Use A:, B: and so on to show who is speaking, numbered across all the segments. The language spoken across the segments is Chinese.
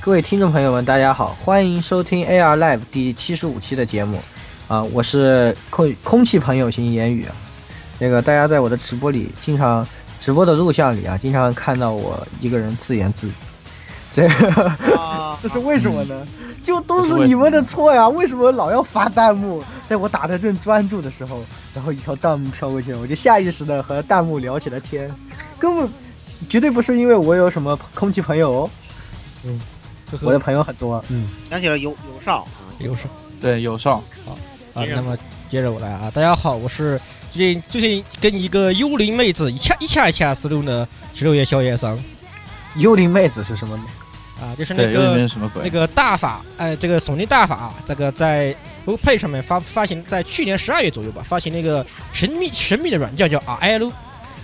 A: 各位听众朋友们，大家好，欢迎收听 AR Live 第七十五期的节目，啊、我是空空气朋友型言语，那个大家在我的直播里经常直播的录像里啊，经常看到我一个人自言自语，这个
B: 啊，
C: 这是为什么呢？
A: 就嗯都是你们的错呀，为什么老要发弹幕？在我打得正专注的时候，然后一条弹幕飘过去了，我就下意识的和弹幕聊起了天，根本绝对不是因为我有什么空气朋友哦，
B: 这是
A: 我的朋友很多，嗯。
D: 想起了尤尤少啊，
B: 优势
C: 对，有上
B: 啊。
D: 接着
B: 那么接着我来啊，大家好，我是最近最近跟一个幽灵妹子一恰一恰一恰思路的十六夜宵夜桑
A: 幽灵妹子是什么？
B: 啊，就是那
C: 对，有里
B: 个
C: 面什么
B: 那
C: 鬼？
B: 个大法，哎，这个索尼大法啊，这个在 w p a y 上面发发行，在去年十二月左右吧，发行那个神秘神秘的软件叫 RL，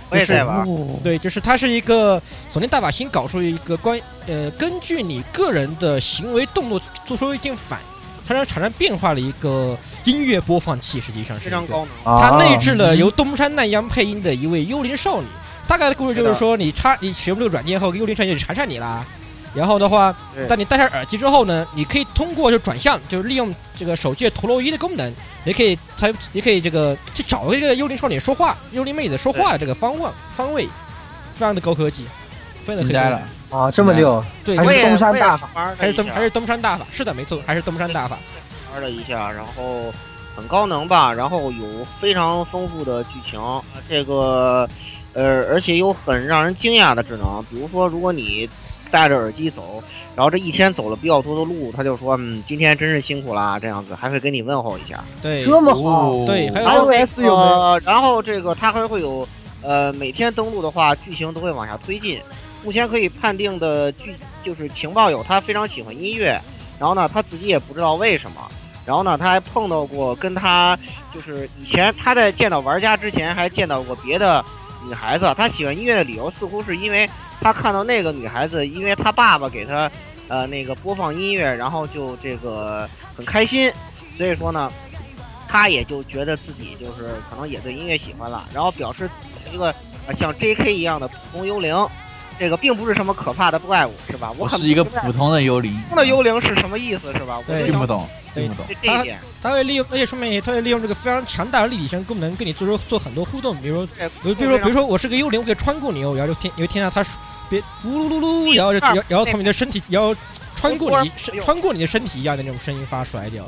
D: 我也在玩。
B: 对，就是它是一个索尼大法新搞出一个关呃，根据你个人的行为动作做出一定反，它让产生变化的一个音乐播放器，实际上
D: 非
B: 是一
D: 常
B: 个。
D: 高能，
A: 啊
B: 它内置了由东山奈央配音的一位幽灵少女。大概的故事就是说，你插你使用这个软件后，幽灵少女就缠上你啦。然后的话
D: 对，
B: 当你戴上耳机之后呢，你可以通过就转向，就是利用这个手机的陀螺仪的功能，也可以才也可以这个去找一个幽灵少女说话，幽灵妹子说话的这个方位方位，非常的高科技，非常的
C: 惊
B: 科技
C: 呆了，
A: 啊，这么溜，
B: 对，
A: 还
D: 我
A: 是
D: 也
A: 东山大法
D: 我也玩了一下
B: 还是东还是东山大法，是的，没错，还是东山大法。
D: 玩了一下，然后很高能吧，然后有非常丰富的剧情，啊这个呃，而且有很让人惊讶的智能，比如说如果你戴着耳机走，然后这一天走了比较多的路，他就说嗯，今天真是辛苦啦，这样子还会给你问候一下。
B: 对，
A: 这么好。
C: 哦
B: 对还有
D: 然后那
A: iOS 有没有
D: 呃，然后这个它还会有，呃，每天登录的话，剧情都会往下推进。目前可以判定的剧就是情报友，他非常喜欢音乐，然后呢，他自己也不知道为什么。然后呢，他还碰到过跟他就是以前他在见到玩家之前还见到过别的女孩子，他喜欢音乐的理由似乎是因为他看到那个女孩子，因为他爸爸给他呃那个播放音乐，然后就这个很开心，所以说呢，他也就觉得自己就是可能也对音乐喜欢了，然后表示一个呃像 J.K. 一样的普通幽灵，这个并不是什么可怕的怪物，是吧？
C: 我
D: 很
C: 是一个
D: 不明白
C: 普通的幽灵，
D: 普通的幽灵是什么意思，是吧？我
B: 对
D: 就
C: 听
D: 想
C: 不懂，
B: 对
C: 听不懂。
D: 这这一点。
B: 它会利用，而且说明它会利用这个非常强大的立体声功能，跟你做出做很多互动，比如
D: 对
B: 比比如说，比如说我是个幽灵，我可以穿过你，哦，然后就听，你会听到他说，别呜噜噜噜，然后就
A: 啊
B: 然后然后从你的身体，然后穿过你
D: 哎呦
B: 穿过你的身体一样的那种声音发出来掉。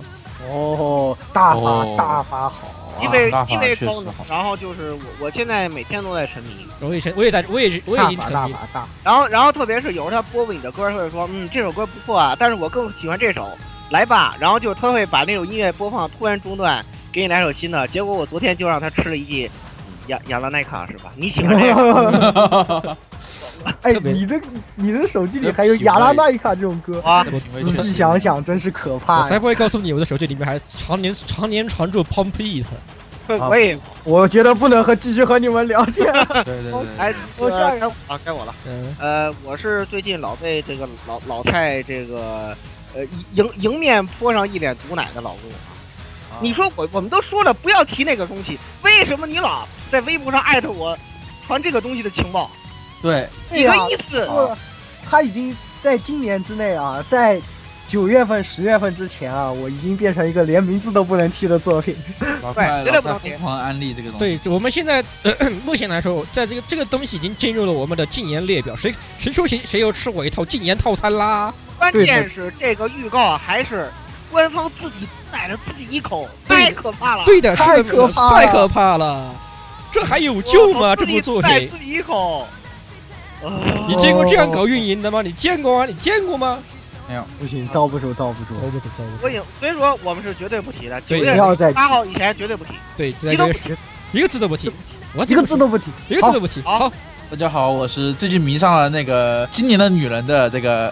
A: 哦，大法
C: 哦
A: 大法好
D: 因
A: 啊！
D: 为
C: 大法
D: 因为
C: 确
D: 高
C: 实
D: 能
C: 好，
D: 然后就是我我现在每天都在沉迷，
B: 我也是，我也在，我也是，我也
A: 大
B: 已经
A: 法
B: 沉
A: 大哎
B: 迷。
A: 法大法，
D: 然后然后特别是有时候他播播你的歌，他会说嗯这首歌不错啊，但是我更喜欢这首，来吧，然后就他会把那种音乐播放突然中断，给你来首新的，结果我昨天就让他吃了一记亚亚拉奈卡是吧？你喜欢这 个？
A: 哎，
B: 特别
A: 你的你的手机里还有雅拉纳伊卡这种歌，
D: 哇，
C: 啊
A: 仔细想，想真是可怕
B: 我才
A: 呀！
B: 不会告诉你，我的手机里面还常年常年常驻 Pump It。
D: 我也
A: 我觉得不能和继续和你们聊天，
C: 对对对
D: 哎
C: 对，，
A: 我下一
D: 该我了，该我了。
B: 嗯，
D: 呃，我是最近老被这个老老太这个呃迎迎面泼上一脸毒奶的老公。啊你说我我们都说了不要提那个东西，为什么你老在微博上艾特我传这个东西的情报？
C: 对，
A: 对啊
D: 你
A: 哎呀
D: 的意思
A: 说了，他已经在今年之内啊，在九月份、十月份之前啊，我已经变成一个连名字都不能提的作品。
C: 老快
D: 绝
C: 老
D: 对不
C: 快
D: 能停
C: 疯狂安利这个东西，
B: 对，我们现在 目前来说，在这个这个东西已经进入了我们的禁言列表，谁谁说谁谁又吃我一套禁言套餐啦？
D: 关
A: 对
D: 键是这个预告还是官方自己奶了自己一口，
B: 对
D: 太可怕了！
B: 对的，
A: 太
B: 是的
A: 可怕了
B: 太可怕了，这还有救吗？这部作
D: 奶
B: 品？
D: 自己一口，啊
B: 你见过这样搞运营的吗？你见过吗？你见过吗？
A: 不行，遭不住，遭不住
B: 遭。不住，遭不
D: 所
B: 住。
D: 以所以说我们是绝对不提的，九
B: 对
D: 月
A: 不要再提
D: 八号以前绝对不提。
B: 对，在这个时一个字都不提，
C: 啊
B: 我
A: 一个字都不提，
B: 一个字都不提。
D: 好
B: 好，
C: 大家好，我是最近迷上了那个今年的女人的这个，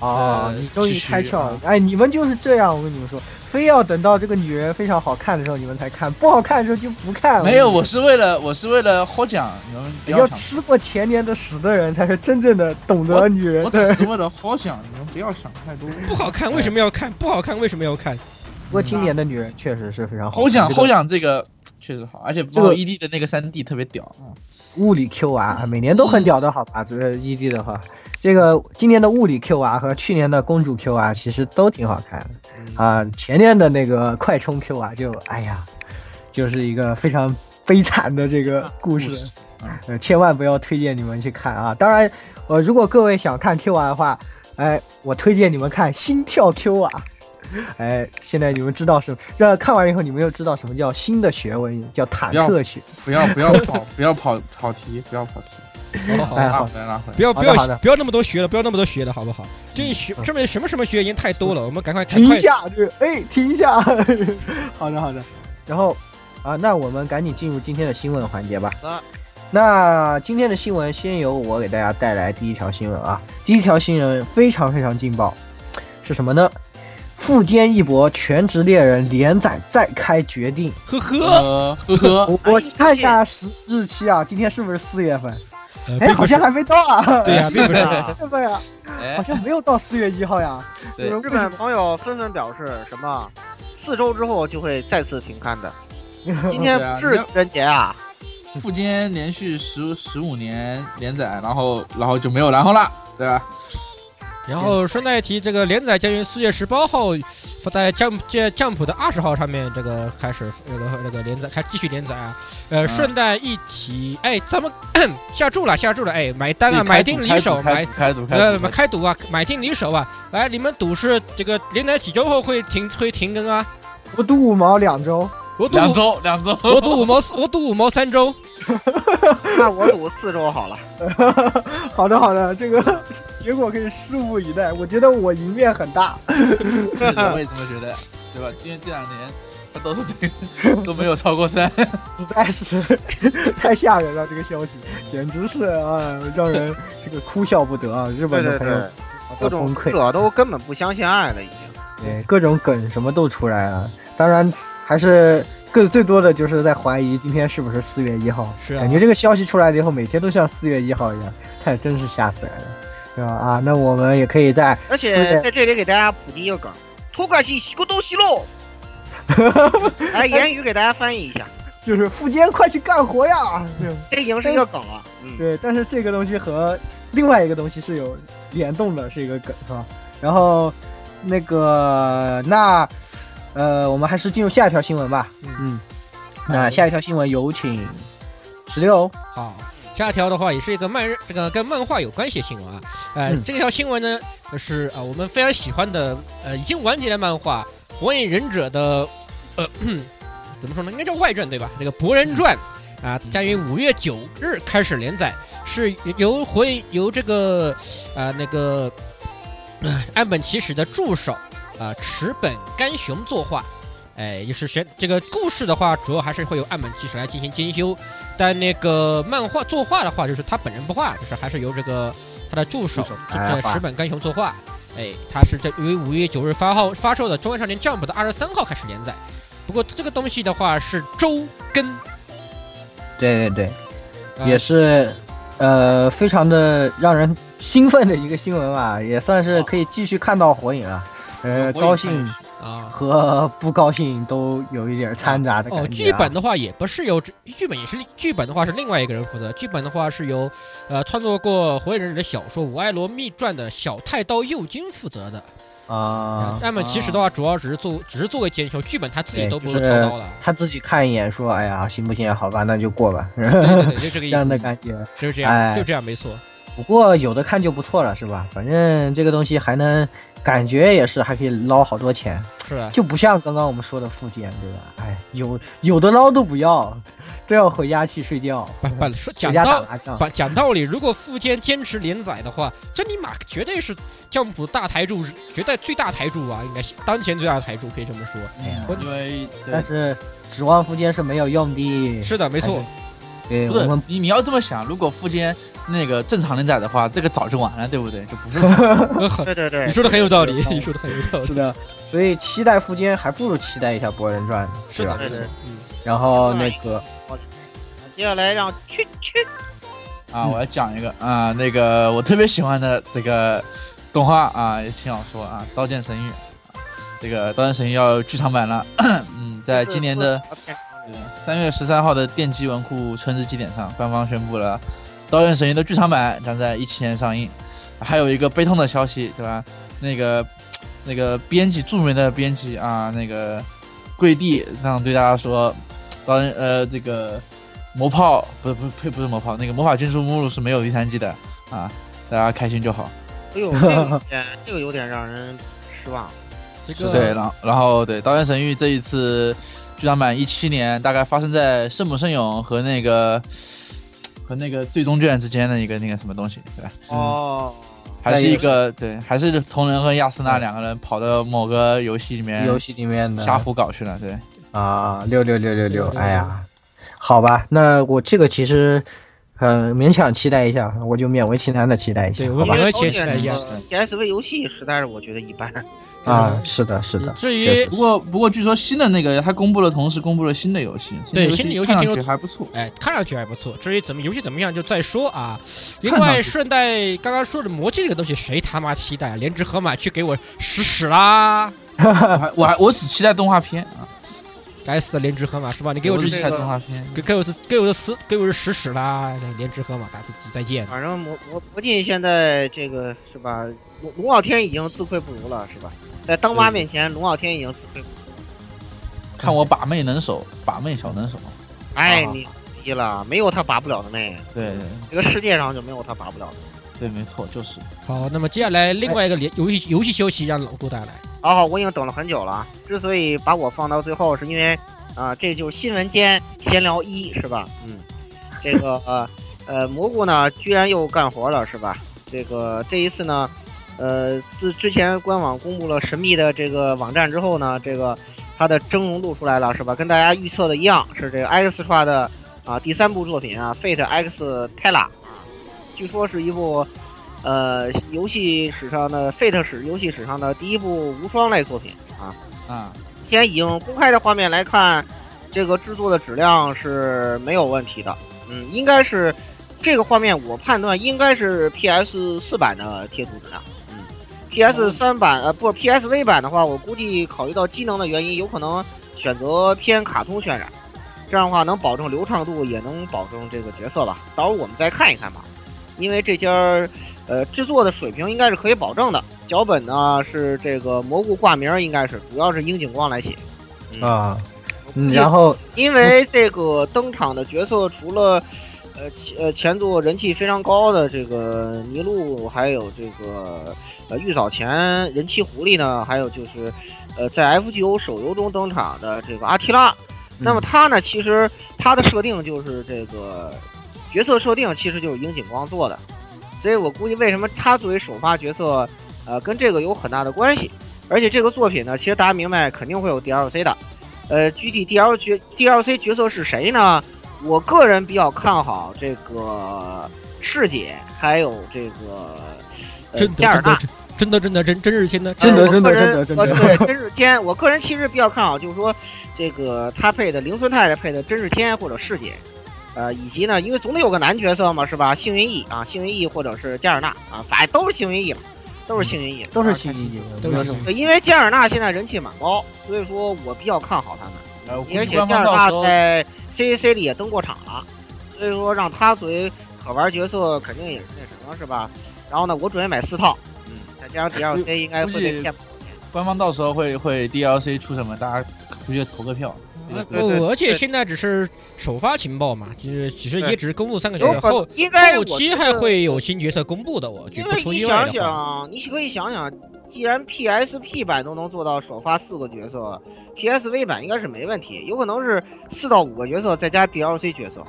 A: 哦，
C: 呃
A: 你终于
C: 其实
A: 开窍了
C: 啊！
A: 哎，你们就是这样，我跟你们说，非要等到这个女人非常好看的时候你们才看，不好看的时候就不看了。
C: 没有，
A: 我
C: 我是为了我是为了获奖，你们
A: 跟
C: 不
A: 你们要
C: 要想，
A: 吃过前年的屎的人才是真正的懂得女人
C: 我
A: 的。
C: 只是为了获奖，你们不要想太多。
B: 不好看为
A: 嗯
B: 什么要看？不好看为什么要看？
A: 不过今年的女人确实是非常好看。
C: 获奖
A: 这个
C: 获奖这个确实好，而且
A: 这
C: 包
A: 个
C: 括 ED 的那个三 D 特别屌啊，
A: 物理 Q R 每年都很屌的好吧？这个 ED 的话，这个今年的物理 Q R 和去年的公主 Q R 其实都挺好看的啊、前年的那个快充 Q R 就哎呀，就是一个非常悲惨的这个故
C: 故
A: 事
C: 事嗯，
A: 呃，千万不要推荐你们去看啊！当然，呃，如果各位想看 Q R 的话，哎，我推荐你们看《心跳 Q R》。哎，现在你们知道什么？让看完以后你们又知道什么叫新的学问，叫忐忑学。
C: 不要不要跑不要跑跑题，不要跑题，
B: 好好
A: 哎
B: 好，
C: 拉
A: 好
C: 回来拉回来
B: 不要
A: 好的
B: 不
A: 好嗯
B: 要
A: 的
B: 不要那么多学了，不要那么多学了，好不好？这学这边什么什么学已经太多了，我们赶快赶
A: 停
B: 快
A: 一下，对，哎，停一下。 好的，好的。然后啊，那我们赶紧进入今天的新闻环节吧。
D: 啊
A: 那今天的新闻先由我给大家带来第一条新闻啊。第一条新闻非常非常劲爆，是什么呢？富坚义博《全职猎人》连载再开决定，
B: 呵呵，
C: 呃呵呵，
A: 我我去看一下时日期啊，今天是不是四月份？
B: 呃
A: 哎，好像还没到啊，
B: 对呀，并不是
D: 啊
A: 对吧呀？
C: 哎
A: 好，像没有到四月一号呀。
C: 对
A: 你们为
D: 日
A: 什
D: 本朋友纷纷表示什么？四周之后就会再次停刊的。
A: 么
D: 今天不是情人节啊，
C: 富坚连续十十五年连载，然后然后就没有然后了，对吧？
B: 然后顺带提，这个连载将于四月十八号发在 Jump 这 Jump 的二十号上面这个开始这个这个连载，开继续连载啊。呃，
C: 嗯
B: 顺带一提，哎，咱们下注了，下注了，哎，买单啊，
C: 自己开
B: 买
C: 赌
B: 定离
C: 开赌
B: 手，
C: 开
B: 买
C: 赌开赌开
B: 呃，
C: 赌
B: 我
C: 开
B: 们开赌啊，买定离手啊，来，你们赌是这个连载几周后会停会停更啊？
A: 我赌五毛两周。
B: 我
C: 赌，
B: 赌
C: 两周两周，
B: 我赌五毛，我赌五毛三周。
D: 那我赌四周好了。
A: 好的，好的，这个 结果可以拭目以待。我觉得我赢面很大。
C: 是 的我也这么觉得，对吧？因为这两年他都是这 个都没有超过三，
A: 实在是 太吓人了，这个消息简直是啊，让人这个哭笑不得啊！日
D: 对
A: 本
D: 对
A: 的朋友
D: 对，
A: 都
D: 各种
A: 崩
D: 读
A: 溃，
D: 者都根本不相信爱了，已经。
A: 对各种梗什么都出来了。当然，还是更最多的就是在怀疑今天是不是四月一号。
B: 是啊
A: 感觉这个消息出来了以后，每天都像四月一号一样，太真是吓死人了，对吧？啊，那我们也可以在
D: 而
A: 四
D: 且
A: 月
D: 在这里给大家普及一个梗，托卡西西沟东西喽。来，言语给大家翻译一下，
A: 就是富坚快去干活呀！ 对吧
D: 这已经是一个梗了。嗯，
A: 对，但是这个东西和另外一个东西是有联动的，是一个梗，是吧？然后那个那呃，我们还是进入下一条新闻吧。
B: 嗯
A: 嗯，那下一条新闻有请十六。
B: 好，下一条的话也是一个漫日这个跟漫画有关系的新闻啊。呃，
A: 嗯
B: 这条新闻呢就是啊、呃我们非常喜欢的呃已经完结的漫画《火影忍者》的呃 怎么说呢？应该叫外传对吧？这个《博人传》啊，将于五月九日开始连载，是由火影由这个啊、呃那个、呃岸本齐史的助手啊、池本干雄作画。哎，也是谁？这个故事的话，主要还是会由岸本齐史来进行监修。但那个漫画作画的话，就是他本人不画，就是还是由这个他的助手
A: 助手
B: 这
A: 来
B: 这
A: 画
B: 石本干雄作画。哎，他是在于五月九日发号发售的《中央少年 Jump》的二十三号开始连载。不过这个东西的话是周更，
A: 对对对，
B: 呃
A: 也是呃，非常的让人兴奋的一个新闻吧，也算是可以继续看到火影了。 呃，高兴
B: 啊。
A: 和不高兴都有一点掺杂的感觉、啊
B: 哦，剧本的话也不是由剧本也是剧本的话是另外一个人负责，剧本的话是由呃创作过《火影忍者》的小说《五爱罗密传》的小太刀右京负责的。
A: 啊，
B: 那么其实的话，主要只是作只是作为监修，剧本他自己
A: 对
B: 都
A: 就
B: 不操
A: 是
B: 刀了。
A: 他自己看一眼说：“哎呀，行不行？好吧，那就过 吧。”
B: 对对对，就这个
A: 这
B: 意
A: 样的
B: 思，
A: 感觉。
B: 就是这
A: 哎
B: 样，就这样没错。
A: 不过有的看就不错了，是吧？反正这个东西还能感觉也是还可以捞好多钱，
B: 是吧？
A: 就不像刚刚我们说的附件，对吧？哎，有有的捞都不要，都要回家去睡觉，
B: 把把说
A: 回
B: 讲
A: 家打
B: 到
A: 麻将。
B: 把讲道理，如果富坚坚持连载的话，这尼玛绝对是降普大台柱，绝对最大台柱啊，应该是当前最大的台柱，可以这么说。
A: 哎呀
C: 因为对
A: 但是指望附件是没有用的。
B: 是的，没错，
A: 对
C: 不
A: 我
C: 是
A: 们
C: 你你要这么想，如果富坚那个正常连载的话，这个早就完了，对不对？就不是
D: 对对
B: 你
D: 哎对，
B: 说的呃很有道理，你说的很有道理
A: 是。的，所以期待附件还不如期待一下《博人传》，
B: 是
A: 吧
B: 的，？
D: 对
B: 没
D: 对对。
B: 错嗯，
A: 然后那个
D: 接下来让去去
C: 啊，我要讲一个啊，那个我特别喜欢的这个动画啊，也挺好说啊，《刀 剑神域》啊，这个《刀剑神域》要剧场版了，嗯，在今年的
D: 啊变成
C: 三月十三号的电击文库春之祭典上，官方宣布了《刀刃神域》的剧场版将在一七年上映。还有一个悲痛的消息，对吧？那个那个编辑，著名的编辑啊，那个跪地上对大家说，刀刃呃这个魔炮不不不不是魔炮，那个魔法军书目录是没有第三季的啊，大家开心就好。
D: 哎呦，这个有点这个有点让人失望。
B: 这
C: 是
B: 个
C: 对，然后然后对《刀剑神域》这一次剧场版一七年，大概发生在圣母圣咏和那个和那个最终卷之间的一个那个什么东西，对吧？
D: 哦，
C: 嗯还是一个对，还是同人和亚丝娜两个人跑到某个游戏里面
A: 游戏里面的
C: 瞎胡搞去了，对。
A: 啊，六六六六六
B: 666，
A: 哎呀，好吧，那我这个其实很勉强期待一下，我就勉为其难的期待一下
B: 对，我
A: 好吧
B: 们？
D: 因为
B: 其实期待一下
D: PSV 游戏实在是我觉得一般。
A: 啊，是的，是的，
B: 至于
A: 确实
C: 不
A: 是
C: 过不过，据说新的那个他公布了，同时公布了新的游戏，
B: 对
C: 新
B: 新
C: 的
B: 的游戏
C: 看上
B: 听
C: 去
B: 说
C: 还不错。
B: 哎，看上去还不错。至于怎么游戏怎么样，就再说啊。另
C: 看上
B: 外，
C: 去
B: 顺带刚刚说的魔戒这个东西，谁他妈期待啊？连只河马去给我屎屎啦！
C: 我还我还我只期待动画片啊，
B: 该死的连只河马是吧？你给我
C: 我只
B: 这
C: 期待动画片。
B: 给给我这给我这屎给我这屎屎啦！连只河马打自己再见。啊
D: 反正魔魔魔镜现在这个是吧？龙龙傲天已经自愧不如了，是吧？在当妈面前，龙傲天已经自愧不如。
C: 看我把妹能手，把妹小能手。
D: 哎，
A: 啊
D: 你逼了，没有他拔不了的妹，
C: 对对
D: 这个世界上就没有他拔不了的。
C: 对，没错，就是
B: 好，那么接下来另外一个连游戏游戏消息让老杜带来。
D: 好好，我已经等了很久了啊。之所以把我放到最后，是因为啊、这就是新闻间闲聊一是吧？嗯，这个呃呃，蘑菇呢，居然又干活了是吧？这个这一次呢，呃，自之前官网公布了神秘的这个网站之后呢，这个它的峥嵘露出来了是吧？跟大家预测的一样，是这个 X 化的啊、第三部作品啊，《Fate X Tela》啊，据说是一部呃，游戏史上的 Fate 史游戏史上的第一部无双类作品啊。
C: 啊，
D: 现在已经公开的画面来看，这个制作的质量是没有问题的。嗯，应该是这个画面，我判断应该是 PS 四版的贴图质量。嗯，PS 三版呃不 PSV 版的话，我估计考虑到机能的原因，有可能选择偏卡通渲染，这样的话能保证流畅度，也能保证这个角色吧。到时候我们再看一看吧，因为这家儿呃制作的水平应该是可以保证的。脚本呢是这个蘑菇化名，应该是主要是樱井光来写。
A: 啊，嗯然后
D: 因为这个登场的角色除了呃前呃前作人气非常高的这个麋鹿，还有这个呃玉藻前人气狐狸呢，还有就是呃在 FGO 手游中登场的这个阿提拉。那
B: 嗯
D: 么他呢，其实他的设定就是这个角色设定其实就是樱井光做的，所以我估计为什么他作为首发角色，呃，跟这个有很大的关系。而且这个作品呢，其实大家明白肯定会有 DLC 的，呃，具体 DL 角 DLC 角色是谁呢？我个人比较看好这个师姐，还有这个呃
B: 真
D: 加尔
B: 的
D: 纳。
B: 真的真的真的真真是真的
A: 真的真的
D: 我个人
A: 真的真的
D: 呃对，真日天，我个人其实比较看好，就是说这个他配的铃村太太配的真日天或者世姐，呃，以及呢，因为总得有个男角色嘛，是吧？幸运翼啊，幸运翼或者是加尔纳啊，反正都是幸运翼了，都是幸运翼了，
A: 嗯都是
D: 啊
A: 新一季，
B: 都
A: 没有
B: 是
A: 什么
D: 对，因为加尔纳现在人气蛮高，所以说我比较看好他们。
C: 呃，我估
D: 而
C: 计
D: 且
C: 官
D: 加尔
C: 方到
D: 纳
C: 时候
D: 在 CAC 里也登过场了，所以说让他作为可玩角色肯定也是那什么，是吧？然后呢，我准备买四套，嗯，再加上 DLC 应该会
C: 哎估
D: 被
C: 计
D: 骗。
C: 官方到时候会会 DLC 出什么，大家回去投个票。这个
D: 对对
B: 呃不，而且
D: 对
B: 现在只是首发情报嘛，就是只是
D: 对哦呃
B: 也只是公布三个角
D: 有
B: 色，
D: 可
B: 后
D: 应该
B: 后
D: 我
B: 期
D: 觉
B: 还
D: 得
B: 会有新角色公布的，我觉
D: 因
B: 得不
D: 为
B: 出
D: 你
B: 意外
D: 想
B: 的话，嗯
D: 想，你可以想想，既然 PSP 版都能做到首发四个角色，PSV 版应该是没问题，有可能是四到五个角色再加 DLC 角色。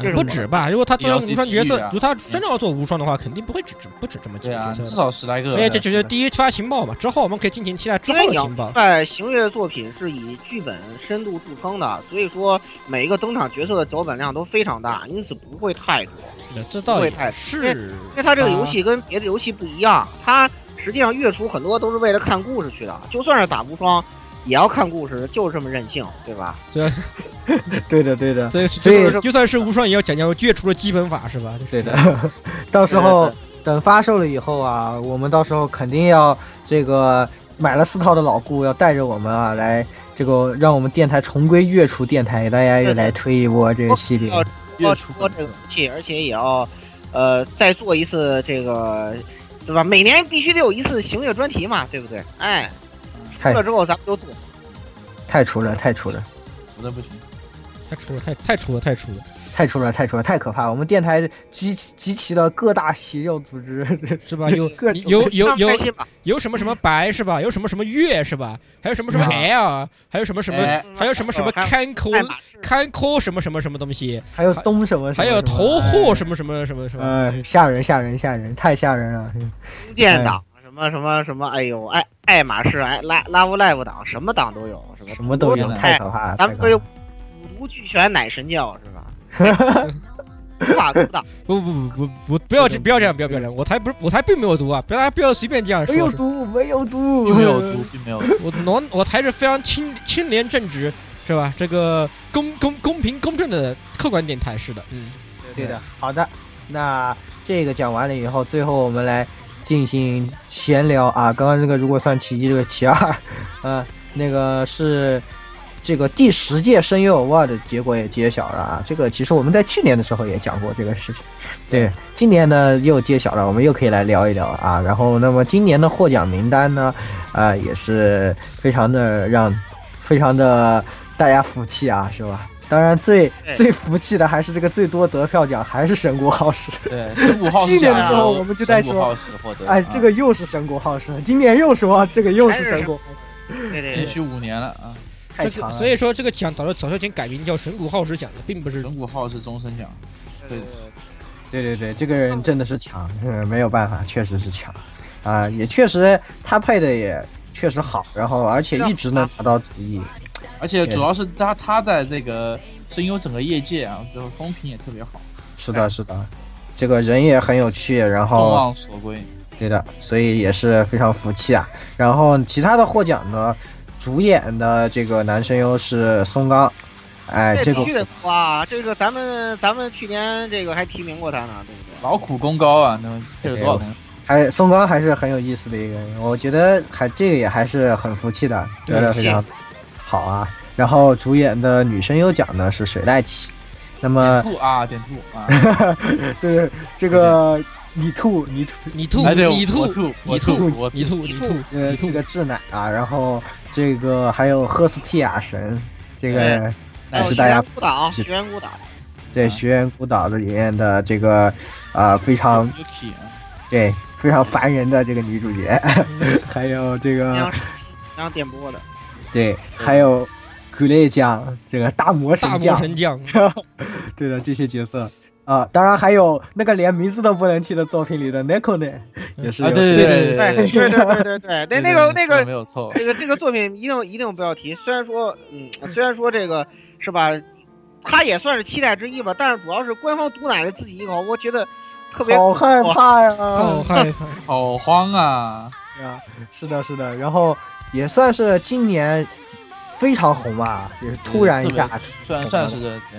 D: 这种
B: 嗯不
D: 的
B: 止吧？如果他做成
C: DLC
B: 无双角
C: 地
B: 色
C: 狱啊，
B: 如果他真的要做无双的话，肯定不会只只不止这么几
C: 对
B: 个
C: 啊，
B: 角色
C: 至
B: 的。
C: 少十来个。
B: 所以这就是第一发情报嘛，之后我们可以尽情期待之
D: 因为
B: 后
D: 你
B: 的
D: 要
B: 情报。
D: 在行月作品是以剧本深度著称的，所以说每一个登场角色的脚本量都非常大，因此不会太多。
B: 对这倒
D: 不会
B: 也
D: 太
B: 是，
D: 因为它这个游
B: 啊
D: 戏跟别的游戏不一样，它实际上月初很多都是为了看故事去的，就算是打无双，也要看故事，就是这么任性，对吧？
A: 对的对的
B: 所以
A: 所以
B: 就就算是无双也要讲究月初的基本法是吧？
A: 对的， 到时候等发售了以后啊，我们到时候肯定要这个买了四套的老顾要带着我们啊，来这个让我们电台重归月初电台，大家又来推一波这个系列。
D: 要
C: 月
D: 要
C: 初
D: 说
C: 本
D: 这个
C: 次
D: 东西，而且也要呃再做一次这个，对吧？每年必须得有一次行乐专题嘛，对不对？哎，出
A: 太
D: 了之后咱们就做。
A: 太出了，太出了，
C: 实在不行。
B: 太出了，太太出了，太出了，
A: 太出了，太出了，太可怕了！我们电台集齐集齐了各大邪教组织，
B: 是吧？ 有
A: 各种
B: 有有
D: 那开
B: 有
D: 心吧，
B: 有什么什么白是吧？有什么什么月是吧？还有什么什么 L，还有什么什么，
C: 啊哎
B: 还有什么什么
D: 哦还有
B: 看
D: 爱
B: 空
D: 马仕
B: 看空什么什么什么东西，
A: 还有东什么什么什么，哎
B: 还有头货什么什么什么什么。
A: 呃，吓人吓人吓人，太吓人了！哎
D: 弓箭党。什么什么什么？哎呦，爱爱马仕，哎，拉拉夫赖夫党，什么党都有，是吧？
A: 什么都有，
C: 哎
A: 太可怕了！
D: 咱
A: 太
D: 们这
A: 可
D: 有
A: 怕了
D: 五毒俱全，乃神教是吧？法国党，
B: 不不不不不不要这不要这样不要不要这样，我才不是我才并没有毒啊！不要不要随便这样
A: 没有
B: 说，
A: 毒，没有毒，
C: 并没有毒，并没有毒。
B: 我我我才是非常清清廉正直是吧？这个公公公平公正的客观电台是的，嗯，
A: 对的，好的，那这个讲完了以后，最后我们来进行闲聊啊。刚刚这个如果算奇迹，这个其二， 呃，那个是这个第十届声优 award 的结果也揭晓了啊。这个其实我们在去年的时候也讲过这个事情，对，今年呢又揭晓了，我们又可以来聊一聊啊。然后，那么今年的获奖名单呢，啊、也是非常的让，非常的大家服气啊，是吧？当然最
D: 对
A: 最服气的还是这个最多得票奖，还是神谷浩史。
C: 对，神谷浩
A: 去
C: 史
A: 年的
C: 奖
A: 时候
C: 由
A: 我们就在
C: 神谷
A: 说
C: 浩史获得。
A: 哎，
C: 啊
A: 这个又是神谷浩史，今年又说这个又是神谷，
D: 对对
C: 连
D: 对，
C: 续五年了啊，
A: 太
B: 这
A: 强
B: 个
A: 了。
B: 所以说这个奖早就早就已经改名叫神谷浩史奖了，并不是
C: 神谷浩史终身奖。对
A: 对对对，这个人真的是强，嗯，没有办法，确实是强啊，也确实他配的也确实好，然后而且一直能拿到主意。
C: 而且
A: 对
C: 主要是他他在这个声优整个业界啊，就是风评也特别好，
A: 是的，是的，这个人也很有趣，然
C: 众
A: 后
C: 望所归。
A: 对的，所以也是非常服气啊。然后其他的获奖呢，主演的这个男声优是松冈，哎，这
D: 这
A: 个
D: 必须得说啊，这个咱们咱们去年这个还提名过他呢，对不对？
C: 劳苦功高啊，那么配了多少东西？
A: 还松冈还是很有意思的一个人，我觉得还这个也还是很服气的，
B: 对
A: 觉得非常好啊。然后主演的女声优奖呢是水濑启，那么
C: 点兔啊，点兔啊！
A: 对 这个你兔你兔
B: 你吐
C: 哎，对，
B: 你
C: 我
B: 吐，
C: 兔，我
B: 你吐
C: 兔，我
B: 你吐，你吐，
A: 呃这
B: 你吐，
A: 个志乃啊，然后这个还有赫斯蒂亚神，这个
D: 哎
A: 也
C: 那
A: 是
D: 学
A: 大家
D: 员孤岛，
A: 是
D: 学员孤岛，
A: 对
C: 啊
A: 学院孤岛的里面的这个啊、非 常
C: Yuki 啊
A: 对非常烦人的这个女主角， 还有这个
D: 然后然后点播的，
A: 对，还有格雷酱这个大魔神
B: 大魔
A: 酱，
B: 神 将，
A: 对的这些角色啊，当然还有那个连名字都不能提的作品里的 Neko 呢，也是有
C: 啊！对对对
D: 对
C: 对
D: 哎对对对对，那
C: 对，
D: 那个那
C: 对说得
D: 个
C: 没有 错，
D: 这个这个作品一定一定不要提。虽然说，嗯，虽然说这个是吧，他也算是期待之一吧，但是主要是官方毒奶了自己一口，我觉得特别啊
A: 好害怕呀！
B: 好害怕，
C: 好慌啊！
A: 对啊，是的，是的，然后也算是今年非常红吧，也是突然一下
C: 特，别 算算是的，对，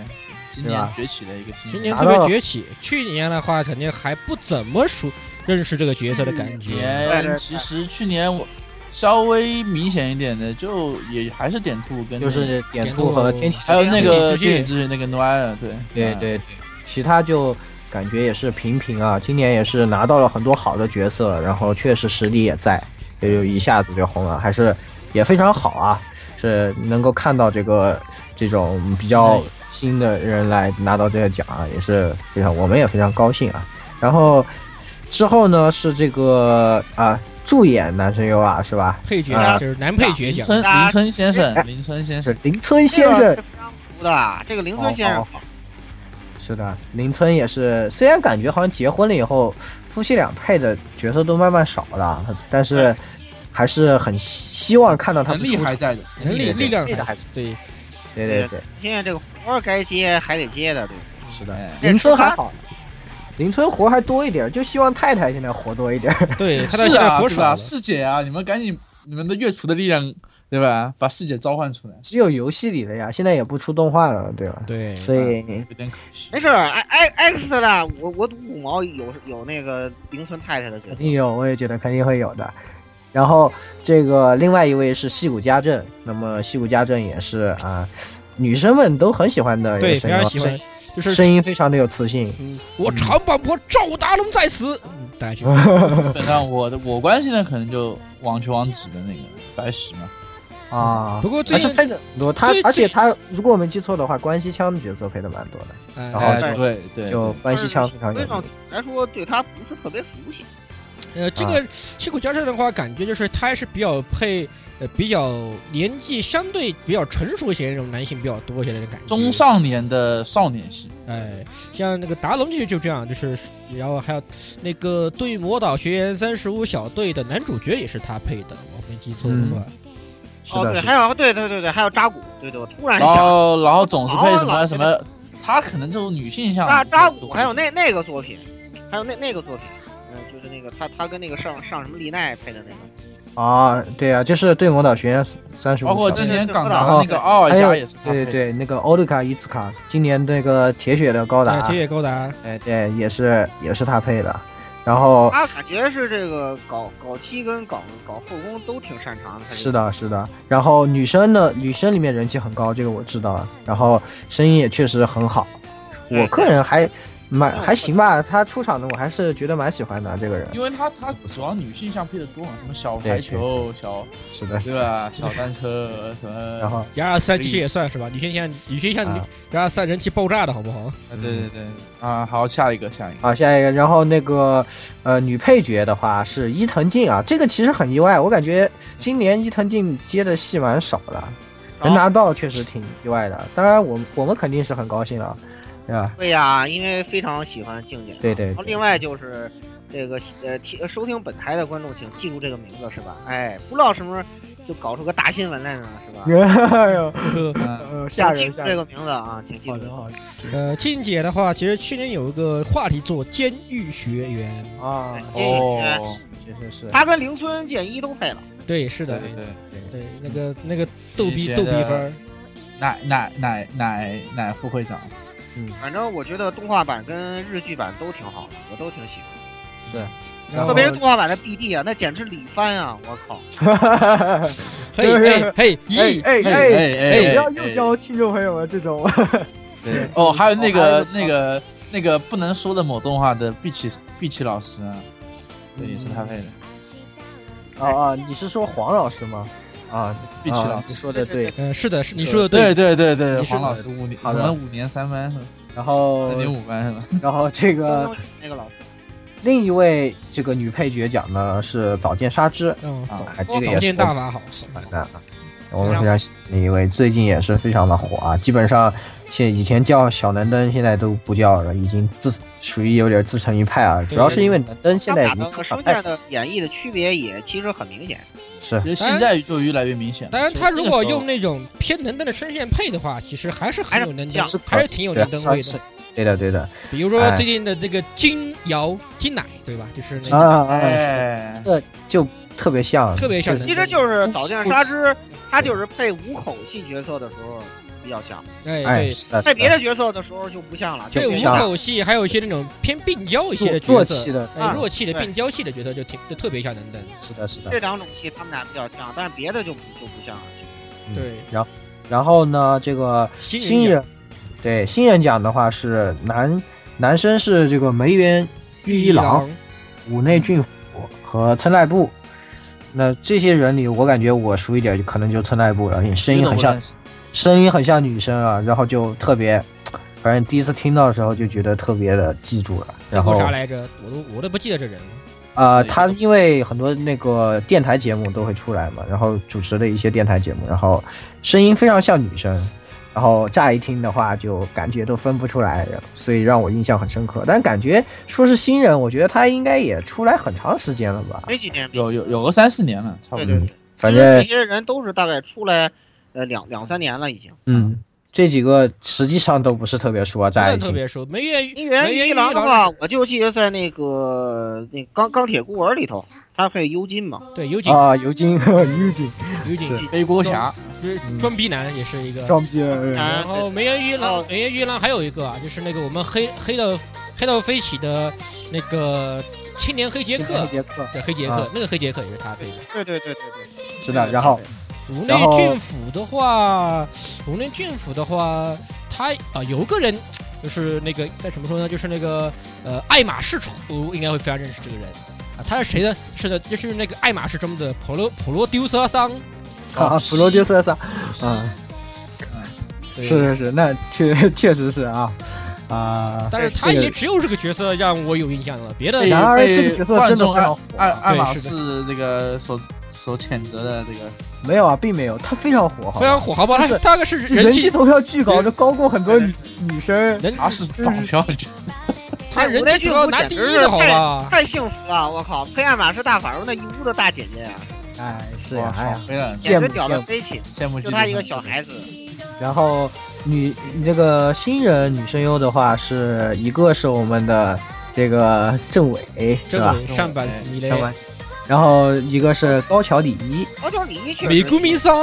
C: 今年崛起的一个新
B: 今
C: 人
B: 年
A: 拿
B: 特
A: 到
B: 别
A: 了
B: 崛起。去年的话，肯定还不怎么熟认识这个角色的感
C: 去
B: 觉。
C: 年其实去年我稍微明显一点的，就也还是点兔跟
A: 就是点
B: 点
A: 兔
B: 兔
A: 和天启，
C: 还有那个
B: 电
C: 电
B: 影
C: 影之
B: 之
C: 那个 Noir，对
A: 对
C: 嗯
A: 对对，其他就感觉也是平平啊。今年也是拿到了很多好的角色，然后确实实力也在，也就一下子就红了，还是也非常好啊。是能够看到这个这种比较新的人来拿到这个奖啊，也是非常，我们也非常高兴啊。然后之后呢是这个啊助演男声优啊，是吧？
B: 配角
A: 啊
B: 就是男配角
C: 林
B: 奖，
C: 村林村先生，林村先生
A: 是林村
D: 这
A: 先
D: 个
A: 生
D: 是，非常服的。啊这个林村先生
A: 好好好是的，林村也是，虽然感觉好像结婚了以后，夫妻俩配的角色都慢慢少了，但是还是很希望看到他们
C: 能力
A: 出
C: 还
A: 场
C: 在的，
B: 能力力量
A: 这个
B: 还
A: 还是
B: 对，
A: 对对对，
D: 现在这个活儿该接还得接的，对吧。
A: 是
B: 嗯
A: 的。
C: 哎
A: 林村还好，林村活还多一点，就希望太太现在活多一点。
B: 对，他到
C: 是
B: 现在
C: 啊，
B: 活
C: 对
B: 少了
C: 吧？。师姐啊，你们赶紧你们的月厨的力量，对吧？把师姐召唤出来，
A: 只有游戏里的呀，现在也不出动画了，对吧？
B: 对，
A: 所以
C: 有点可惜
D: 没。事儿，i i x 的，我我赌五毛有有那个林村太太的角
A: 肯
D: 色。
A: 定有，我也觉得肯定会有的。然后这个另外一位是戏骨家政，那么戏骨家政也是啊、女生们都很喜欢的一个
B: 对，非
A: 声优
B: 常
A: 啊，
B: 喜欢
A: 声，
B: 就是
A: 声音非常的有磁性。
B: 嗯我长坂坡赵达龙在此，嗯大家去
C: 基本上我的我关心的可能就网球王子的那个白石嘛，
A: 啊
B: 不。过最
A: 而且
B: 近
A: 配的很多，他
B: 最
A: 而且他，如果我没记错的话，关西腔的角色配的蛮多的，
B: 哎
A: 然后
C: 哎，
A: 再
C: 对对，
A: 就关西腔非常有
D: 对上
A: 力。
D: 来说，对他不是特别熟悉。
B: 呃，
A: 啊
B: 这个赤口加社的话，感觉就是他还是比较配呃比较年纪相对比较成熟一些那种男性比较多一些的感觉。
C: 中少年的少年系，
B: 哎，像那个达龙就就这样，就是然后还有那个对魔导学员三十五小队的男主角也是他配的，我没记错的话。
A: 嗯是
D: 哦，
A: 的，
D: 对，
A: 是
D: 还
A: 的，
D: 有对对对对，还有扎古，对对，我突然
C: 然
D: 想，
C: 后然后总是配什
D: 哎哦老
C: 么什么，他可能就是女性向
D: 扎
C: 多
D: 扎古，
C: 多
D: 还有那那个作品，还有那那个作品，嗯，就是那个他他跟那个上上什么丽奈配的那个，
A: 啊，对啊，就是对魔导学院三十五
C: 包括
A: 小
C: 今
A: 队，
C: 年港达的那个奥尔
A: 还有
C: 加也是他配
A: 对对
C: 的，
A: 对，那个欧德卡伊茨卡，今年那个铁血的高
B: 对，
A: 达
B: 铁，血高达，
A: 哎对，也是也是他配的。然后
D: 他感觉是这个搞搞踢跟搞搞后宫都挺擅长的。他这个
A: 是的，是的。然后女生的女生里面人气很高，这个我知道。然后声音也确实很好，
D: 对
A: 我个人还蛮
D: 嗯
A: 还行吧。他出场的我还是觉得蛮喜欢的这个人。
C: 因为他他主要女性向配的多嘛，什么小
A: 对
C: 排球、小
A: 是的，是
C: 对
A: 的。
C: 吧，小单车什么，
A: 然后
B: 幺二三其实也算是吧，女性向女性向
A: 啊
B: 幺二三人气爆炸的好不好？
C: 啊对对对
A: 嗯
C: 啊，好下一个下一个，
A: 好，下一个，然后那个呃女配角的话是伊藤静啊，这个其实很意外，我感觉今年伊藤静接的戏蛮少的，能拿到确实挺意外的。当然我们我们肯定是很高兴啊，对吧？
D: 对呀、因为非常喜欢静姐嘛。
A: 对对
D: 然后
A: 对
D: 另外就是这个呃，听收听本台的观众请记住这个名字是吧？哎，不知道什么时候就搞出个大新闻来呢是吧？
A: 哎呦，
B: 就是
C: 嗯，
A: 呃，吓
D: 请
A: 人
D: 记住
A: 吓
D: 这
A: 人！
D: 个名字啊，请记
A: 好
D: 住。
A: 的好的
B: 呃，静姐的话，其实去年有一个话题做监狱学员，
A: 啊，
D: 对
C: 哦，
A: 确实是。
D: 他跟铃村健一都配了，
B: 对，是
C: 对
B: 的，
C: 对对，
B: 对，那个那个逗
C: 以
B: 逼
C: 前
B: 逗逼
C: 的
B: 分儿，
C: 奶奶奶奶奶副会长，
D: 反正我觉得动画版跟日剧版都挺好的，我都挺喜欢。
A: 是，
B: 然
D: 特
B: 后
D: 别
A: 哎
D: 是动画版的 BD 啊，那简直李帆啊！我靠，
B: 嘿嘿嘿，咦，
A: 哎
C: 哎
A: 哎
C: 哎
A: 不
C: 哎
A: 要又教听众朋友们这种，
C: 对哦，还有那
D: 哦
C: 个
D: 还有
C: 那个那个不能说的某动画的碧琪碧琪老师啊，对也是他配的，
A: 啊啊，你是说黄老师吗？啊，
C: 碧琪老
A: 啊你
C: 师，
A: 说的对。
B: 嗯，是的，是你
A: 是
B: 说的
C: 对，对对对，
B: 你是
C: 黄老师五年
A: 好
C: 什
A: 的
C: 么五年三班是吧？
A: 然后
C: 三点五班是吧？
A: 然后这
D: 东
A: 个
D: 东那个老师，
A: 另一位这个女配角奖呢是早见纱织，
B: 嗯，
A: 啊
B: 早，
A: 这个
B: 早
A: 也
B: 见
A: 是
B: 大法好，
A: 我们的啊，我们非常喜欢的一位，最近也是非常的火啊，基本上现以前叫小能登，现在都不叫了，已经自属于有点自成一派啊，主要是因为能登现
D: 他
A: 在已
D: 们俩
A: 经
D: 的
A: 出
D: 和
A: 场
D: 声
A: 太
D: 线
A: 少了，
D: 的演绎的区别也其实很明显。
A: 是
C: 其实现在就越来越明显了。
B: 当然，他
C: 就是
B: 如
C: 这个
B: 果
C: 时候
B: 用那种偏能登的声线配的话，其实还是很有能登
D: 还
A: 是，
B: 还是挺有
A: 对
B: 能登
A: 啊，
B: 位
A: 是
B: 的。，
A: 对的对的
B: 比如说
A: 哎
B: 最近的这个金瑶、金奶，对吧？就是那个
A: 啊啊，是
C: 哎，
A: 这就特别像，
B: 特别像
A: 就是
D: 其实就是岛见纱织，他就是配五口戏角色的时候比较像，
B: 哎，
A: 哎
B: 对，
A: 是的，
D: 配别
A: 的
D: 的角色的时候就不像了。
A: 就
B: 对
A: 不
B: 五
A: 像
B: 口戏，还有一些那种偏病娇一些
A: 弱
B: 的
A: 弱
B: 角
A: 气
B: 色，
A: 的，
B: 哎，
A: 嗯
B: 弱气的
D: 啊对
B: 病娇系的角色就挺就特别像能登。
A: 是的是的
D: 这，两种戏他们俩比较像，但是别的就不就不像了。
A: 嗯
B: 对，
A: 然后然后呢这个。
B: 新
A: 新
B: 人
A: 人，对新人奖的话是男男生是这个梅园玉一郎、
B: 郎，嗯
A: 武内俊辅和村濑部。那这些人里，我感觉我熟一点，可能就村濑部了，因为声音很像，声音很像女生啊，然后就特别，反正第一次听到的时候就觉得特别的记住了。然后
B: 叫啥来着？我都我都不记得这人了。
A: 啊，
C: 对
A: 他因为很多那个电台节目都会出来嘛，然后主持的一些电台节目，然后声音非常像女生，然后乍一听的话就感觉都分不出来，所以让我印象很深刻。但感觉说是新人，我觉得他应该也出来很长时间了吧？
D: 没几年，
C: 有有有个三四年了，差不
D: 对
C: 多
D: 对。对，
A: 嗯反
D: 其实
A: 正
D: 这些人都是大概出来呃两两三年了已经。
A: 嗯，这几个实际上都不是特别熟啊，
B: 不
A: 乍一
B: 算特
A: 听。
B: 别熟，梅月
D: 金
B: 梅
D: 元
B: 园
D: 一
B: 一
D: 郎的
B: 郎
D: 话，我就记得在那个那钢钢铁孤儿里头，他配尤金嘛。
B: 对尤井
A: 啊，尤金，尤金，
B: 尤井
A: 嗯是
C: 背锅侠，
B: 就是
A: 嗯
B: 装逼男也是一个。
A: 装逼了。
D: 啊
B: 然后梅艳玉郎
D: 哦，
B: 梅艳玉郎还有一个啊，就是那个我们黑黑到黑到飞起的那个青年黑杰
A: 青年
B: 克
A: 黑，杰克
B: 对黑杰
A: 啊
B: 克，那个黑杰克也是他配的。
D: 对对对对对，
A: 是的，然后
B: 颅内
A: 然后
B: 郡府的话，颅内郡府的话，他啊、有个人就是那个该怎么说呢？就是那个呃爱马仕厨应该会非常认识这个人啊，他是谁呢？是的，就是那个爱马仕中的普罗普罗丢瑟桑，
A: 啊，普罗丢瑟桑，嗯，
B: 对
A: 是。是是，那确确实是啊啊，
B: 但是他
A: 这个
B: 也只有这个角色让我有印象了，别的
C: 被
A: 然而这个
C: 被
A: 角色
C: 万
A: 真的
C: 众
A: 非常
C: 爱
A: 火
C: 爱爱
B: 对
C: 马
B: 是
C: 仕这个所所谴责的这个，
A: 没有啊，并没有，他非常火，好吧
B: 非常火，好吧？他
A: 就是
B: 他个是人
A: 人气啊
B: 气
A: 投票巨高，
B: 人
A: 就高过很多
D: 对
A: 女女生。
B: 人
C: 他是搞笑，
B: 他人气主要拿第一
D: 对
B: 的好吧？
D: 太幸福了！我靠，配爱马仕大法荣那一屋的大姐姐啊，
A: 哎，是
C: 哇
A: 呀，哎呀，
C: 非
A: 羡
D: 简
C: 常
A: 慕
D: 直
A: 羡
D: 屌
A: 慕
D: 的。飞起！
C: 羡慕嫉妒恨。
D: 就他一个小孩子，
A: 然后女这个新人女声优的话，是一个是我们的这个政委，
B: 这
A: 是吧？
B: 个上版斯米雷，
A: 相关。然后一个是高桥李一，
D: 高桥李一确实
B: 美谷米桑，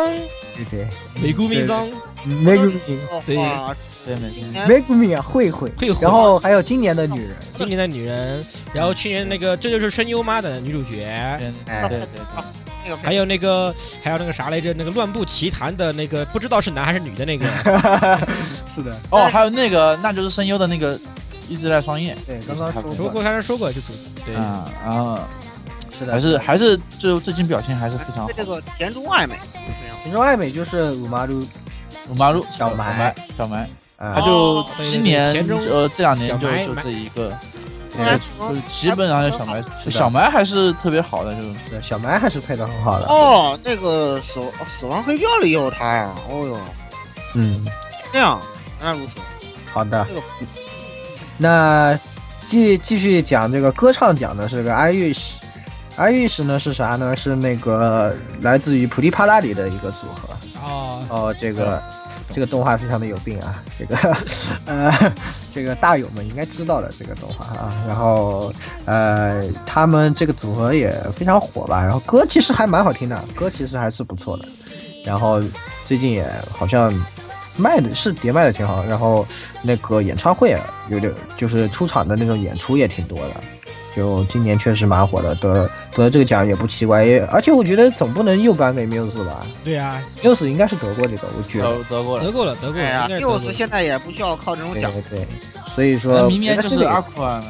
A: 对对
B: 美谷米桑，
A: ，Megumi
B: 对
D: 哇，
C: 对每天
A: Megumi 啊，慧慧。
B: 会火
A: 然后还有今年的女人，
B: 今年的女人，然后去年那个这就是声优妈的女主角，
C: 对
A: 哎
C: 对对对，
D: 那个
B: 还有那个还有那个啥来着，那个乱步奇谭的那个不知道是男还是女的那个，
A: 是的，
C: 哦，还有那个那就是声优的那个一直在双叶
A: 对，刚刚说
B: 说过刚才说过就主对
C: 啊啊，
A: 是的，
C: 还是还是就最近表现还是非常好
D: 对。这个田中爱美非常好
A: 田中爱美就是乳麻鲁
C: 鲁马路
A: 小
C: 埋
A: 埋
C: 小埋，他
A: 啊，
C: 就
D: 哦
B: 对对
C: 今
B: 对
C: 年
B: 田中
C: 呃这两年
B: 小
C: 就
B: 埋
C: 就
B: 埋
C: 这一个，
A: 对
D: 哎
C: 就基本上就小埋，
A: 是的
C: 小埋还是特别好的，就是
A: 是的小埋还是配的很好的，
D: 哦，那个死哦死亡黑教里也有他呀，哦哟，
A: 嗯，
D: 这样那如此，
A: 好的
D: 这个，
A: 那继继续讲这个歌唱奖呢，是个 Irish。Irish 呢是啥呢？是那个来自于普利帕拉里的一个组合。
B: 啊，
A: 哦，这个这个动画非常的有病啊，这个呃，这个大友们应该知道的这个动画啊。然后呃，他们这个组合也非常火吧。然后歌其实还蛮好听的，歌其实还是不错的。然后最近也好像卖的是碟卖的挺好，然后那个演唱会有点就是出场的那种演出也挺多的。就今年确实蛮火的，得得这个奖也不奇怪，也而且我觉得总不能又颁给 Muse 吧，
B: 对啊，
A: Muse 应该是得过这个，我觉得。
C: 得得过了。
B: 得过了，得过
D: 哎
B: 了，
D: 呀
B: 应该是，得
D: 六
B: 过
D: 子
B: 了。
D: 现在也不需要靠这种
A: 对
D: 奖，
A: 对对，所以
C: 那
A: 说
C: 明年
A: 我
C: 就
A: 觉得
C: 是
A: 呃哎这个
C: 阿库啊，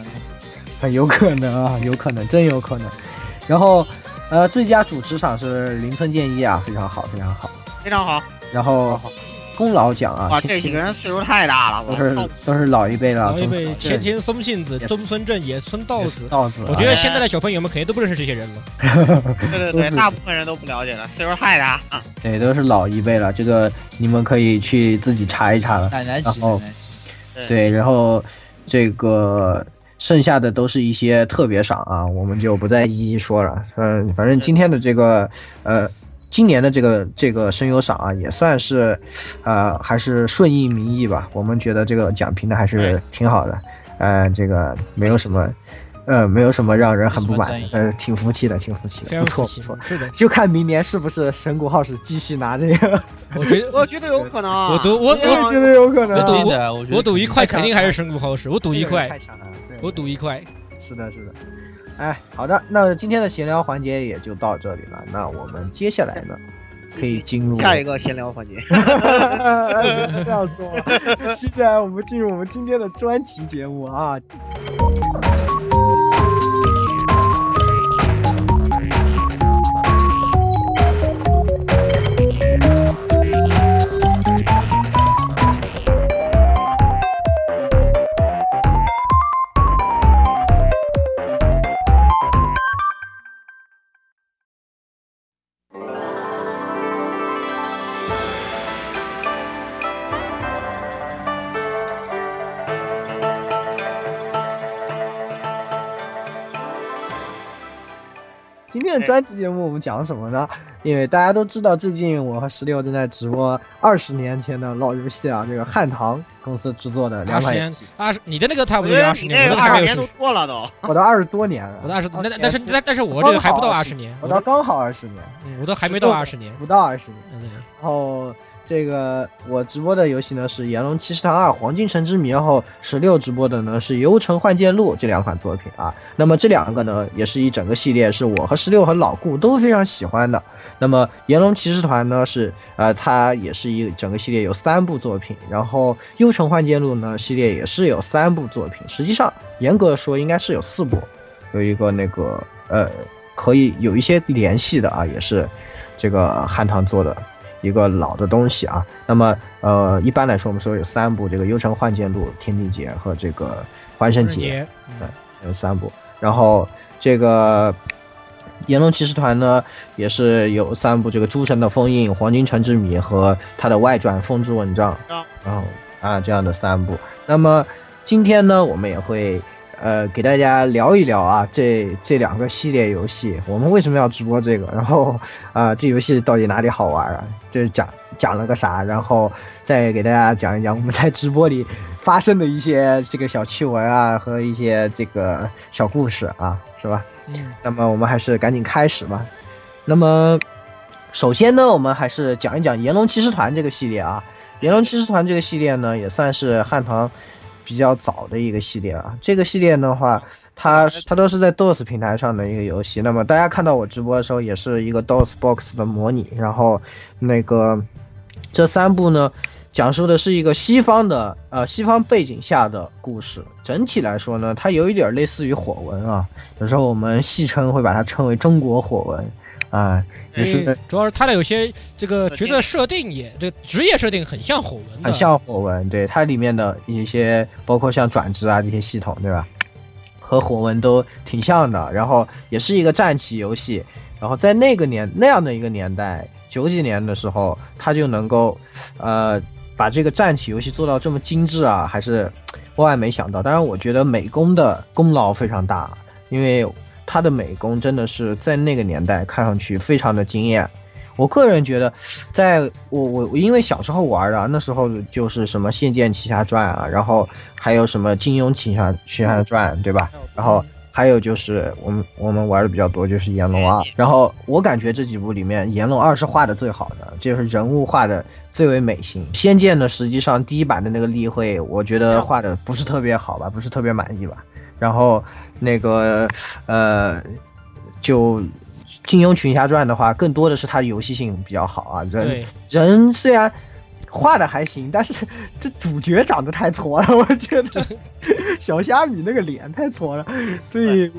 A: 很有可能啊，有可能，真有可能。然后，呃，最佳主持赏是林村健一啊，非常好，非常好。
D: 非常好。
A: 然后
D: 好好
A: 功劳奖啊，
D: 哇，
A: 青
D: 这几个
A: 青
D: 人岁数太大了，
A: 都
D: 我
A: 是
D: 靠！
A: 都是老一辈了，
B: 然后又被
A: 前
B: 前田松信子、中村正也、村道子，
A: 稻子啊，
B: 我觉得现在的小朋友们肯定都不认识这些人了。
D: 对对
A: 都
D: 对，
A: 是
D: 大部分人都不了解了，岁数太大。
A: 哎对都是老一辈了，这个你们可以去自己查一查了。
C: 奶奶级
A: 然后
C: 奶奶级，
A: 对，然后这个剩下的都是一些特别赏啊，我们就不再一一说了。嗯，反正今天的这个呃，今年的这个这个声优赏啊，也算是呃，还是顺应民意吧。我们觉得这个奖评的还是挺好的，呃，这个没有什么。呃，没有什么让人很不满
C: 没什
A: 的
C: 么，
A: 但是挺服气的，挺服气
B: 非
A: 的，
B: 常
A: 不错
B: 可
A: 不
B: 惜
A: 错。
B: 是的，
A: 就看明年是不是神谷浩史继续拿这个，
B: 我觉得
D: 我觉得有可能啊。
B: 我读我
A: 我觉得有可能
B: 我
A: 啊。
B: 赌
C: 真的，我觉得
B: 我赌一块肯定还是
A: 太
B: 神谷浩史，我赌一
A: 这个人
B: 块
A: 太，强了，这个
B: 我
A: 人
B: 赌一块。
A: 是的，是的。哎，好的，那今天的闲聊环节也就到这里了。那我们接下来
B: 嗯
A: 呢，可以进入
D: 下一个闲聊环节，
A: 个。不要说了，接下来我们进入我们今天的专题节目啊。今天的专题节目我们讲什么呢？因为大家都知道，最近我和石榴正在直播二十年前的老游戏啊，这个汉唐公司制作的两
B: 二十
A: 款游
B: 年
A: 戏，
B: 二十，你的那个差
D: 我
B: 不
D: 觉
B: 多有
D: 得
B: 二十
D: 你
B: 年，
D: 那个
B: 我的还
D: 二
B: 没
D: 十
B: 有
D: 年
B: 十
D: 都，过了都。
A: 我的二十多年啊了，
B: 我的二十，但
A: 20
B: 但是但但是我这个还不到二十年，
A: 我
B: 我
A: 到
B: 的
A: 刚好二十年，
B: 嗯我都还没到二十年，
A: 不到二十年。
B: 嗯，
A: 然后这个我直播的游戏呢是《炎龙骑士团二：黄金城之谜》，然后十六直播的呢是《游城幻剑录》这两款作品啊。那么这两个呢也是一整个系列，是我和十六和老顾都非常喜欢的。那么《炎龙骑士团》呢是呃它也是一整个系列有三部作品，然后《幽城幻剑录》呢系列也是有三部作品，实际上严格说应该是有四部，有一个那个呃可以有一些联系的啊，也是这个汉唐做的。一个老的东西啊。那么呃，一般来说，我们说有三部，这个《幽城幻剑录》、《天地劫》和这个《欢声劫》
B: 节，嗯
A: 有三部。然后这个炎龙骑士团呢，也是有三部，这个《诸神的封印》、《黄金城之谜》和它的外传《风之纹章》
D: 啊，
A: 然后啊这样的三部。那么今天呢，我们也会。呃，给大家聊一聊啊，这这两个系列游戏，我们为什么要直播这个？然后啊、这游戏到底哪里好玩啊？就是讲讲了个啥，然后再给大家讲一讲我们在直播里发生的一些这个小趣闻啊，和一些这个小故事啊，是吧？
B: 嗯，
A: 那么我们还是赶紧开始吧。那么，首先呢，我们还是讲一讲《炎龙骑士团》这个系列啊。《炎龙骑士团》这个系列呢，也算是汉唐比较早的一个系列啊。这个系列的话，它它都是在 DOS 平台上的一个游戏。那么大家看到我直播的时候，也是一个 DOS box 的模拟。然后，那个这三部呢。讲述的是一个西方的呃西方背景下的故事，整体来说呢，它有一点类似于火纹啊，有时候我们戏称会把它称为中国火纹，啊、也是
B: 哎主要是他的有些这个角色设定也这个职业设定很像火纹的，
A: 很像火纹，对它里面的一些包括像转职啊这些系统，对吧？和火纹都挺像的，然后也是一个战棋游戏，然后在那个年那样的一个年代，九几年的时候，它就能够，呃，把这个战棋游戏做到这么精致啊，还是万万没想到。当然，我觉得美工的功劳非常大，因为它的美工真的是在那个年代看上去非常的惊艳。我个人觉得，在我我我因为小时候玩的啊，那时候就是什么《仙剑奇侠传》啊，然后还有什么《金庸奇侠奇侠传》，对吧？然后还有就是我们我们玩的比较多就是《炎龙二》，然后我感觉这几部里面《炎龙二》是画的最好的，就是人物画的最为美型。《仙剑》呢，实际上第一版的那个例会，我觉得画的不是特别好吧，不是特别满意吧。然后那个呃，就《金庸群侠传》的话，更多的是它游戏性比较好啊，人
B: 对，
A: 人虽然画的还行，但是这主角长得太挫了，我觉得小虾米那个脸太挫了，所以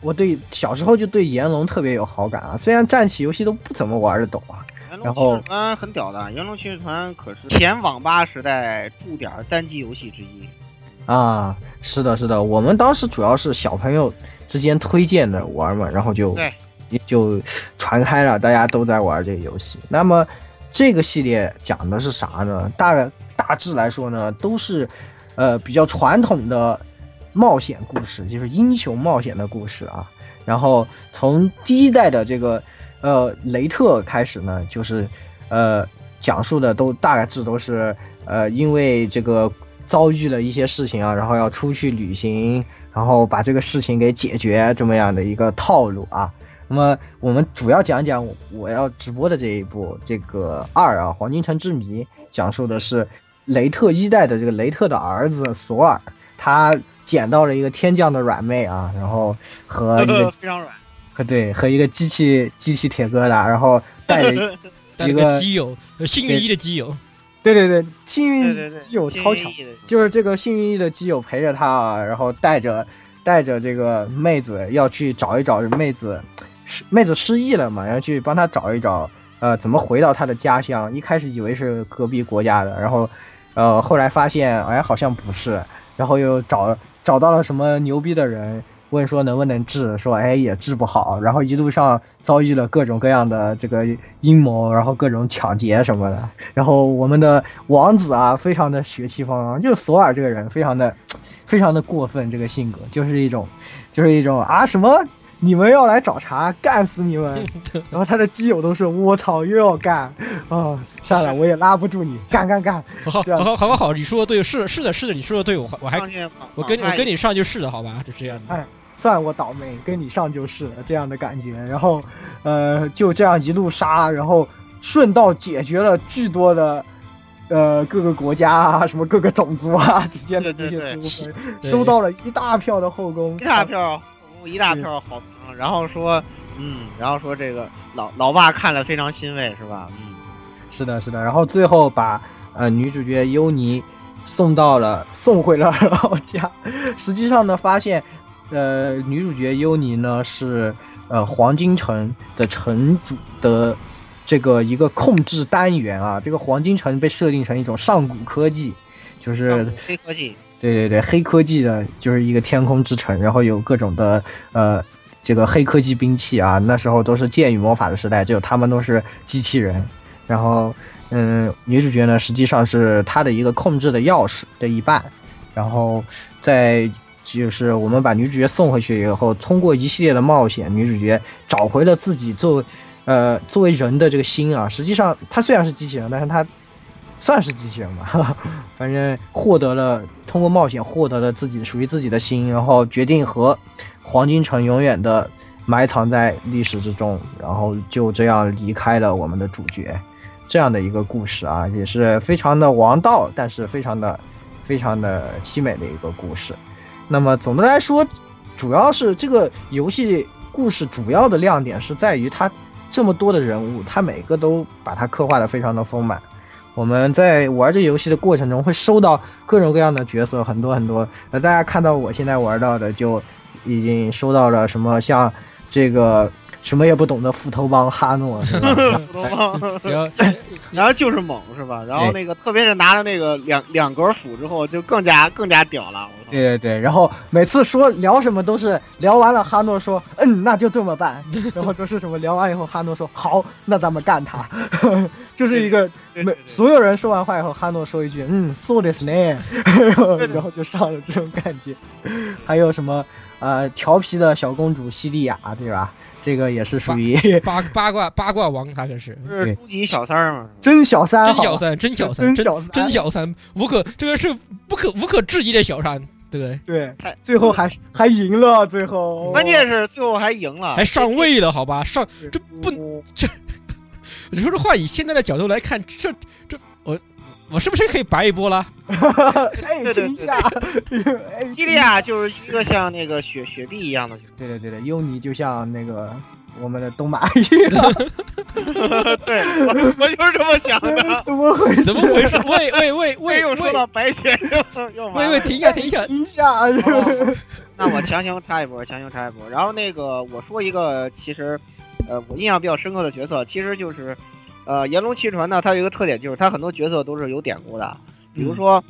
A: 我对小时候就对炎龙特别有好感啊。虽然战棋游戏都不怎么玩得懂啊，然
D: 元
A: 后
D: 龙骑士团很屌的，元龙骑士团可是前网吧时代驻点单机游戏之一。
A: 啊，是的，是的，我们当时主要是小朋友之间推荐的玩嘛，然后就
D: 对
A: 也就传开了，大家都在玩这个游戏。那么这个系列讲的是啥呢？大大致来说呢，都是呃比较传统的冒险故事，就是英雄冒险的故事啊。然后从第一代的这个呃雷特开始呢，就是呃讲述的都大致都是呃因为这个遭遇了一些事情啊，然后要出去旅行，然后把这个事情给解决这么样的一个套路啊。那么我们主要讲讲我我要直播的这一部这个二啊《黄金城之谜》，讲述的是雷特一代的这个雷特的儿子索尔，他捡到了一个天降的软妹啊，然后
B: 啊
A: 和一个
D: 非常软。
A: 和对和一个机器机器铁疙瘩，然后带 着
B: 带了
A: 一个
B: 个基友，呃幸运一的基友，
A: 对对对幸
D: 对对
A: 运
D: 对，
A: 基友超强，
D: 建议的
A: 就是这个幸运一的基友陪着他啊，然后带着带着这个妹子要去找一找妹子失妹子失忆了嘛，然后去帮他找一找呃怎么回到他的家乡。一开始以为是隔壁国家的，然后呃后来发现哎好像不是，然后又找找到了什么牛逼的人。问说能不能治，说哎也治不好，然后一路上遭遇了各种各样的这个阴谋，然后各种抢劫什么的，然后我们的王子啊，非常的血气方刚，就是索尔这 个人非常的非常的过分，这个性格就是一种就是一种啊什么你们要来找茬，干死你们！然后他的基友都是我操，又要干啊、算了，我也拉不住你，干干干！
B: 好
A: 这样哦
B: 好好好好好，你说的对，是是的，是的，你说的对，我还我还
D: 上去
B: 我跟你
A: 哎
B: 我跟
D: 你
B: 你上就是的，好吧，就这样的。
A: 算我倒霉，跟你上就是了，这样的感觉。然后，呃，就这样一路杀，然后顺道解决了巨多的，呃，各个国家啊，什么各个种族啊之间的这些
D: 对
A: 纠
D: 对对
A: 纷，
B: 对
A: 收到了一大票的后宫，
D: 一大票一大票好评，然后说嗯，然后说这个老老爸看了非常欣慰是吧？嗯，
A: 是的，是的。然后最后把呃女主角尤妮送到了送回了老家。实际上呢，发现呃女主角尤妮呢是呃黄金城的城主的这个一个控制单元啊。这个黄金城被设定成一种上古科技，就是
D: 黑科技，
A: 对对对，黑科技的就是一个天空之城，然后有各种的呃这个黑科技兵器啊，那时候都是剑与魔法的时代，只有他们都是机器人。然后，嗯，女主角呢实际上是她的一个控制的钥匙的一半，然后在就是我们把女主角送回去以后，通过一系列的冒险，女主角找回了自己作为呃作为人的这个心啊。实际上，她虽然是机器人，但是她算是机器人吧，哈哈反正获得了通过冒险获得了呃自己属于自己的心，然后决定和黄金城永远的埋藏在历史之中，然后就这样离开了我们的主角。这样的一个故事啊，也是非常的王道，但是非常的、非常的凄美的一个故事。那么总的来说，主要是这个游戏故事主要的亮点是在于它这么多的人物，它每个都把它刻画的非常的丰满。我们在玩这游戏的过程中，会收到各种各样的角色，很多很多。呃，大家看到我现在玩到的，就已经收到了什么像这个什么也不懂的斧头帮哈诺，是吧？
B: 然后
D: 然后就是猛是吧？然
A: 哎
D: 后那个特别是拿着那个两两格斧之后，就更加更加屌了。我操
A: 对对对，然后每次说聊什么都是聊完了，哈诺说嗯，那就这么办，然后都是什么聊完以后，哈诺说好，那咱们干他，就是一个
D: 对
A: 每
D: 对对
A: 所有人说完话以后，哈诺说一句嗯，so this name，然后然后就上了这种感觉。还有什么呃调皮的小公主西利亚对吧？这个也是属于
B: 八八卦八卦王他可是
D: 是初级小三儿嘛？
A: 真小三
B: 真
A: 好
B: 小
A: 吧，
B: 三，真小三，
A: 真
B: 真
A: 小三
B: 真小三，无可这个是不可无可置疑的小三，对不对？
A: 对
D: 太，
A: 最后还还赢了，最后
D: 嗯关键是最后还赢了，
B: 还上位了，好吧？上这不
A: 不
B: 你说这话，以现在的角度来看，这这我我是不是可以白一 波了？
A: 哎，
D: 对对
A: 真呀，哎，
D: 西利亚就是一个像那个雪雪碧一样的，
A: 对的，对的，优尼就像那个我们的东马一样，
D: 对，我我就是这么想的。
A: 怎么回事？
B: 怎么回 事？喂喂喂
D: 没
B: 喂
D: 有
B: 喂
D: 哎说到啊白天又又完
B: 喂
D: 了
B: 喂，停一下停一下，
A: 停一下，
D: 哦 那我强行插一波，强行插一波。然后那个我说一个，其实，呃，我印象比较深刻的角色，其实就是，呃，炎龙骑士团呢，它有一个特点，就是它很多角色都是有典故的，比
B: 嗯
D: 如说、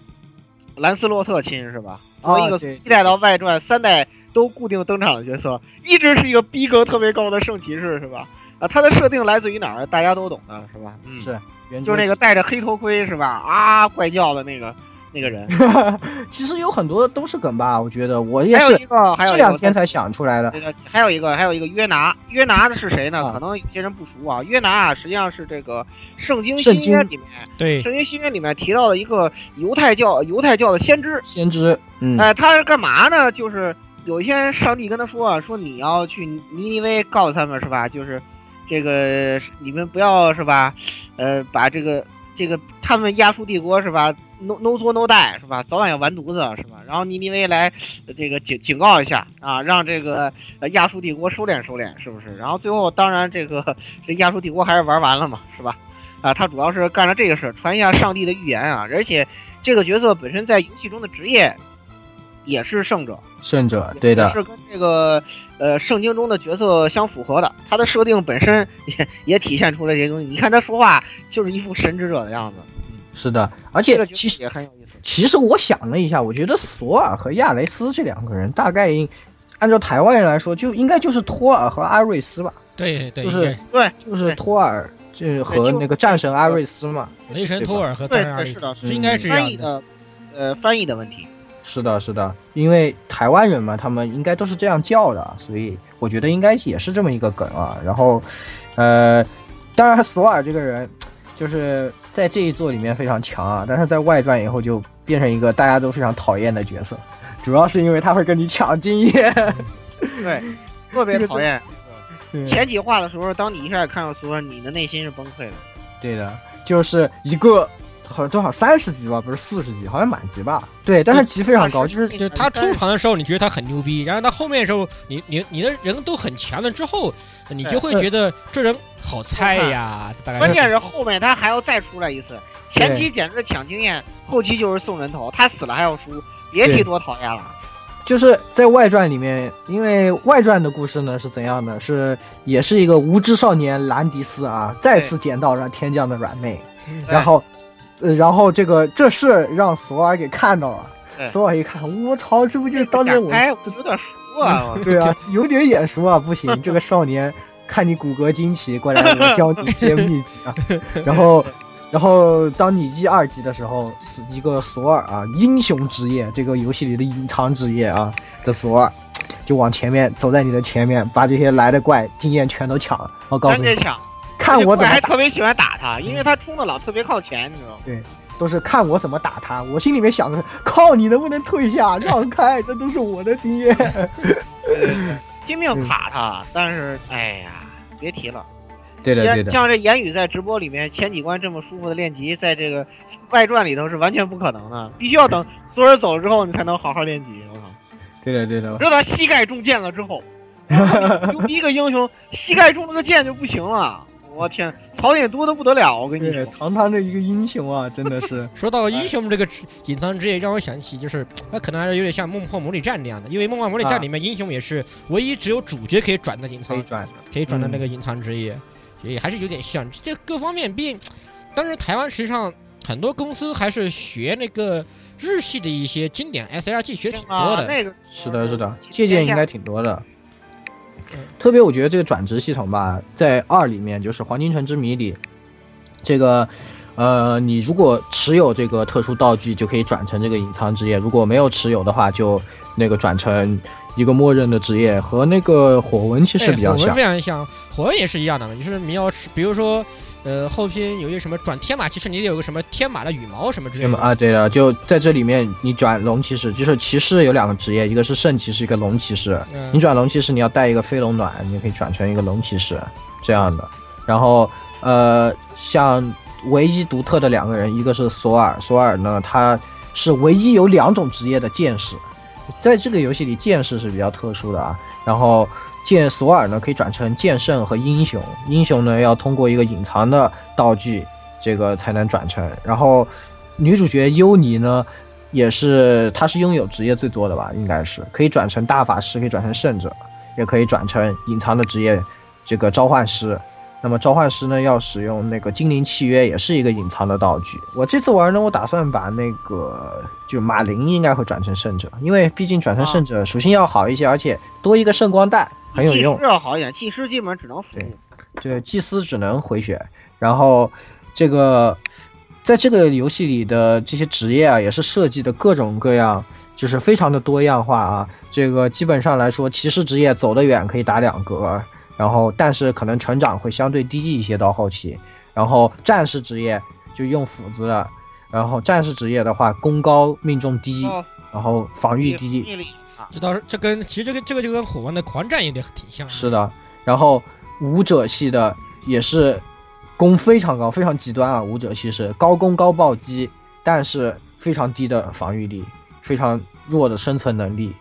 D: 兰斯洛特亲是吧？从
A: 啊
D: 一个
A: 对
D: 一代到外传三代都固定登场的角色，一直是一个逼格特别高的圣骑士是吧？啊，它的设定来自于哪儿？大家都懂的是吧？嗯，
A: 是圆
D: 就是那个戴着黑头盔是吧？啊，怪叫的那个那个人，
A: 个，其实有很多都是梗吧，我觉得我也
D: 还有
A: 是
D: 一个，还有
A: 这
D: 一个
A: 两天才想出来的。
D: 这个还有一个，还有一个约拿，约拿的是谁呢？
A: 啊
D: 可能有些人不熟啊。约拿啊，实际上是这个圣经
A: 圣
D: 新
A: 经
D: 约里面，
B: 对，
D: 圣经新约里面提到的一个犹太教犹太教的先知。
A: 先知，嗯，
D: 哎、他是干嘛呢？就是有一天上帝跟他说啊，说你要去尼尼微告诉他们是吧？就是这个你们不要是吧？呃，把这个这个他们亚述帝国是吧？no no 作 no die 是吧？早晚要完犊子是吧？然后尼尼微来呃这个警警告一下啊，让这个呃亚述帝国收敛收敛，是不是？然后最后当然这个这亚述帝国还是玩完了嘛，是吧？啊，他主要是干了这个事儿，传一下上帝的预言啊，而且这个角色本身在游戏中的职业也是圣者，
A: 圣者，对的
D: 也，是跟这个呃圣经中的角色相符合的。他的设定本身也 也体现出了这些东西。你看他说话就是一副神职者的样子，
A: 是的。而
D: 这个
A: 且
D: 角
A: 其
D: 色
A: 实
D: 也很有意思。
A: 其实我想了一下，我觉得索尔和亚雷斯这两个人，大概应按照台湾人来说，就应该就是托尔和阿瑞斯吧，
B: 对对，
A: 就是
B: 对
A: 就是托尔。这和
D: 就
A: 那个战神阿瑞斯嘛，
B: 雷神
A: 对吧
B: 托尔和
D: 对
B: 丹然而
D: 对
B: 已
D: 是，的，
B: 是应该是这
D: 翻
B: 样
D: 译
B: 的。
D: 的呃翻译的问题。
A: 是的，是的，因为台湾人嘛，他们应该都是这样叫的，所以我觉得应该也是这么一个梗啊。然后，呃，当然索尔这个人就是在这一作里面非常强啊，但是在外传以后就变成一个大家都非常讨厌的角色，主要是因为他会跟你抢经验。
D: 对，特别 讨厌。
B: 嗯
A: 对
D: 前几话的时候，当你一开始看到索尔，你的内心是崩溃的。
A: 对的，就是一个好像多少三十级吧，不是四十级，好像满级吧？对，但是级非常高，就是
B: 就是他出场的时候，你觉得他很牛逼，然后他后面的时候，你你你的人都很强了之后，你就会觉得这人好菜呀，大概
D: 关键是后面他还要再出来一次，前期简直是抢经验，后期就是送人头，他死了还要输，别提多讨厌了。
A: 就是在外传里面，因为外传的故事呢是怎样的？是也是一个无知少年兰迪斯啊，再次捡到了天降的软妹，
D: 对
A: 然后，呃，然后这个这事让索尔给看到了，
D: 对
A: 索尔一看，我操，这不就是当年我
D: 哎，我有点熟 啊，我
A: 对啊，有点眼熟啊，不 行，这个少年看你骨骼惊奇，过来我教你一些秘籍 啊。然后，然后当你一二级的时候，是一个索尔啊，英雄职业，这个游戏里的隐藏职业啊的索尔，就往前面走在你的前面，把这些来的怪经验全都抢了。我告诉
D: 真
A: 你
D: 真，抢。
A: 看我怎么
D: 这怪还
A: 打，嗯
D: 特别喜欢打他，因为他冲的老特别靠前，你知道吗？
A: 都是看我怎么打他。我心里面想的是，靠你能不能退下，让开，这都是我的经 验。
D: 拼
A: 嗯
D: 命卡他，但是哎呀，别提了。
A: 对的，对
D: 像
A: 的。
D: 像这言语在直播里面前几关这么舒服的练级，在这个外传里头是完全不可能的，必须要 等索尔走之后，你才能好好练级。我靠！
A: 对的，对的
D: 直，到他膝盖中箭了 之后，牛逼一个英雄膝盖中了个箭就不行了。我天，槽点多的不得了，我跟你
A: 对
D: 说。
A: 堂堂的一个英雄啊，真的是。
B: 说到
A: 哎
B: 英雄这个职隐藏职业，让我想起就是他可能还是有点像《梦幻模拟战》那样的，因为《梦幻模拟战
A: 啊》
B: 里面英雄也是唯一只有主角可以转的隐
A: 可以
D: 啊
B: 藏，
A: 转嗯
B: 可以转的那个隐藏职业，也还是有点像。这各方面，毕竟当时台湾实际上很多公司还是学那个日系的一些经典 SRG 学挺多
D: 啊，
B: 的。
D: 那个
A: 是的，是的，
D: 嗯其
A: 借
D: 实
A: 鉴
D: 这
A: 应
D: 样
A: 该挺多的。嗯特别我觉得这个转职系统吧，在二里面就是《黄金城之谜》里，这个，呃，你如果持有这个特殊道具，就可以转成这个隐藏职业；如果没有持有的话，就那个转成一个默认的职业，和那个火纹其
B: 哎
A: 实比较
B: 火纹
A: 像
B: 非。常像，火纹也是一样的，就是你要是比如说，呃，后篇有一个什么转天马骑士，你得有个什么天马的羽毛什么之类
A: 那么
B: 的。
A: 啊，对了，就在这里面，你转龙骑士，就是骑士有两个职业，一个是圣骑士，一个龙骑士。
B: 嗯
A: 你转龙骑士，你要带一个飞龙卵，你可以转成一个龙骑士这样的。然后，呃，像唯一独特的两个人，一个是索尔，索尔呢，他是唯一有两种职业的剑士，在这个游戏里，剑士是比较特殊的啊。然后，剑索尔呢可以转成剑圣和英雄，英雄呢要通过一个隐藏的道具，这个才能转成。然后，女主角优妮呢，也是，他是拥有职业最多的吧，应该是可以转成大法师，可以转成圣者，也可以转成隐藏的职业，这个召唤师。那么召唤师呢，要使用那个精灵契约，也是一个隐藏的道具。我这次玩呢，我打算把那个就马林应该会转成圣者，因为毕竟转成圣者属性要好一些，而且多一个圣光带很有用
D: 技师。要好一点，技师基本上只能辅
A: 对
D: 助。
A: 对，祭司只能回血，然后这个在这个游戏里的这些职业啊，也是设计的各种各样，就是非常的多样化啊。这个基本上来说，骑士职业走得远可以打两格，然后但是可能成长会相对低一些到后期。然后战士职业就用斧子了，然后战士职业的话，攻高命中低，
D: 哦，
A: 然后防御低，
D: 毅力啊，
B: 这倒是，这跟其实这个这个就跟火纹的狂战有点挺像。
A: 是的，然后武者系的也是攻非常高，非常极端啊！武者系是高攻高暴击，但是非常低的防御力，非常弱的生存能力。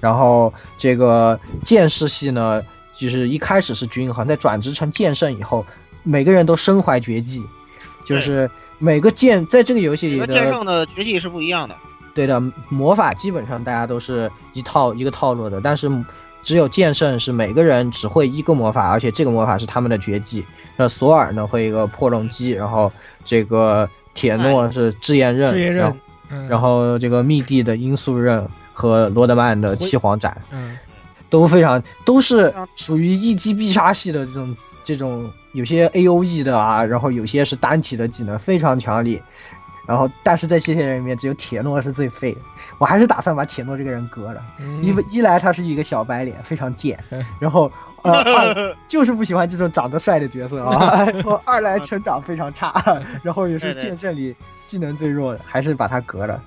A: 然后这个剑士系呢，就是一开始是均衡，在转职成剑圣以后，每个人都身怀绝技，就是每个剑在这个游戏
D: 每
A: 里
D: 个
A: 的
D: 剑圣的绝技是不一样的。
A: 对的，魔法基本上大家都是一套一个套路的，但是只有剑圣是每个人只会一个魔法，而且这个魔法是他们的绝技。那索尔呢会一个破龙击，然后这个铁诺是制焰刃，
B: 职业
A: 然
B: 刃
A: 后，
B: 嗯，
A: 然后这个密地的音速刃和罗德曼的七皇斩
B: 嗯，
A: 都非常都是属于一击必杀系的这种这种，有些 A O E 的啊，然后有些是单体的技能非常强力。然后，但是在这些人里面，只有铁诺是最废的。我还是打算把铁诺这个人割了。
B: 嗯
A: 因为一来他是一个小白脸，非常贱，然后呃二就是不喜欢这种长得帅的角色啊。 然后二来成长非常差，然后也是剑圣里技能最弱的，还是把他革了。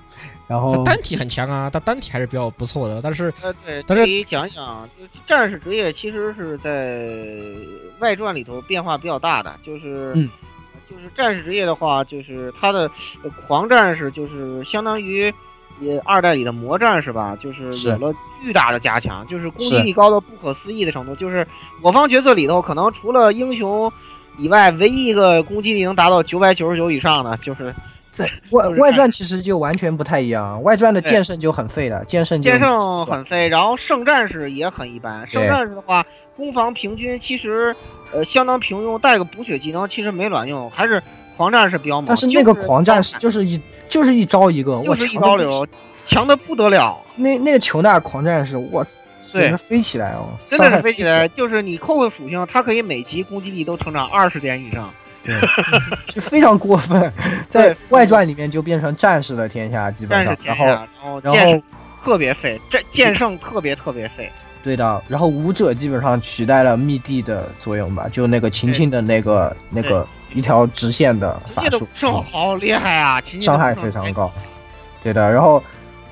A: 然
B: 他
A: 后
B: 单体很强啊，他单体还是比较不错的，但是
D: 呃，对，
B: 但是
D: 可以讲一讲，就是战士职业其实是在外传里头变化比较大的，就是，
C: 嗯
D: 就是战士职业的话，就是他的呃狂战士就是相当于也二代里的魔战士吧，就是
A: 是
D: 有了巨大的加强，就是攻击
A: 是
D: 力高到不可思议的程度，就是我方角色里头可能除了英雄。以外，唯一一个攻击力能达到九百九十九以上的，就是
A: 外
D: 就是
A: 外
D: 看
A: 传其实就完全不太一样，外传的
D: 对
A: 剑圣就很废了，剑圣就
D: 剑圣很废，然后圣战士也很一般。
A: 嗯
D: 圣
A: 对
D: 战士的话，攻防平均其实呃相当平庸，带个补血技能其实没卵用，还是狂战士比较猛。
A: 但是那个狂战士就
D: 就
A: 是一就是一招一个，
D: 是
A: 我
D: 就是一
A: 强
D: 刀
A: 的
D: 流，强的不得了，
A: 那那个球大狂战士，我简直飞起来哦，
D: 真
A: 伤害
D: 的是飞
A: 起
D: 起来。就是你扣个属性，它可以每级攻击力都成长二十点以上。
A: 就非常过 分，在
D: 对
A: 外传里面就变成战士的天下，基本
D: 战士
A: 上，
D: 天
A: 然
D: 下，
A: 后
D: 然
A: 然
D: 后剑
A: 后
D: 士特别废，战剑圣特别特别废。
A: 对的，然后舞者基本上取代了密地的作用吧，就那个秦庆的那个那个一条直线的
D: 琴
A: 法
D: 界的
A: 术哦嗯
D: 武，圣好厉害啊！琴界的
A: 伤害
D: 武圣
A: 非常高。对的，然后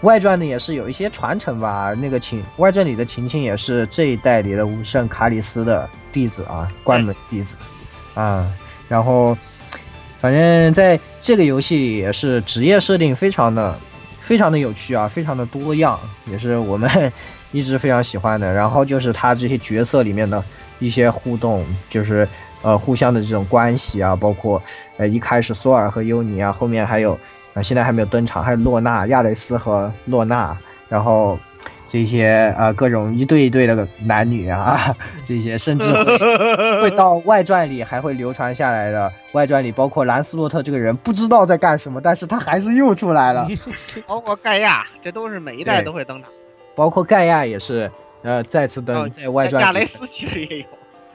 A: 外传呢也是有一些传承吧，那个秦外传里的秦庆也是这一代里的武圣卡里斯的弟子啊，关门弟子啊、然后反正在这个游戏里也是职业设定非常的非常的有趣啊，非常的多样，也是我们 一直非常喜欢的。然后就是他这些角色里面的一些互动，就是呃互相的这种关系啊，包括呃一开始索尔和尤尼啊，后面还有啊、呃现在还没有登场，还有洛娜、亚雷斯和洛娜，然后。这些啊、呃各种一对一对的男女啊， 这些甚至会会到外传里还会流传下来的。外传里包括兰斯洛特这个人不知道在干什么，但是他还是又出来了。
D: 嗯包括盖亚，这都是每一代
A: 对
D: 都会登场。
A: 包括盖亚也是，呃，再次登
D: 哦
A: 在外传里
D: 亚雷斯其实也有。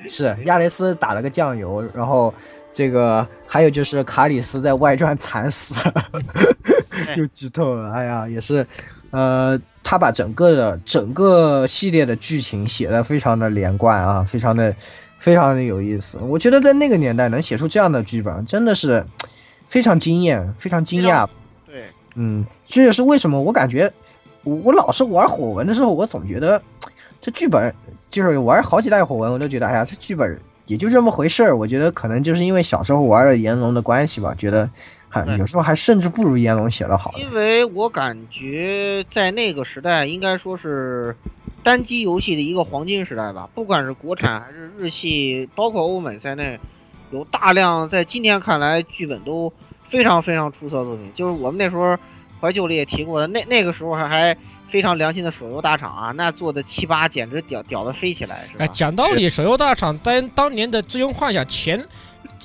A: 是亚雷斯打了个酱油，然后这个还有就是卡里斯在外传惨死，又剧透了，哎呀，也是，呃，他把整个的整个系列的剧情写的非常的连贯啊，非常的非常的有意思。我觉得在那个年代能写出这样的剧本，真的是非常惊艳，非常惊
D: 非
A: 讶
D: 常对，
A: 嗯，这也是为什么我感觉我我老是玩火纹的时候，我总觉得这剧本就是玩好几代火纹，我都觉得哎呀，这剧本也就这么回事儿。我觉得可能就是因为小时候玩了炎龙的关系吧，觉得还
D: 对
A: 有时候还甚至不如炎龙写的好。
D: 因为我感觉在那个时代，应该说是单机游戏的一个黄金时代吧。不管是国产还是日系，包括欧美在内，有大量在今天看来剧本都非常非常出色的作品。就是我们那时候怀旧里也提过的，那那个时候还还非常良心的手游大厂啊，那做的七八简直屌屌的飞起来，是吧
A: 啊
B: 哎，？讲道理，手游大厂当当年的《最终幻想》前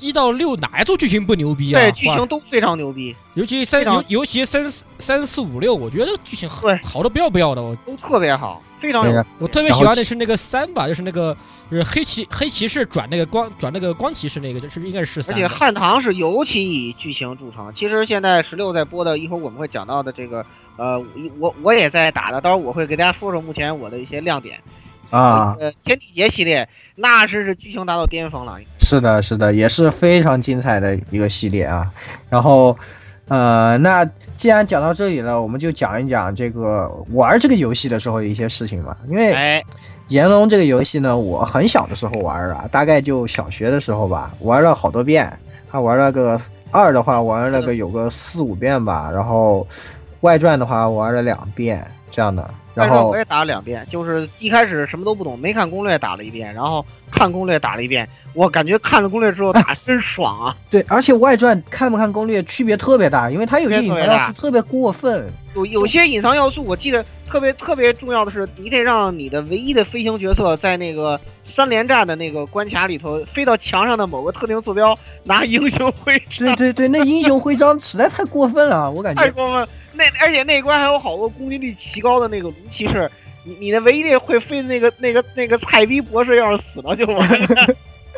B: 一到六哪一座剧情不牛逼啊？
D: 对，剧
B: 哇
D: 情都非常牛逼，
B: 尤其三
D: 非常
B: 尤尤其三四三四五六，我觉得剧情好
D: 对
B: 好的不要不要的。我
D: 都特别好，非常
A: 对
D: 有
A: 的。
B: 我特别
A: 然
B: 喜
A: 后
B: 欢的
A: 其
B: 是那个三吧，就是那个就是黑骑黑骑士转那个光转那个光骑士那个，就是应该是
D: 而
B: 三吧。
D: 且汉唐是尤其以剧情著称。其实现在十六在播的，一会儿我们会讲到的这个，呃，我我也在打的，到时候我会给大家说说目前我的一些亮点。
A: 啊，
D: 呃，天地劫系列那是是剧情达到巅峰了，
A: 是的，是的，也是非常精彩的一个系列啊。然后，呃，那既然讲到这里了，我们就讲一讲这个玩这个游戏的时候的一些事情吧，因为。
D: 哎，
A: 炎龙这个游戏呢，我很小的时候玩啊，大概就小学的时候吧，玩了好多遍。他玩了个二的话，玩了个有个四五遍吧，然后外传的话玩了两遍这样的。然
D: 但是
A: 后
D: 我也打了两遍，就是一开始什么都不懂，没看攻略打了一遍，然后看攻略打了一遍，我感觉看了攻略之后打真爽啊！
A: 对，而且外传看不看攻略区别特别大，因为它有些
D: 区别
A: 隐
D: 特别
A: 藏要素特别过分。
D: 有有些隐藏要素，我记得特别特别重要的是，你得让你的唯一的飞行角色在那个三连战的那个关卡里头飞到墙上的某个特定坐标，拿英雄 徽章，
A: 对对对，那英雄徽章实在太过分了，我感
D: 太
A: 觉
D: 过分了。那而且那关还有好多攻击力奇高的那个龙骑士，你你的唯一的会飞的那个那个那个菜逼博士要是死了就完了。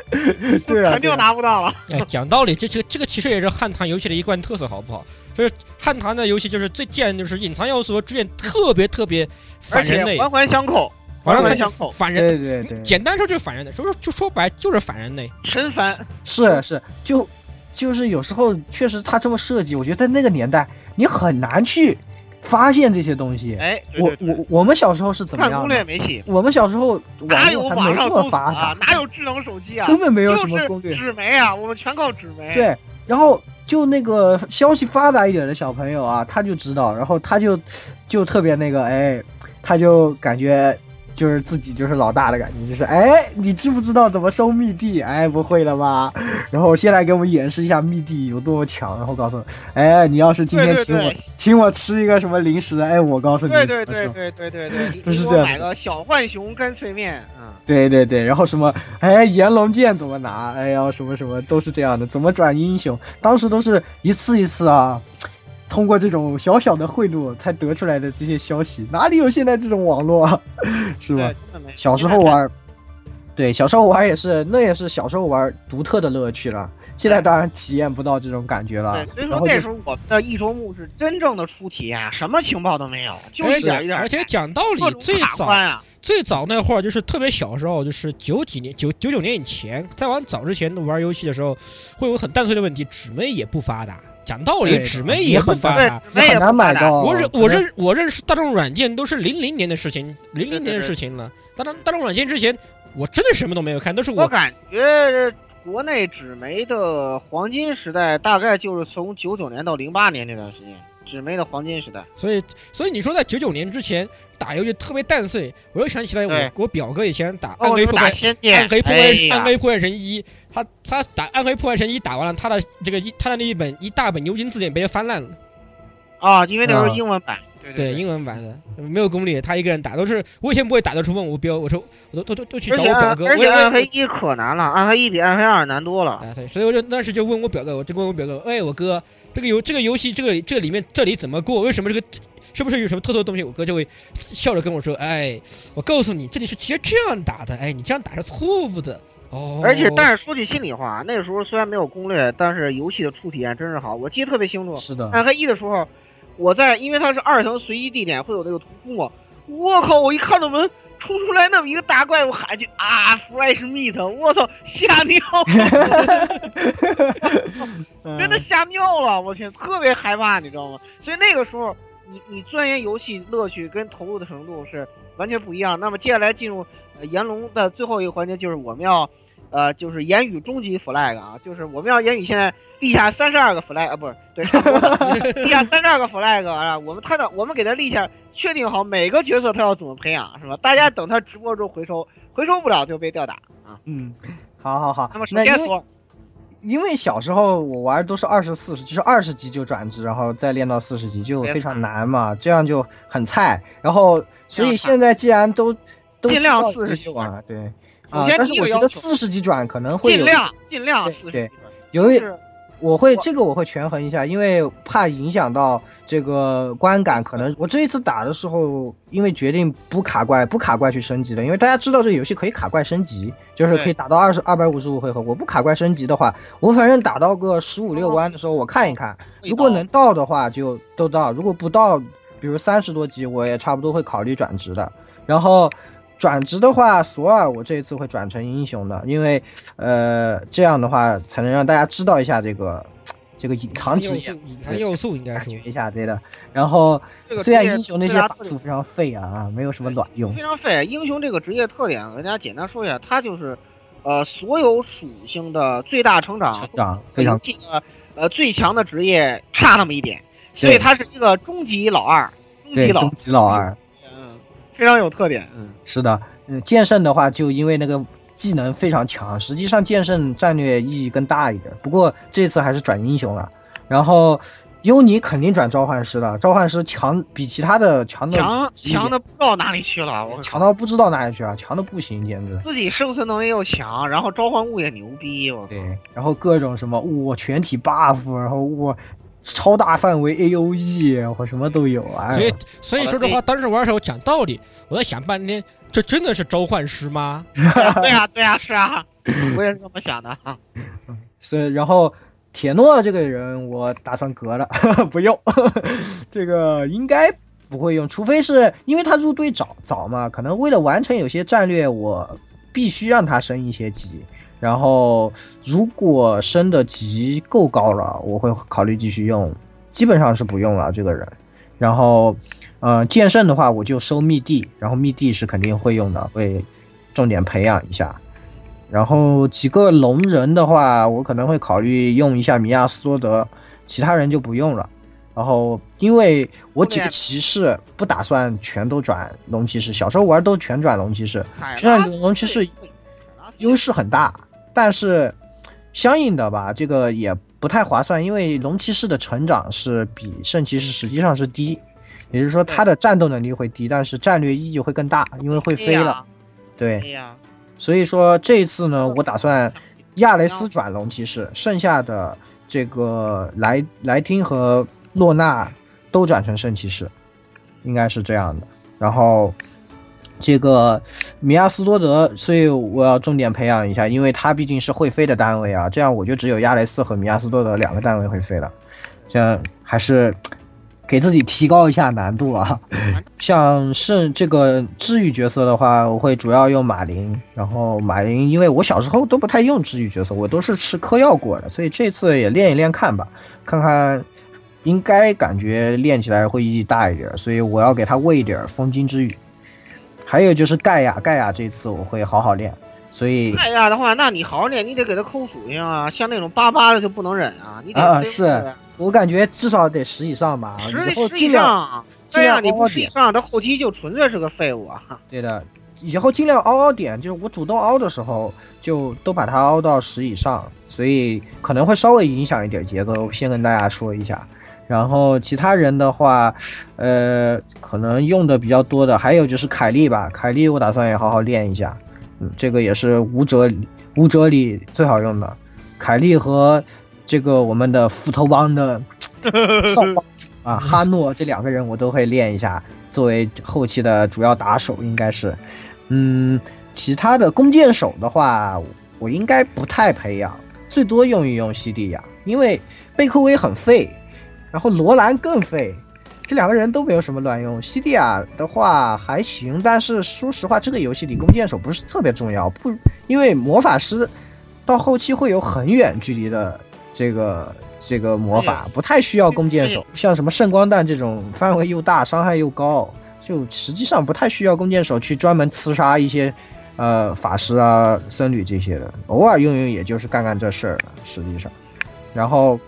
A: 对啊
D: 肯定
A: 对啊
D: 拿不到了。
B: 哎，讲道理，这这个这个其实也是汉唐游戏的一贯特色，好不好？就是汉唐的游戏就是最贱，就是隐藏要素和支线特别特别
D: 而
B: 烦
D: 且
B: 人的，
D: 环环相扣，
B: 完
D: 环
B: 了
D: 环相扣，
B: 烦人。嗯
A: 对对对，
B: 简单说就是烦人的，说就说白就是烦人的。
D: 神烦。
A: 是是，就就是有时候确实他这么设计，我觉得在那个年代你很难去发现这些东西。
D: 哎，对
A: 我
D: 对对
A: 我我们小时候是怎么
D: 看
A: 样
D: 攻
A: 的
D: 略？没戏，
A: 我们小时候
D: 哪
A: 网
D: 有
A: 络
D: 网
A: 还没
D: 上
A: 这
D: 搜
A: 么
D: 索
A: 发
D: 啊
A: 达？，
D: 哪有智能手机啊？
A: 根本没有
D: 就
A: 什么
D: 是
A: 攻略。
D: 纸媒啊，我们全靠纸媒。，
A: 对，然后就那个消息发达一点的小朋友啊，他就知道，然后他就就特别那个，哎，他就感觉就是自己就是老大的感觉，就是哎，你知不知道怎么收密地？哎，不会了吧？然后现在给我们演示一下密地有多么强，然后告诉，哎，你要是今
D: 对
A: 天
D: 对
A: 请我
D: 对
A: 请我吃一个什么零食，哎，我告诉你
D: 对
A: 怎么
D: 对
A: 收。
D: 对对对对对，你
A: 就是这
D: 你给我
A: 样
D: 买个小浣熊干脆面，嗯，
A: 对对对，然后什么，哎，炎龙剑怎么拿？哎呀，什么什么都是这样的，怎么转英雄？当时都是一次一次啊，通过这种小小的贿赂才得出来的这些消息，哪里有现在这种网络啊？ 是
D: 对，
A: 吧？
D: 真的没。
A: 小时候，玩，对，小时候玩也是，那也是小时候玩独特的乐趣了。现在当然体验不到这种感觉了
D: 对，。所以
A: 啊然
D: 说
A: 后
D: 那
A: 就
D: 时候我们的一周目是真正的出题啊，什么情报都没有，就
A: 哎
B: 而
D: 一点一
B: 且
D: 点
B: 而
D: 儿，
B: 且讲道理
D: 各，种
B: 最
D: 卡
B: 早
D: 关啊，
B: 最早那会儿就是特别小时候，就是九几年九九九年以前，再往早之前玩游戏的时候，会有很淡碎的问题，纸媒也不发达。讲道理，
A: 对
B: 纸媒
A: 也
B: 不
A: 很
B: 发
D: 对
B: 达。，
A: 也
D: 没
A: 很难买
D: 哦
A: 到。
B: 我认
A: 可能
B: 我认我认识大众软件都是零零年的事情，零零年的事情了。大众大众软件之前，我真的什么都没有看，都是
D: 我
B: 我
D: 感觉国内纸媒的黄金时代大概就是从九九年到零八年这段时间，纸媒的黄金时代。
B: 所以所以你说在九九年之前打游戏特别淡碎，我又想起来
D: 对
B: 我我表哥以前打暗
D: 哦，
B: 黑
D: 你们
B: 破
D: 打
B: 坏
D: 仙剑，
B: 暗黑破
D: 哎
B: 坏
D: 呀
B: 暗黑破坏神一，他他打暗黑破坏神一打完了，他的这个一他的那一本一大本牛津字典被翻烂了，
D: 啊，因为那时候
A: 嗯
D: 英文版，对对。
B: 对英文版的没有攻略，他一个人打都是我以前不会打的出问我标，我说我都都都都去
D: 而
B: 找
D: 且
B: 我表
D: 暗
B: 哥，我
D: 而
B: 也
D: 且
B: 我
D: 暗
B: 也
D: 黑一可难了，暗黑一比暗黑二难多了。
B: 啊，对，所以我就当时就问我表哥，我就问我表哥，哎，我哥，这个游这个游戏这个这里面这里怎么过？为什么这个是不是有什么特殊的东西？我哥就会笑着跟我说，哎，我告诉你，这里是其实这样打的，哎，你这样打是错误的。哦，
D: 而且，但是说句心里话，那时候虽然没有攻略，但是游戏的初体验真是好。我记得特别清楚，
A: 是的，
D: 暗黑一的时候，我在因为它是二层随机地点会有那个图库嘛，我靠！我一看到门冲出来那么一个大怪物，喊一句啊，fresh meat！我操，吓尿了，真的
A: 嗯
D: 吓尿了！我天，特别害怕，你知道吗？所以那个时候，你你钻研游戏乐趣跟投入的程度是完全不一样。那么接下来进入呃炎龙的最后一个环节，就是我们要。呃，就是言语终极 flag 啊，就是我们要言语现在立下三十二个 flag 啊，不是对，差不多 立下三十二个 flag 啊，我们探讨，我们给他立下，确定好每个角色他要怎么培养，是吧？大家等他直播之后回收，回收不了就被吊打啊。
A: 嗯，好好好
D: 那么，首
A: 那因
D: 先
A: 为
D: 说，
A: 因为小时候我玩都是二十四十，就是二十级就转职，然后再练到四十级就非常难嘛，这样就很菜。然后所以现在既然都都
D: 尽量
A: 知道
D: 40
A: 这些玩儿，对
D: 首
A: 啊，
D: 先
A: 但是
D: 第一个
A: 我觉
D: 要
A: 得
D: 求
A: 四十级转可能会
D: 尽
A: 有
D: 量尽量
A: 对
D: 四
A: 对
D: 十，
A: 有一
D: 是
A: 我会
D: 我
A: 这个我会权衡一下，因为怕影响到这个观感。可能我这一次打的时候，因为决定不卡怪，不卡怪去升级的，因为大家知道这个游戏可以卡怪升级，就是可以打到二十二百五十五回合。我不卡怪升级的话，我反正打到个十五六关的时候，我看一看，如果能到的话就都到，如果不到，比如三十多级，我也差不多会考虑转职的。然后转职的话，索尔我这一次会转成英雄的，因为呃这样的话才能让大家知道一下这个这个隐藏职
B: 要
A: 业
B: 素，，隐藏要素应该
A: 感
B: 说
A: 觉，一下对的。然后
D: 这个
A: 虽然
D: 职业
A: 英雄那
D: 最
A: 些
D: 大
A: 法
D: 特点
A: 术非常废啊啊，没有什么卵用
D: 非。常费。英雄这个职业特点，我跟大家简单说一下，它就是，呃，所有属性的最大成长，
A: 成长非常
D: 这个呃最强的职业差那么一点，所以
A: 对
D: 它是一个终极老二，终
A: 对
D: 极老
A: 终，极老二，
D: 嗯，非常有特点，嗯。
A: 是的，嗯，剑圣的话，就因为那个技能非常强，实际上剑圣战略意义更大一点。不过这次还是转英雄了，然后尤尼肯定转召唤师了，召唤师强比其他的强的
D: 强
A: 一点
D: 强的不知道哪里去了，我
A: 强到不知道哪里去啊，强的不行，简直。
D: 自己生存能力又强，然后召唤物也牛逼，我靠
A: 对，然后各种什么我全体 buff，然后我超大范围 AOE，我什么都有啊。
B: 所以所以说这
D: 哎好
B: 话，
D: 的
B: 当时玩的时候讲道理，我在想半天，这真的是召唤师吗？
D: 对呀、对呀、是啊，我也是这么 想的。
A: 是，然后铁诺这个人我打算革了， 不用，这个应该不会用，除非是因为他入队早早嘛，可能为了完成有些战略，我必须让他升一些级。然后如果升的级够高了，我会考虑继续用，基本上是不用了这个人。然后，呃，剑圣的话我就收密地，然后密地是肯定会用的，会重点培养一下。然后几个龙人的话，我可能会考虑用一下米亚斯多德，其他人就不用了。然后，因为我几个骑士不打算全都转龙骑士，小时候玩都全转龙骑士，
D: 哎
A: 虽然龙骑士优势很大，但是相应的吧，这个也不太划算，因为龙骑士的成长是比圣骑士实际上是低，也就是说它的战斗能力会低，但是战略意义会更大，因为会飞了。对，
D: 对啊哎呀，
A: 所以说这一次呢，我打算亚雷斯转龙骑士，剩下的这个莱莱汀和洛纳都转成圣骑士，应该是这样的。然后这个米亚斯多德，所以我要重点培养一下，因为他毕竟是会飞的单位啊，这样我就只有亚雷斯和米亚斯多德两个单位会飞了，这样还是给自己提高一下难度 啊。像是这个治愈角色的话，我会主要用马林。然后马林，因为我小时候都不太用治愈角色，我都是吃嗑药过的，所以这次也练一练看吧，看看应该感觉练起来会意义大一点，所以我要给他喂一点风金之雨。还有就是盖亚，盖亚这次我会好好练，所以
D: 那样哎的话，那你好好练，你得给他扣属性啊，像那种巴巴的就不能忍 啊，你得
A: 啊
D: 对付
A: 是
D: 他
A: 我感觉至少得十以上吧，
D: 十
A: 以后
D: 十以
A: 尽量
D: 上，
A: 尽
D: 对呀，
A: 量
D: 你
A: 凹
D: 不
A: 凹
D: 十以
A: 点，
D: 上，他后期就纯粹是个废物 啊。
A: 对的。以后尽量凹凹点，就是我主动凹的时候，就都把它凹到十以上，所以可能会稍微影响一点节奏，先跟大家说一下。然后其他人的话，呃，可能用的比较多的还有就是凯莉吧，凯莉我打算也好好练一下，嗯，这个也是武者武者里最好用的，凯莉和这个我们的斧头帮的少帮主啊哈诺这两个人我都会练一下，作为后期的主要打手应该是，嗯，其他的弓箭手的话，我应该不太培养，最多用一用西地亚，因为贝克威很废，然后罗兰更废，这两个人都没有什么卵用。西地亚的话还行，但是说实话，这个游戏里弓箭手不是特别重要，不因为魔法师到后期会有很远距离的这个这个魔法，不太需要弓箭手，像什么圣光弹这种范围又大、伤害又高，就实际上不太需要弓箭手去专门刺杀一些。呃，法师啊，僧侣这些的，偶尔用用也就是干干这事儿了。实际上，然后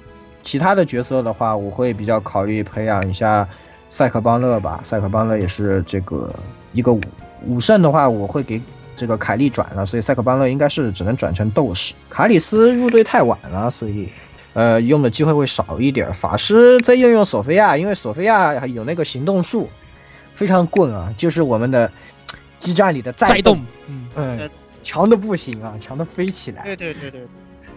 A: 其他的角色的话，我会比较考虑培养一下塞克邦勒吧。塞克邦勒也是这个一个武武圣的话，我会给这个凯利转了，所以塞克邦勒应该是只能转成斗士。卡里斯入队太晚了，所以。呃，用的机会会少一点。法师再用用索菲亚，因为索菲亚有那个行动术，非常棍啊，就是我们的激战里的
B: 再
A: 再动，
B: 动，嗯，
A: 嗯，强的不行啊，强的飞起来。
D: 对对对 对，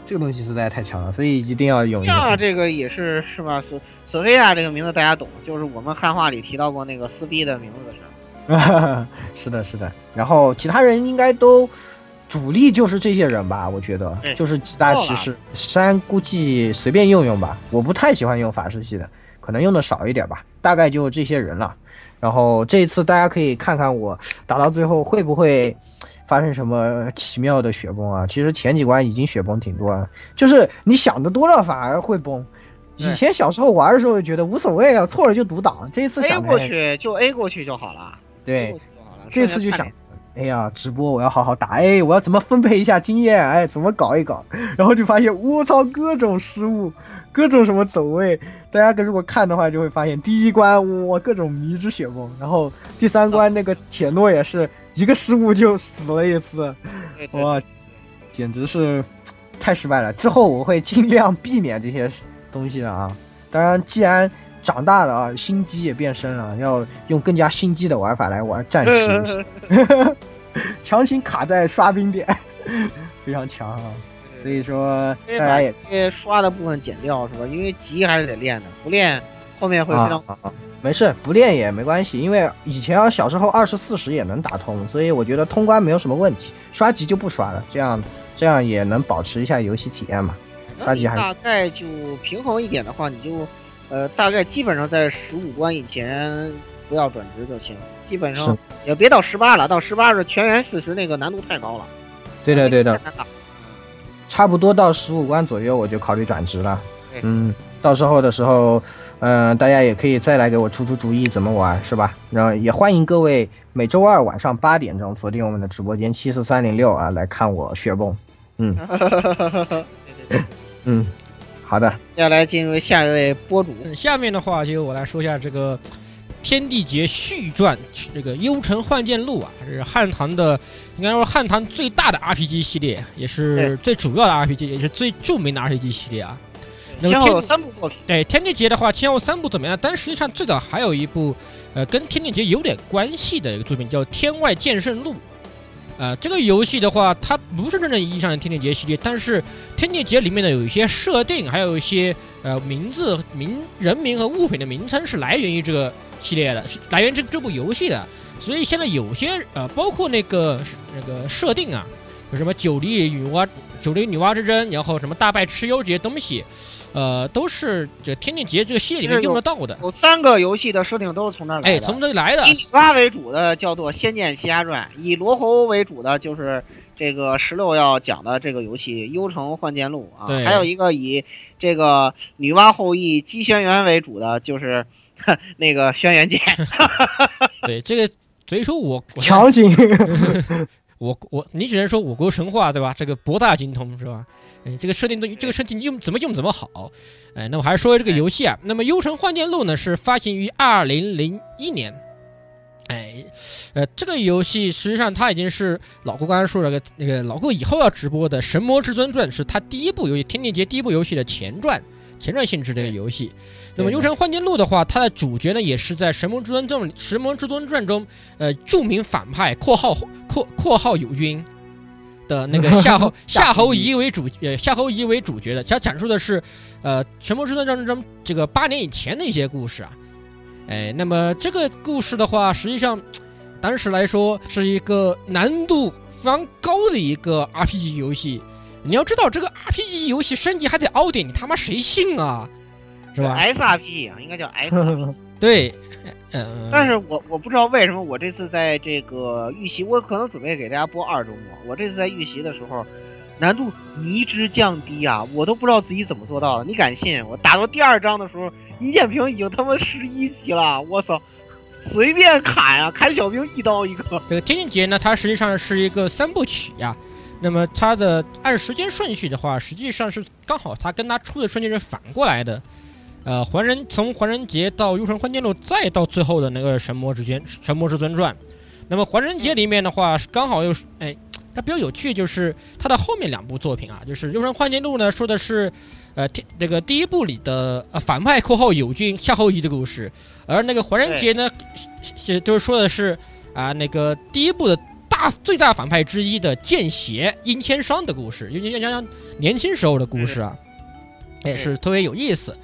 A: 这个东西实在太强了，所以一定要用一
D: 那
A: 用。
D: 啊这个也是是吧？索索菲啊亚这个名字大家懂，就是我们汉化里提到过那个撕逼的名字的事儿。
A: 是的，是的。然后其他人应该都主力就是这些人吧，我觉得
D: 对
A: 就是几大骑士。山估计随便用用吧，我不太喜欢用法师系的，可能用的少一点吧。大概就这些人了。然后这一次大家可以看看我打到最后会不会发生什么奇妙的雪崩啊！其实前几关已经雪崩挺多了，就是你想的多了反而会崩。以
D: 对
A: 前小时候玩的时候就觉得无所谓了，错了就独挡。这一次
D: A
A: 想
D: 过
A: 开
D: 去就 A 过去就好了。
A: 对
D: A 过去就好了
A: 这次就
D: 剩下
A: 想
D: 看，
A: 哎呀，直播我要好好打，哎，我要怎么分配一下经验，哎，怎么搞一搞，然后就发现我操，各种失误，各种什么走位，大家如果看的话就会发现，第一关我各种迷之雪崩，然后第三关那个铁诺也是一个失误就死了一次，
D: 对对
A: 哇，简直是太失败了。之后我会尽量避免这些东西的啊。当然，既然长大了啊，心机也变深了，要用更加心机的玩法来玩战棋游戏。强行卡在刷冰点， 非常强啊！所以说
D: 对
A: 大家也
D: 把这些刷的部分减掉是吧？因为急还是得练的，不练后面会非
A: 啊
D: 常
A: 啊啊没事，不练也没关系，因为以前啊小时候二十四十也能打通，所以我觉得通关没有什么问题，刷级就不刷了，这样这样也能保持一下游戏体验嘛。
D: 然后
A: 刷
D: 你
A: 级还
D: 大概就平衡一点的话，你就呃大概基本上在十五关以前不要转职就行，基本上
A: 是
D: 也别到十八了，到十八是全员四十那个难度太高了。
A: 对的对的，
D: 太难打了，
A: 差不多到十五关左右我就考虑转职了
D: 对。
A: 嗯，到时候的时候，嗯、大家也可以再来给我出出主意怎么玩，是吧？然后也欢迎各位每周二晚上八点钟锁定我们的直播间七四三零六啊，来看我血崩。
D: 对对对。
A: 嗯，好的，
D: 接下来进入下一位播主，
B: 嗯，下面的话就由我来说一下这个《天地劫续传》这个《幽城幻剑录》啊，这是汉唐的，应该说汉唐最大的 RPG 系列，也是最主要的 RPG，也是最著名的 RPG 系列啊。那么
D: 先后
B: 天
D: 有三部作品，
B: 对《天地劫》的话，前后三部怎么样？但实际上最早还有一部，呃，跟《天地劫》有点关系的一个作品叫《天外剑圣录》。呃，这个游戏的话，它不是真正意义上的《天地劫》系列，但是《天地劫》里面的有一些设定，还有一些呃名字、名人名和物品的名称是来源于这个系列的，是来源于这这部游戏的。所以现在有些呃，包括那个那个设定啊，有什么九黎女娲、九黎女娲之争，然后什么大败蚩尤这些东西，呃，都是这《天地劫》这个系列里面用得到的。
D: 有三个游戏的设定都是从那儿来的。
B: 哎，从这里来 的
D: 以，女娲为主的叫做《仙剑奇侠传》，以罗侯为主的就是这个十六要讲的这个游戏《幽城幻剑录》啊，
B: 对
D: 还有一个以这个女娲后裔姬轩辕为主的就是。呵那个轩辕剑，
B: 对这个，所以说我我
A: 强行
D: 呃
B: 我我你只能说我国神话对吧？这个博大精通是吧？哎，这个设定都这个设定用怎么用怎么好。哎，那么还是说这个游戏啊，那么《幽城幻剑录》呢是发行于二零零一年。哎，呃，这个游戏实际上它已经是老顾刚才说了个那个老顾以后要直播的《神魔至尊传》是他第一部游戏《天地劫》第一部游戏的前传，前传性质的一个游戏。那么《幽城幻剑录》的话，它的主角呢也是在《神魔至尊传》《神魔至尊传》中，呃，著名反派（括号括括号友军）的那个夏 侯夏侯夷为主呃夏侯夷为主角的，它讲述的是呃《神魔至尊传》中这个八年以前的一些故事啊。哎，那么这个故事的话，实际上当时来说是一个难度非常高的一个 RPG 游戏。你要知道，这个 RPG 游戏升级还得凹点，你他妈谁信啊？是吧？
D: ？SRP 啊，应 该叫 S。
B: 对，嗯，
D: 但是我我不知道为什么我这次在这个预习，我可能准备给大家播二周末。我这次在预习的时候，难度迷之降低啊，我都不知道自己怎么做到的。你敢信？我打到第二章的时候，倪建平已经他妈十一级了，我操！随便砍啊，砍小兵一刀一个。
B: 这个《天地劫》呢，它实际上是一个三部曲呀、那么它的按时间顺序的话，实际上是刚好它跟它出的顺序是反过来的。呃，还人从还人节到幽城幻剑录，再到最后的那个神魔之间神魔之尊传。那么还人节里面的话，是刚好又是哎，它比较有趣，就是它的后面两部作品啊，就是幽城幻剑录呢说的是。呃，天那个第一部里的呃反派（括号友军夏侯夷）的故事，而那个还人节呢，是是就是说的是啊、那个第一部的大最大反派之一的剑邪殷千商的故事，殷千商年轻时候的故事啊，也是特别有意思。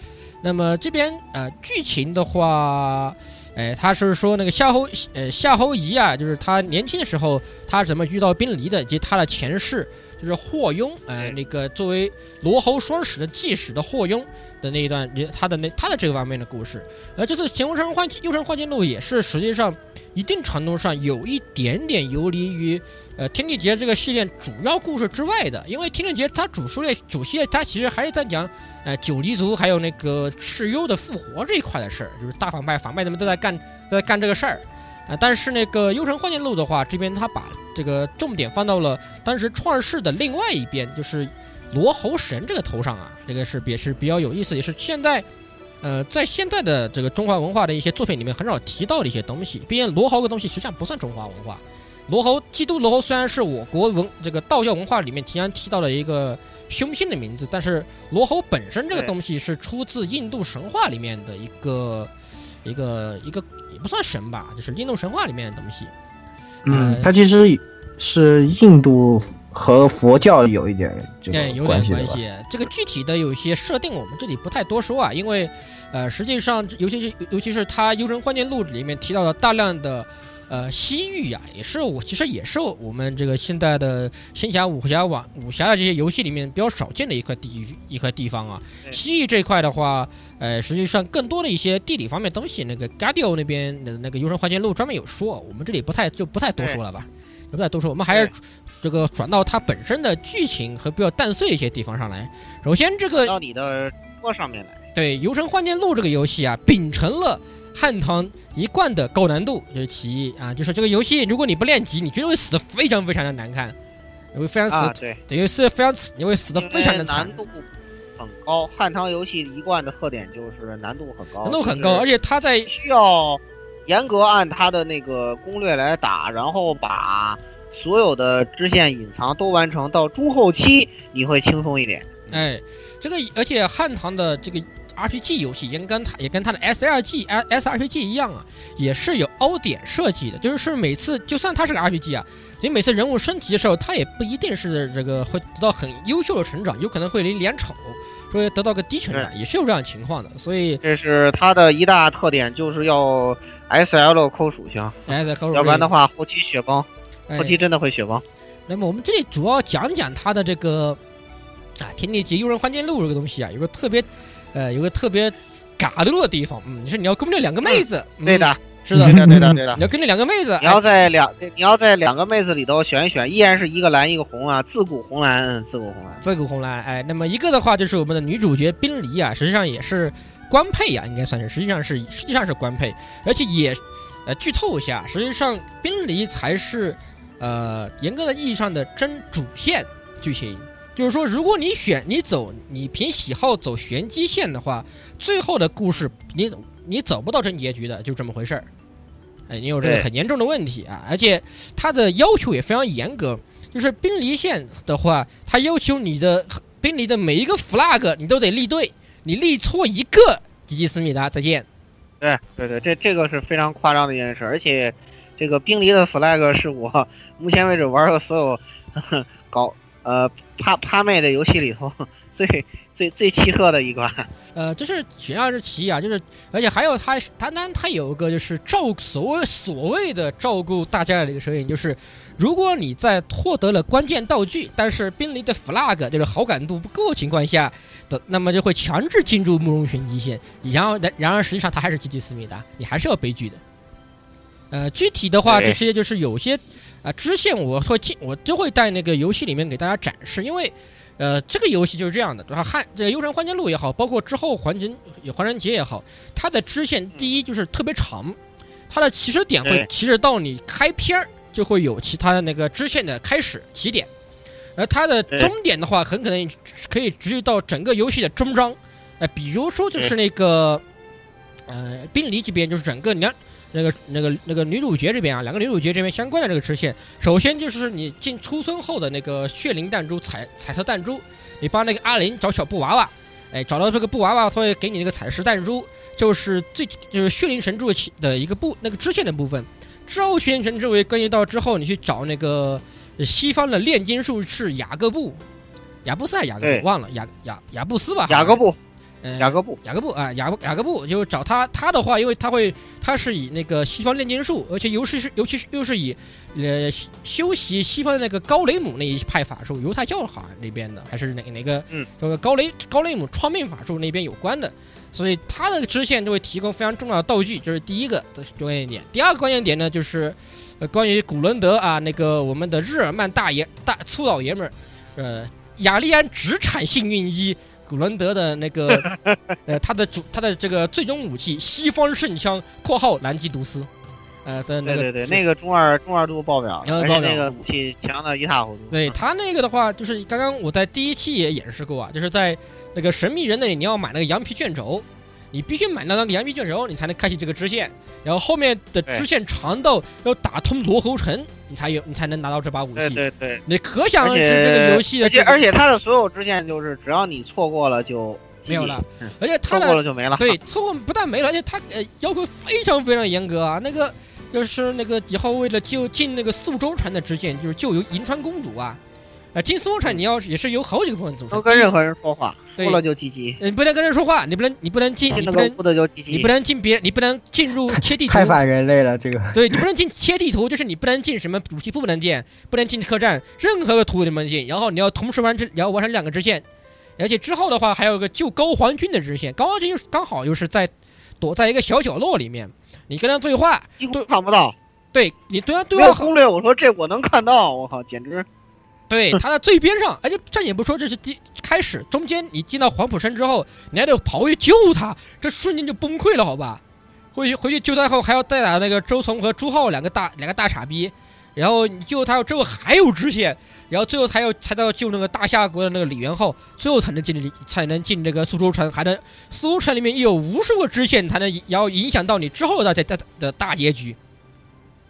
B: 那么这边呃剧情的话，哎，他是说那个夏侯呃夏侯夷啊，就是他年轻的时候他怎么遇到宾离的，以及他的前世。就是霍雍，
D: 对
B: 呃，那个作为罗侯双使的祭使的霍雍的那一段，他的那他的这个方面的故事。而这次《乾隆城幻幽城幻剑录》也是实际上一定程度上有一点点游离于呃《天地劫》这个系列主要故事之外的，因为《天地劫》它主系列主系列它其实还是在讲呃九黎族还有那个蚩尤的复活这一块的事儿，就是大反派反派他们都在干都在干这个事儿。啊，但是那个《幽城幻剑录》的话，这边他把这个重点放到了当时创世的另外一边，就是罗侯神这个头上啊，这个是也是比较有意思，也是现在呃，在现在的这个中华文化的一些作品里面很少提到的一些东西。毕竟罗侯的东西实际上不算中华文化。罗侯，基督罗侯虽然是我国文这个道教文化里面经常提到的一个凶星的名字，但是罗侯本身这个
D: 对
B: 东西是出自印度神话里面的一个一个一个也不算神吧，就是印度神话里面的东西。
A: 嗯
B: 呃，
A: 它其实是印度和佛教有一点这
B: 哎，
A: 个
B: 有点
A: 系的
B: 关
A: 吧？
B: 系。这个具体的有些设定，我们这里不太多说啊，因为，呃，实际上，尤其是尤其是他《幽神幻剑录》里面提到的大量的，呃，西域呀、也是我其实也是我们这个现在的仙侠、武侠、网武侠的这些游戏里面比较少见的一块地域一块地方啊。
D: 对
B: 西域这块的话，呃，实际上更多的一些地理方面东西，那个 Gadio 那边的那个《幽神幻剑录》专门有说，我们这里不太就不太多说了吧，就不太多说，我们还是
D: 对
B: 这个转到它本身的剧情和比较蛋碎一些地方上来。首先，这个
D: 到你的桌上面来。
B: 对《游神幻剑录》这个游戏啊，秉承了汉唐一贯的高难度，这是其一啊。就是这个游戏，如果你不练级，你绝对会死的非常非常的难看，你会非常死，
D: 啊，对，
B: 等于是非常死，你会死的
D: 因为
B: 非常的惨
D: 难。度很高。汉唐游戏一贯的特点就是难度很高，
B: 难度很高，而，且它在
D: 需要严格按它的那个攻略来打，然后把所有的支线隐藏都完成，到中后期你会轻松一点。
B: 哎，这个而且汉唐的这个 RPG 游戏也跟它也跟它的 SLG、S SRPG 一样啊，也是有凹点设计的，就是每次就算它是个 RPG 啊，你每次人物升级的时候，它也不一定是这个会得到很优秀的成长，有可能会连脸丑，所以得到个低成
D: 嗯
B: 长，也是有这样的情况的。所以
D: 这是它的一大特点，就是要 S L 扣属性，
B: S 哎高
D: 要不然的
B: 话，
D: 话后期血崩，
B: 哦哎
D: 后期真的会血崩。
B: 那么我们这里主要讲讲它的这个啊《天地劫幽人幻剑录》这个东西啊，有个特别呃有个特别嘎溜的地方，嗯，就是你要跟这两个妹子，嗯
D: 对的，
B: 是的，
D: 对 的，对的，对的
B: 你。要跟这两个妹子，
D: 你要
B: 哎
D: 在两，你要在两个妹子里头选一选，依然是一个蓝一个红啊，自古红蓝，嗯，自古红蓝。
B: 自古红蓝，哎，那么一个的话就是我们的女主角冰梨啊，实际上也是官配啊呀、应该算是，实际上是实际上是官配，而且也，呃，剧透一下，实际上冰梨才是，呃，严格的意义上的真主线剧情。就是说，如果你选你走，你凭喜好走玄机线的话，最后的故事你你走不到真结局的，就这么回事儿。哎，你有这个
D: 对
B: 很严重的问题啊！而且它的要求也非常严格，就是冰离线的话，它要求你的冰离的每一个 flag 你都得立对，你立错一个，吉吉思密达再见。
D: 对对对，这这个是非常夸张的一件事，而且这个冰梨的 flag 是我目前为止玩的所有 呵呵搞呃趴趴妹的游戏里头 最最最奇特的一款。
B: 呃，这是选项是其一啊，就是而且还有它它单它有一个就是照所谓所谓的照顾大家的一个设定，就是如果你在获得了关键道具，但是宾利的 flag 就是好感度不够情况下的，那么就会强制进入慕容寻极限，然后然而实际上它还是吉吉思密达，你还是要悲剧的。呃，具体的话，
D: 对
B: 这些就是有些啊、支线我会进，我就会在那个游戏里面给大家展示，因为呃，这个游戏就是这样的，然后汉这个《幽神幻剑录》也好，包括之后环城环城节也好，它的支线第一就是特别长，它的起始点会
D: 对
B: 起始到你开篇儿就会有其他的那个支线的开始起点，而它的
D: 对
B: 终点的话，很可能可以直接到整个游戏的终章，哎、比如说就是那个呃宾离这边就是整个两那个那个那个女主角这边啊，两个女主角这边相关的这个支线，首先就是你进出村后的那个血灵弹珠彩彩色弹珠，你帮那个阿林找小布娃娃，哎，找到这个布娃娃，他会给你那个彩石弹珠，就是最就是血灵神柱起的一个部那个支线的部分。之后血灵神柱为关系到之后，你去找那个西方的炼金术士雅各布，雅布斯还是雅各
D: 对
B: 布忘了雅雅 雅布斯吧？
D: 雅各布，
B: 嗯
D: 雅各布，
B: 雅各布啊，雅雅各布就找他，他的话，因为他会，他是以那个西方炼金术，而且尤其是尤其是又是以，呃，修修习西方那个高雷姆那一派法术，犹太教好像那边的，还是哪哪个，
D: 嗯，
B: 这个高雷高雷姆创命法术那边有关的，所以他的支线就会提供非常重要的道具，这是第一个的关键点。第二个关键点呢，就是，呃，关于古伦德啊，那个我们的日耳曼大爷大粗老爷们儿，呃，雅利安只产幸运一。古伦德的那个 呃，他的主他的这个最终武器西方圣枪（括号兰基毒斯），呃的 那
D: 对
B: 个
D: 对对，那个中二中二度爆表，
B: 嗯
D: 而
B: 爆
D: 且
B: 表
D: 那个武器强的一塌糊涂。
B: 对他那个的话，就是刚刚我在第一期也演示过啊，就是在那个神秘人那里，你要买那个羊皮卷轴，你必须买到那个羊皮卷轴，你才能开启这个支线。然后后面的
D: 对
B: 支线长到要打通罗侯城，你才有你才能拿到这把武
D: 对
B: 器。
D: 对对，
B: 你可想而
D: 而
B: 知
D: 且
B: 这个游戏的
D: 而
B: 这
D: 且
B: 个
D: 而且它的所有支线就是，只要你错过了就
B: 没有了，
D: 嗯
B: 而且
D: 错
B: 他的
D: 过了就没了。
B: 对，错过不但没了，而且他呃要求非常非常严格啊。那个就是那个以后为了就进那个宿州城的支线，就是就由银川公主啊，呃，金丝猴产你要是也是由好几个部分组
D: 不
B: 成，
D: 嗯跟任何人说话，
B: 对
D: 说了就唧唧，
B: 呃你不能跟人说话，你不能你不能进，
D: 进
B: 你
D: 了
B: 不
D: 个
B: 能
D: 屋子就唧唧，
B: 你不能进别，你不能进入切地图，
A: 太反人类了，这个
B: 对你不能进切地图，就是你不能进什么主题部不能进，不能进客栈，任何个图都不能进。然后你要同时完成，你要完成两个支线，而且之后的话还有一个救高皇军的支线，高皇军又是刚好又是在躲在一个小角落里面，你跟他对话，
D: 几乎
B: 对
D: 看不到。
B: 对你对他对啊
D: 没有
B: 话很，
D: 攻略，我说这我能看到，我靠，简直
B: 对他在最边上，而哎且这也不说这是第开始，中间你进到黄埔山之后，你还得跑回去救他，这瞬间就崩溃了，好吧？回去回去救他后，还要再打那个周从和朱浩两个大两个大傻逼，然后你救他之后还有支线，然后最后才要才到救那个大夏国的那个李元昊，最后才能进才能进这个苏州城，还能苏州城里面也有无数个支线才能也要影响到你之后的大大的大结局。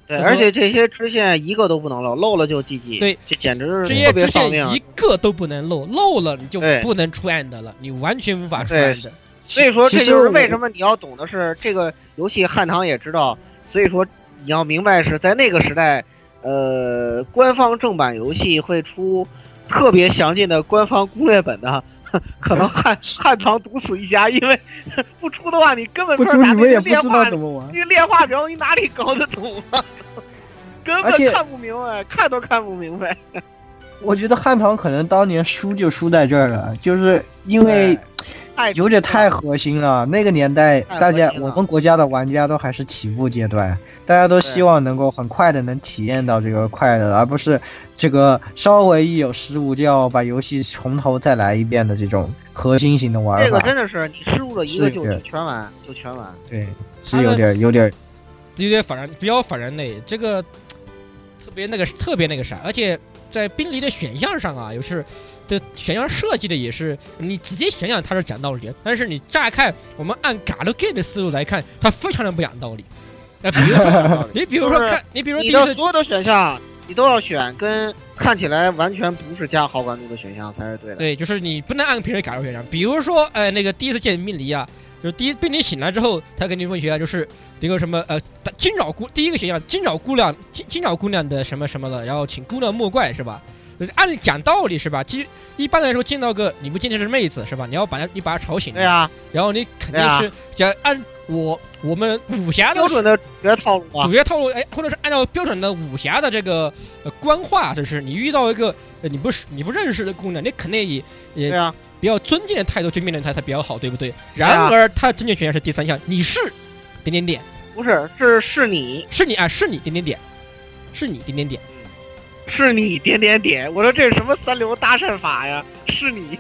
D: 对，
B: 就
D: 而
B: 说
D: 且这些支线一个都不能漏，漏了就唧唧，
B: 对，
D: 这简直是
B: 这些
D: 特别
B: 支
D: 丧
B: 线
D: 命。
B: 一个都不能漏，漏了你就
D: 对
B: 不能出 end 了，你完全无法出
D: 对
B: end。
D: 所以说，
A: 其
D: 这
A: 实
D: 就是
A: 我
D: 为什么你要懂的是这个游戏，汉唐也知道。所以说，你要明白是在那个时代，呃，官方正版游戏会出特别详尽的官方攻略本的。 可能汉汉唐独此一家，因为 不出的话，你根本
A: 不
D: 知道
A: 出
D: 打
A: 你
D: 那
A: 们
D: 个
A: 也不
D: 炼
A: 知
D: 化
A: 道怎么玩。
D: 这炼化条你哪里搞得懂啊？根
A: 而且
D: 本看不明白，看都看不明白。
A: 我觉得汉唐可能当年输就输在这儿了，就是因为
D: 太
A: 有点太核心了。那个年代，
D: 太核
A: 大家
D: 心
A: 我
D: 了
A: 们国家的玩家都还是起步阶段，大家都希望能够很快的能体验到这个快乐，而不是这个稍微一有失误就要把游戏从头再来一遍的这种核心型的玩
D: 这个
A: 法。
D: 真的是你失误了一个就就全完，就 全完。
A: 对，是有点有点
B: 有点反人，比较反人类，这个特别那个特别那个啥，而且在宾利的选项上啊，有是的选项设计的也是，你仔细想想它是讲道理的，但是你乍看我们按 g a l g a 的思路来看，它非常的不讲道理。那比如说， 你比如说看，你比如说第
D: 你
B: 一
D: 的
B: 次
D: 所有的选项，你都要选跟看起来完全不是加好感度的选项才是对的。
B: 对，就是你不能按平时感受学长。比如说，呃，那个第一次见命离啊，就是第一命离醒来之后，他跟你问学长，就是一个什么呃，惊扰姑第一个选项，惊扰姑娘，惊惊扰姑娘的什么什么的，然后请姑娘莫怪是吧？就是按讲道理是吧？其实一般来说见到个你不见这是妹子是吧？你要把她你把她吵醒的，
D: 对啊，
B: 然后你肯定
D: 对啊
B: 是讲按我我们武侠的
D: 标准的主角套路啊
B: 主。角套路，哎，或者是按照标准的武侠的这个呃官话，就是你遇到一个呃你不是你不认识的姑娘，你肯定也也
D: 对啊，
B: 比较尊敬的态度去面对他才比较好，对不对？
D: 啊
B: 然而他的正确选项是第三项，你是点点点，
D: 不是，是是你，
B: 是你啊，是你点点点，是你点点点，
D: 是你点点点。我说这是什么三流搭讪法呀？是你，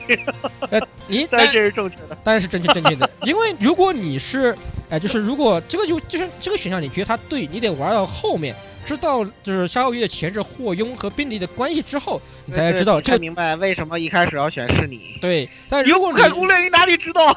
B: 呃，你
D: 但
B: 但
D: 是这是正确的。
B: 当然是正确正确 的，因为如果你是哎、就是如果这个就就是这个选项，你觉得他对你得玩到后面，知道就是夏侯渊的前世霍庸和宾利的关系之后，你才知道
D: 对对
B: 这个
D: 明白为什么一开始要选是你。
B: 对。但
D: 你
B: 如
D: 又
B: 果
D: 不
B: 你
D: 看攻略，你哪里知道？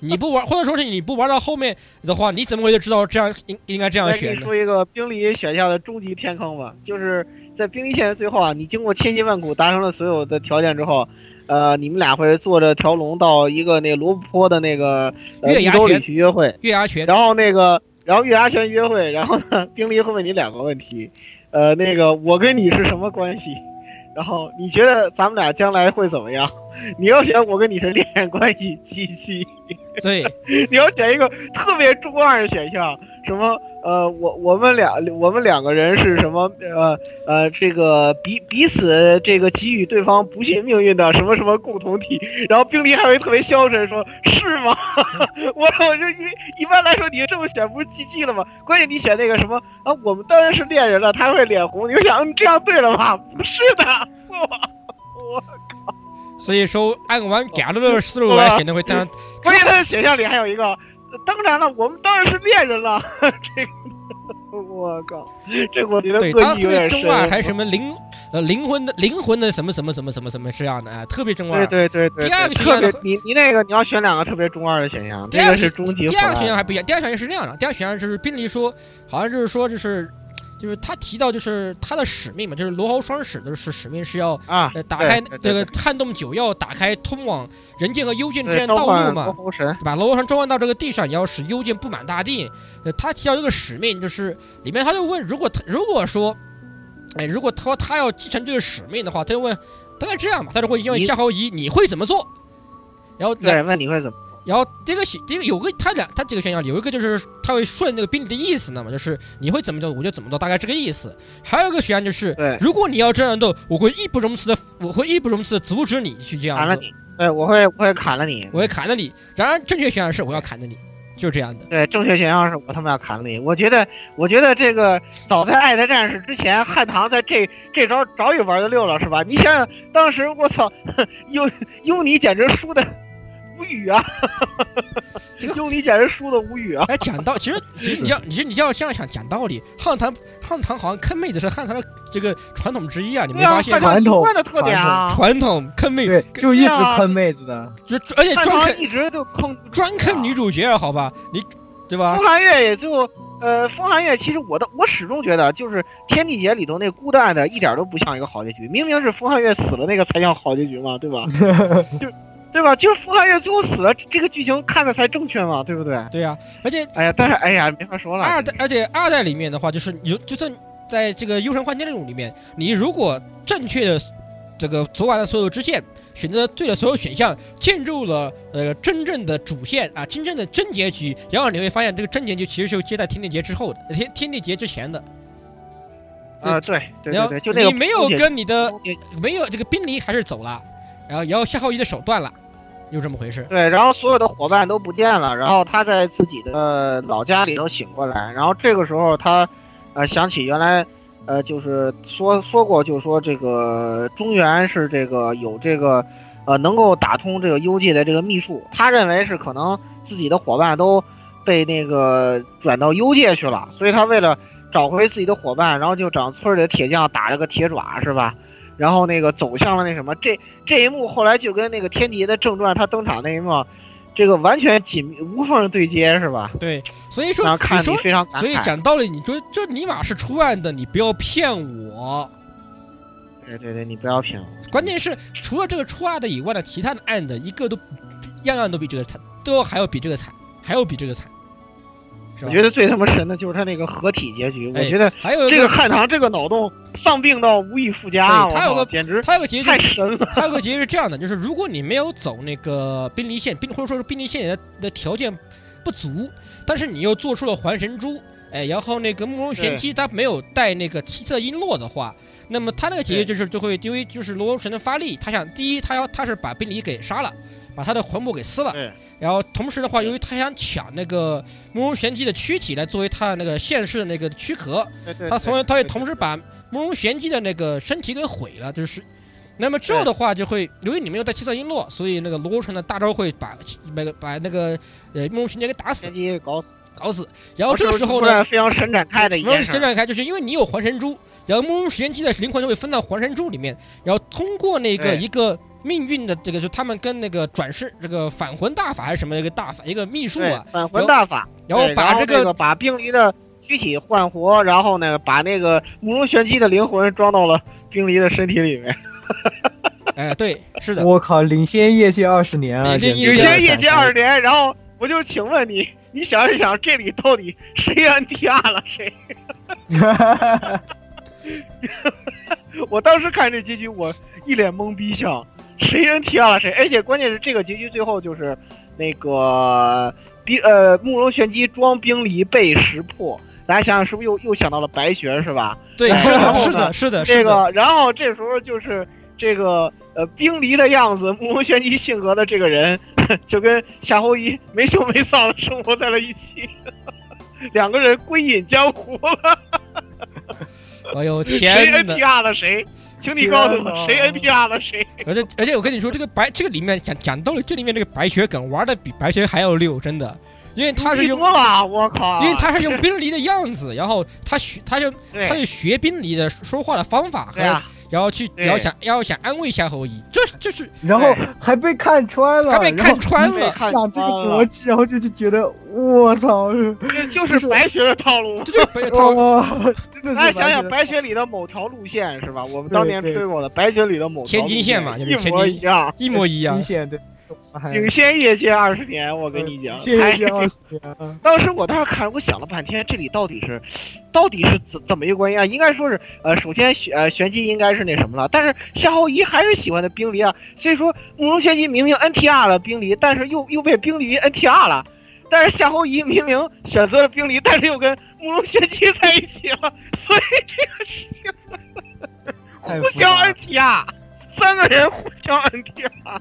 B: 你不玩，或者说是你不玩到后面的话，你怎么会就知道这样应应该这样
D: 来给
B: 选
D: 你
B: 呢？
D: 说一个冰离选项的终极天坑吧，就是在冰离线的最后啊，你经过千辛万苦达成了所有的条件之后，呃，你们俩会坐着条龙到一个那罗布泊的那个呃
B: 月牙
D: 绿洲里
B: 泉
D: 去约会，
B: 月牙泉
D: 然后那个然后月牙泉约会，然后呢，冰离会问你两个问题，呃，那个我跟你是什么关系？然后你觉得咱们俩将来会怎么样？ 你要选我跟你是恋爱关系，七七。
B: 对，
D: 你要选一个特别中二的选项，什么呃，我我们俩我们两个人是什么呃呃，这个彼彼此这个给予对方不幸命运的什么什么共同体。然后冰离还有一特别消沉说：“是吗？” 我我就因为一般来说你这么选不是 GG 了吗？关键你选那个什么啊，我们当然是恋人了，他会脸红。你就想，嗯，这样对了吧？不是的， 我我。
B: 所以说，按玩假的
D: 哦
B: 的思路来显得会当
D: 关键他的选项里还有一个，呃当然了，我们当然是恋人了。 这个， 我靠，这个我觉得
B: 对
D: 恶
B: 他
D: 意
B: 特
D: 有
B: 别
D: 点
B: 中
D: 深。
B: 二，还是什么灵呃灵魂的灵魂的什么什么什么什么什么这样的啊，特别中
D: 对
B: 二。
D: 对对对，
B: 第二个选
D: 特
B: 项
D: 别
B: 呢，
D: 你你那个你要选两个特别中二的选项，
B: 第
D: 这
B: 二
D: 个
B: 个
D: 是
B: 选
D: 终极
B: 第
D: 腐
B: 二
D: 烂。
B: 个选项还不一样，第二个选项是这样的，第二个选项就是宾利说，好像就是说就是就是他提到就是他的使命嘛，就是罗侯双使的是使命是要。
D: 啊，
B: 呃，打开
D: 对
B: 这
D: 对
B: 个
D: 对
B: 撼动九曜，打开通往人界和幽界之
D: 对
B: 间的道
D: 召
B: 路
D: 唤
B: 嘛
D: 魔。猴神，
B: 把楼上召唤到这个地上，也要使幽剑布满大地。呃，他提到一个使命，就是里面他就问，如果他如果说，哎，如果他他要继承这个使命的话，他就问，大概这样吧。他就会用夏侯夷，你会怎么做？然后来
D: 对，问你会怎么？
B: 然后这个选这个有个他俩他几个选项有一个就是他会顺那个宾利的意思呢嘛，就是你会怎么做我就怎么做，大概这个意思。还有一个选项就是
D: 对，
B: 如果你要这样斗，我会义不容辞的，我会义不容辞的阻止你去这样
D: 砍了
B: 做，
D: 你，对，我会我会砍了你。
B: 我会砍了你。然而正确选项是我要砍了你，就是这样的。
D: 对，正确选项是我他妈要砍了你。我觉得，我觉得这个早在《爱的战士》之前，汉唐在这这招早已玩的溜了，是吧？你想想，当时我操，优优尼简直输的无语啊！
B: 这个
D: 优尼简直输的无语啊！
B: 哎，讲道，其实其实你要，其实你要这样想，讲道理，汉唐汉唐好像坑妹子是汉唐的这个传统之一啊，你没
D: 对啊，
B: 发现
A: 传
D: 汉唐
B: 吗？
D: 一
A: 统
D: 贯的特点啊，
B: 传统坑妹，
A: 对，就一直
D: 对啊
A: 坑妹子的，
B: 就而且
D: 汉
B: 专
D: 唐
B: 坑
D: 一直就坑
B: 专坑女
D: 主
B: 主角，好吧，你对吧
D: 风？寒月也就。呃，风寒月其实我的我始终觉得，就是天地劫里头那孤蛋的，一点都不像一个好结局。明明是风寒月死了那个才像好结局嘛，对吧？就对吧？就是风寒月最后死了，这个剧情看的才正确嘛，对不对？
B: 对呀、而且
D: 哎呀，但是哎呀，没法说了。
B: 二代，而且二代里面的话，就是你就就算在这个幽神幻境那种里面，你如果正确的这个走完了所有支线，选择对了所有选项，进入了呃真正的主线啊，真正的真结局，然后你会发现这个真结局其实是接在天地劫之后的，呃天天地劫之前的。
D: 啊，对对
B: 然
D: 对
B: 后
D: 对，就那个
B: 你没有跟你的
D: 空姐
B: 没有这个宾离还是走了，然后然后夏侯夷的手断了，又这么回事。
D: 对，然后所有的伙伴都不见了，然后他在自己的老家里头醒过来，然后这个时候他，呃，想起原来，呃，就是说说过，就是说这个中原是这个有这个，呃，能够打通这个幽界的这个秘术，他认为是可能自己的伙伴都被那个转到幽界去了，所以他为了找回自己的伙伴，然后就找村里的铁匠打了个铁爪，是吧？然后那个走向了那什么，这这一幕后来就跟那个《天敌的正传》他登场那一幕，这个完全紧密无缝对接，是吧？
B: 对，所以说
D: 然后看
B: 你
D: 得
B: 说
D: 你非常感慨。
B: 所以讲道理，你说这尼玛是出案的，你不要骗我。
D: 对对对，你不要骗我。
B: 关键是除了这个出案的以外呢，其他的案子一个都样样都比这个惨，都还要比这个惨，还要比这个惨，是
D: 我
B: 吧？
D: 觉得最他妈神的就是他那个合体结局，我
B: 哎
D: 觉得
B: 还有一
D: 这个汉唐这个脑洞丧病到无以复加，
B: 对
D: 我
B: 他有
D: 靠
B: 个
D: 简直
B: 他有个结局
D: 太，神了。
B: 他有个结局是这样的，就是如果你没有走那个宾利线，宾或者说是宾利线的的条件不足，但是你又做出了环神珠，哎，然后那个慕容玄机他没有带那个七色璎珞的话，那么他那个结局就是就会因为就是罗神的发力，他想第一他要他是把宾利给杀了，把他的魂魄给撕了
D: 对，
B: 然后同时的话，由于他想抢那个慕容玄机的躯体来作为他的那个现世的那个躯壳，
D: 对对对
B: 他同他会
D: 对
B: 同时把慕容玄机的那个身体给毁了，就是。那么之后的话，就会由于你没有带七色璎珞，所以那个罗无城的大招会把那个把那个呃慕容玄机给打死
D: 玄机搞死。
B: 搞死。然后这个时候
D: 哦突
B: 呢，
D: 然非常神展开的一
B: 不
D: 件
B: 是
D: 事
B: 伸
D: 儿。
B: 展开，就是因为你有环神珠，然后慕容玄机的灵魂就会分到环神珠里面，然后通过那个
D: 对
B: 一个命运的这个，就他们跟那个转世这个返魂大法还是什么一个大法一个秘术
D: 对
B: 啊，，
D: 返魂大法，
B: 然后
D: 对
B: 把
D: 然后
B: 这
D: 这
B: 个
D: 把冰离的躯体唤活，然后呢，把那个慕容玄机的灵魂装到了冰离的身体里面。
B: 哎对是的，
A: 我靠，领先业界二十年啊！
B: 领先
D: 有
B: 对
D: 些业
A: 业
D: 界
A: 界
D: 二
A: 十，
D: 年，然后我就请问你，你想一想，这里到底谁 NTR 了 谁？我当时看这结局，我一脸懵逼相，谁 NTR 了谁？而且关键是这个结局最后就是那个冰呃慕容玄机装冰离被识破，大家想想是不是又又想到了白玄是吧？
B: 对
D: 哎
B: 是
D: 然
B: 的
D: 后
B: 是
D: 呢
B: 的是的
D: 这
B: 是的，
D: 个，然后这时候就是这个呃冰离的样子，慕容玄机性格的这个人， 就跟夏侯夷没羞没臊的生活在了一起， 两个人归隐江湖 了。
B: 哎呦
D: 谁
B: 天哪！
D: NTR 了谁？请你告诉
A: 天哪
D: 我，谁 NTR 了谁？
B: 而且而且我跟你说，这个白这个里面讲讲道理，这里面这个白雪梗玩的比白雪还要溜，真的，因为他是
D: 你啊
B: 用。
D: 多了，我靠！
B: 因为他是用宾离的样子，然后他学，他就他
D: 对
B: 就学宾离的说话的方法和，
D: 对啊，
B: 然后去，
D: 对
B: 然后想，然后想安慰夏侯夷，这这是
A: 然后还被看穿了，
B: 他被
A: 然后
B: 看穿
D: 被
B: 了，
D: 看
A: 想这个
D: 穿了
A: 逻辑，然后就就觉得我操！
D: 这 就是白学的套路吗？
B: 这就是 白套路。
A: 哇，真的是
D: 大家想想，
A: 白
D: 白雪里的某条路线是吧？我们当年
A: 对对
D: 吹过的白雪里的某条
B: 天
D: 路
B: 津线嘛就是
D: 一
B: 天
D: 模
B: 津哎
D: 一样。
B: 一模一样
A: 明，显对，我还
D: 景仙夜界二十年，我跟你讲，
A: 谢
D: 哎
A: 谢谢二十年啊，
D: 当时我当时看，我想了半天，这里到底是，到底是怎怎么一个关系啊？应该说是，呃，首先玄呃玄机应该是那什么了，但是夏侯夷还是喜欢的冰离啊，所以说慕容玄机明明 NTR 了冰离，但是又又被冰离 NTR 了，但是夏侯夷明明选择了冰离，但是又跟慕容玄机在一起了，所以这个事情
A: 太
D: 互
A: 复杂
D: 相
A: 了
D: NTR，三个人互相 NTR，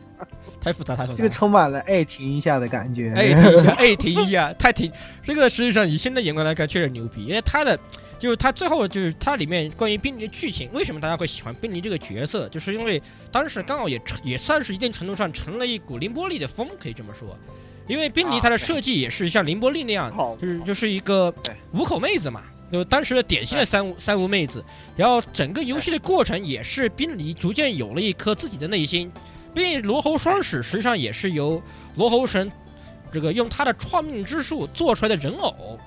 B: 太复杂，太复
A: 这个
B: 杂。
A: 充满了哎停一下的感觉。
B: 哎，停 一下，哎，停一下，太停。这个实际上以现在眼光来看，确实牛逼，因为他的就是他最后就是它里面关于宾尼的剧情，为什么大家会喜欢宾尼这个角色，就是因为当时刚好也成也算是一定程度上成了一股凌波丽的风，可以这么说。因为宾尼
D: 啊
B: 她的
D: 对
B: 设计也是像凌波丽那样，
D: 好
B: 就是就是一个
D: 哦对
B: 五口妹子嘛，就是当时的典型的三无三无妹子。然后整个游戏的过程也是宾离逐渐有了一颗自己的内心，毕竟罗侯双矢实际上也是由罗侯神这个用他的创命之术做出来的人偶。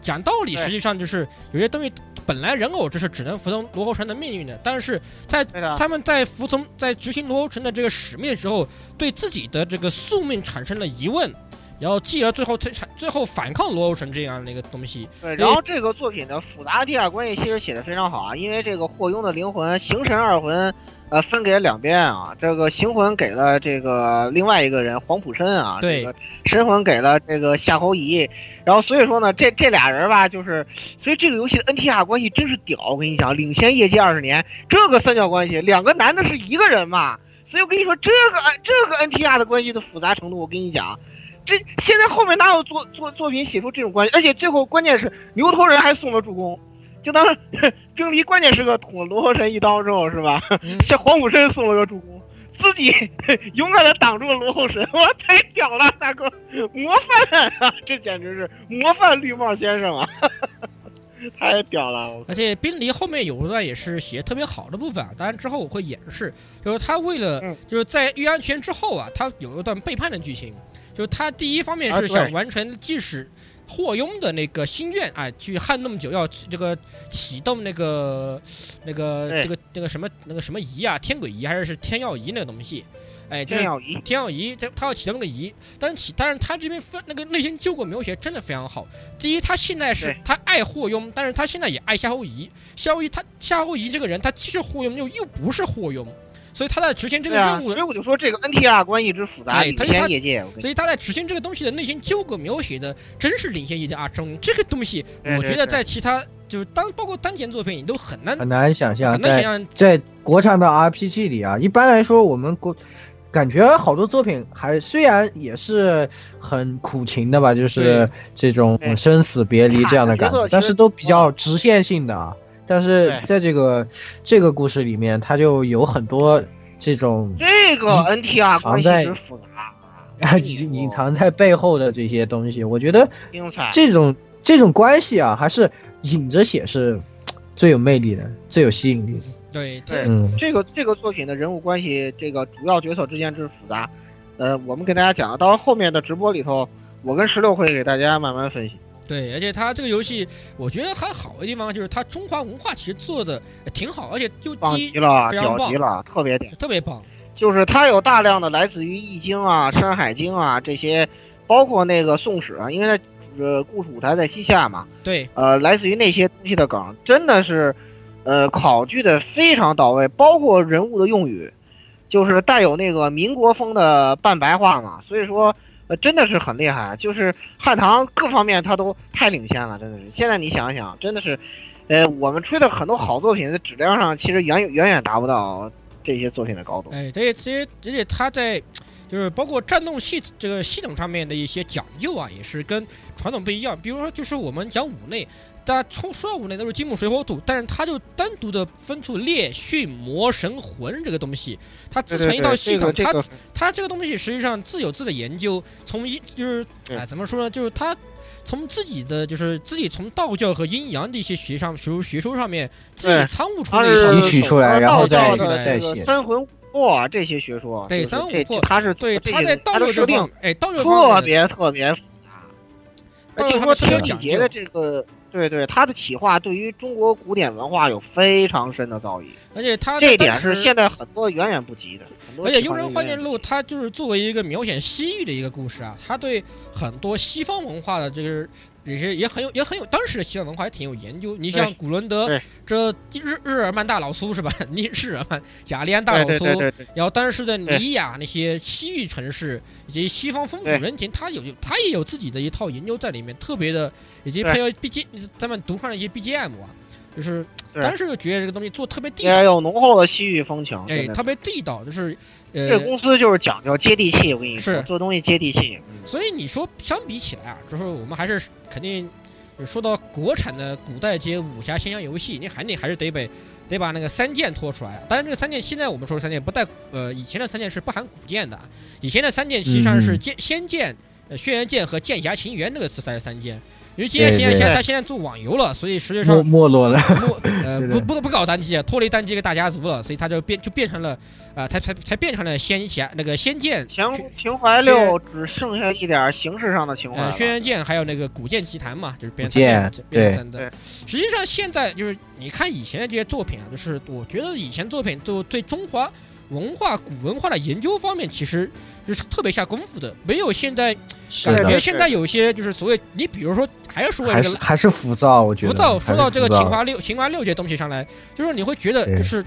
B: 讲道理，
D: 对
B: 实际上就是有些东西本来人偶就是只能服从罗侯神的命运的，但是在
D: 对的，
B: 他们在服从在执行罗侯城的这个使命的时候，对自己的这个宿命产生了疑问，然后继而最后推产最后反抗罗侯城这样的一个东西。
D: 对，然后这个作品的复杂地啊关系其实写的非常好啊，因为这个霍庸的灵魂行神二魂，呃，分给了两边啊，这个行魂给了这个另外一个人黄埔琛啊，
B: 对
D: 这个神魂给了这个夏侯夷，然后所以说呢，这这俩人吧，就是所以这个游戏的 NTR 关系真是屌，我跟你讲，领先业界二十年，这个三角关系，两个男的是一个人嘛，所以我跟你说，这个这个 NTR 的关系的复杂程度，我跟你讲。这现在后面哪有作作作品写出这种关系？而且最后关键是牛头人还送了助攻，就当 是冰离关键时刻捅了罗河神一刀之后是吧？
B: 嗯，
D: 像黄虎深送了个助攻，自己 勇敢的挡住了罗后神，我太屌了，大哥，模范啊！ 这简直是模范绿帽先生啊！ 太屌了！我
B: 而且宾离后面有一段也是写得特别好的部分啊，当然之后我会演示，就是他为了、
D: 嗯
B: 就是在玉安泉之后啊，他有一段背叛的剧情，就是他第一方面
D: 啊
B: 是
D: 对
B: 想完成即使霍庸的那个心愿啊，去汉弄九要这个启动那个那个
D: 对
B: 这个那个什么那个什么仪啊，天鬼仪还是是天药仪那个东西，哎，就是
D: 郑耀仪
B: 田小仪，他他要启动那个仪，但是启，但是他这边分那个内心纠葛描写真的非常好。第一，他现在是
D: 对
B: 他爱霍庸，但是他现在也爱夏侯夷。夏侯夷他夏侯夷这个人，他既是霍庸又又不是霍庸，所以他在执行这个
D: 对啊，
B: 任务
D: 所以我就说这个 NTR 关系之复杂，
B: 哎
D: 领
B: 他他
D: 先业界。我跟你
B: 所以他在执行这个东西的内心纠葛描写的，真是领先一点啊！中这个东西，
D: 对
B: 我
D: 对
B: 觉得
D: 对
B: 在其他就是当包括当前作品，你都很难
A: 很难想象
B: 很难想
A: 在
B: 象。
A: 在国产的 RPG 里啊，一般来说我们国。感觉好多作品还虽然也是很苦情的吧，就是
B: 对
A: 这种
D: 对
A: 生死别离这样的感
D: 卡
A: 觉
D: 的节奏其实，嗯
A: 但是都比较直线性的啊。但是
D: 对
A: 在这个这个故事里面，它就有很多这种
D: 这个
B: 嗯
D: NTR 关系之复杂，
A: 啊隐隐藏在背后的这些东西，我觉得
D: 精彩。
A: 这种这种关系啊，还是隐着写是最有魅力的，最有吸引力的。
B: 对，这
D: 对
A: 嗯，
D: 这个这个作品的人物关系，这个主要角色之间之复杂，呃，我们跟大家讲，到后面的直播里头，我跟石榴会给大家慢慢分析。
B: 对，而且它这个游戏，我觉得还好的地方就是它中华文化其实做的挺好，而且就
D: 棒
B: 第一
D: 极了，
B: 非常
D: 屌
B: 棒
D: 极了，特别屌。
B: 特别棒。
D: 就是它有大量的来自于《易经》啊、《山海经》啊这些，包括那个《宋史》啊，因为它呃故事舞台在西夏嘛，
B: 对，
D: 呃，来自于那些东西的梗，真的是，呃，考据的非常到位，包括人物的用语，就是带有那个民国风的半白话嘛，所以说，呃，真的是很厉害，就是汉唐各方面它都太领先了，真的是。现在你想一想，真的是，呃，我们吹的很多好作品的质量上，其实远远远达不到这些作品的高度。
B: 哎，这这而且它在就是包括战斗系这个系统上面的一些讲究啊，也是跟传统不一样。比如说，就是我们讲五类，大家从说到五类都是金木水火土，但是它就单独的分出烈、迅、魔、神、魂这个东西，它自成一套系统，
D: 这个这
B: 它
D: 个
B: 它这个东西实际上自有自的研究，从一就是
D: 对
B: 哎怎么说呢，就是它从自己的就是自己从道教和阴阳的一些学上学术学说上面自己
D: 对
B: 仓促出
D: 它
B: 来
D: 是
B: 的
A: 提取出来
D: 手
A: 然后再
D: 道教的
A: 再
D: 这个
A: 写
D: 三魂五魄啊这些学说，
B: 对
D: 就是
B: 三魂
D: 这
B: 五魄
D: 这它是
B: 对，
D: 这
B: 它
D: 些
B: 在
D: 东西它
B: 道
D: 的
B: 教
D: 设
B: 这
D: 定
B: 方，哎，道教这方面
D: 特别特别复杂。而
B: 当
D: 且
B: 然他
D: 说
B: 们是
D: 特
B: 有
D: 别
B: 讲
D: 敏
B: 究
D: 捷的这个，对对，他的企划对于中国古典文化有非常深的造诣，
B: 而且他
D: 这
B: 在
D: 一点
B: 当
D: 是
B: 时，
D: 现在很多远远不及的。很多
B: 而且《
D: 地
B: 幽
D: 方
B: 人
D: 都
B: 幻
D: 远
B: 境
D: 远
B: 录》它就是作为一个描写西域的一个故事啊，他对很多西方文化的这个也是也很有也很有当时的西方文化也挺有研究。你像古伦德
D: 对
B: 这日日耳曼大老苏是吧？ 你日耳曼雅利安大
D: 对
B: 老
D: 对
B: 苏，
D: 对对对，
B: 然后当时的
D: 对
B: 尼雅那些西域城市以及西方风土
D: 对
B: 人情，他有他也有自己的一套研究在里面，特别的以及
D: 对
B: 配合 B G 他们独创的一些 B G M 啊，就是
D: 对啊
B: 当时就觉得这个东西做得特别地道
D: 也，有浓厚的西域风情。
B: 哎
D: 真，的
B: 特别地道，就是
D: 这
B: 呃，
D: 公司就是讲究接地气，我跟你说，
B: 是
D: 做东西接地气。嗯
B: 所以你说相比起来啊，就是我们还是肯定说到国产的古代这些武侠仙侠游戏，你肯定还是得被得把那个三剑拖出来啊。当然，这个三剑现在我们说的三剑不带呃以前的三剑是不含古剑的啊，以前的三剑实际上是
C: 嗯
B: 剑、仙剑、呃轩辕剑和剑侠情缘那个词才是三剑。因为剑侠
A: 对
B: 情缘
A: 对
B: 现在他现在做网游了，所以实际上
A: 没没落了。
B: 不呃
A: 对
B: 不
A: 对
B: 不不搞单机，啊，脱离单机一个大家族了，所以他就变就变成了啊、呃，才才才变成了仙侠那个仙剑
D: 情情怀
B: 虽然
D: 六只剩下一点形式上的情怀
B: 呃，
D: 了。
B: 轩辕剑还有那个古剑奇谭嘛，就是变
A: 古剑
B: 它变变
A: 对
B: 三的
D: 对。
B: 实际上现在就是你看以前的这些作品啊，就是我觉得以前作品就对中华文化、古文化的研究方面，其实就是特别下功夫的，没有现在
A: 是
B: 感觉
A: 的，
B: 现在有些就是所谓你比如说还是说
A: 还
B: 一
A: 是
B: 个
A: 还是浮躁，我觉
B: 浮
A: 得。
B: 躁，
A: 还
B: 说
A: 是
B: 到这个
A: 浮
B: 秦
A: 躁
B: 华六秦华六这些东西上来，就是你会觉得
A: 对
B: 就是。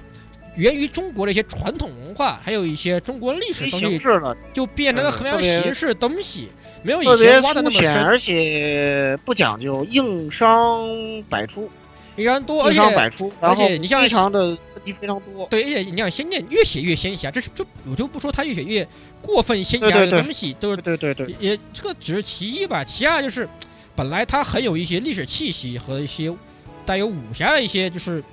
B: 源于中国的一些传统文化，还有一些中国历史
D: 没
B: 东
D: 形
B: 西，
D: 式了，
B: 就变成了
D: 嗯
B: 衡量
D: 特别
B: 形式的东西，没有
D: 特
B: 以
D: 别
B: 前挖的那
D: 粗
B: 么深
D: 浅，。而且不讲究硬伤百出，
B: 非常多，而
D: 硬
B: 且
D: 伤百出，然
B: 而
D: 后
B: 且你像
D: 非常的问题非常多。
B: 对，而且你像仙剑越写越仙侠，这是就我就不说它越写越过分仙侠
D: 对对
B: 的
D: 对
B: 东西，都是
D: 对对对对，
B: 也这个只是其一吧，其二就是本来它很有一些历史气息和一些带有武侠的一些就是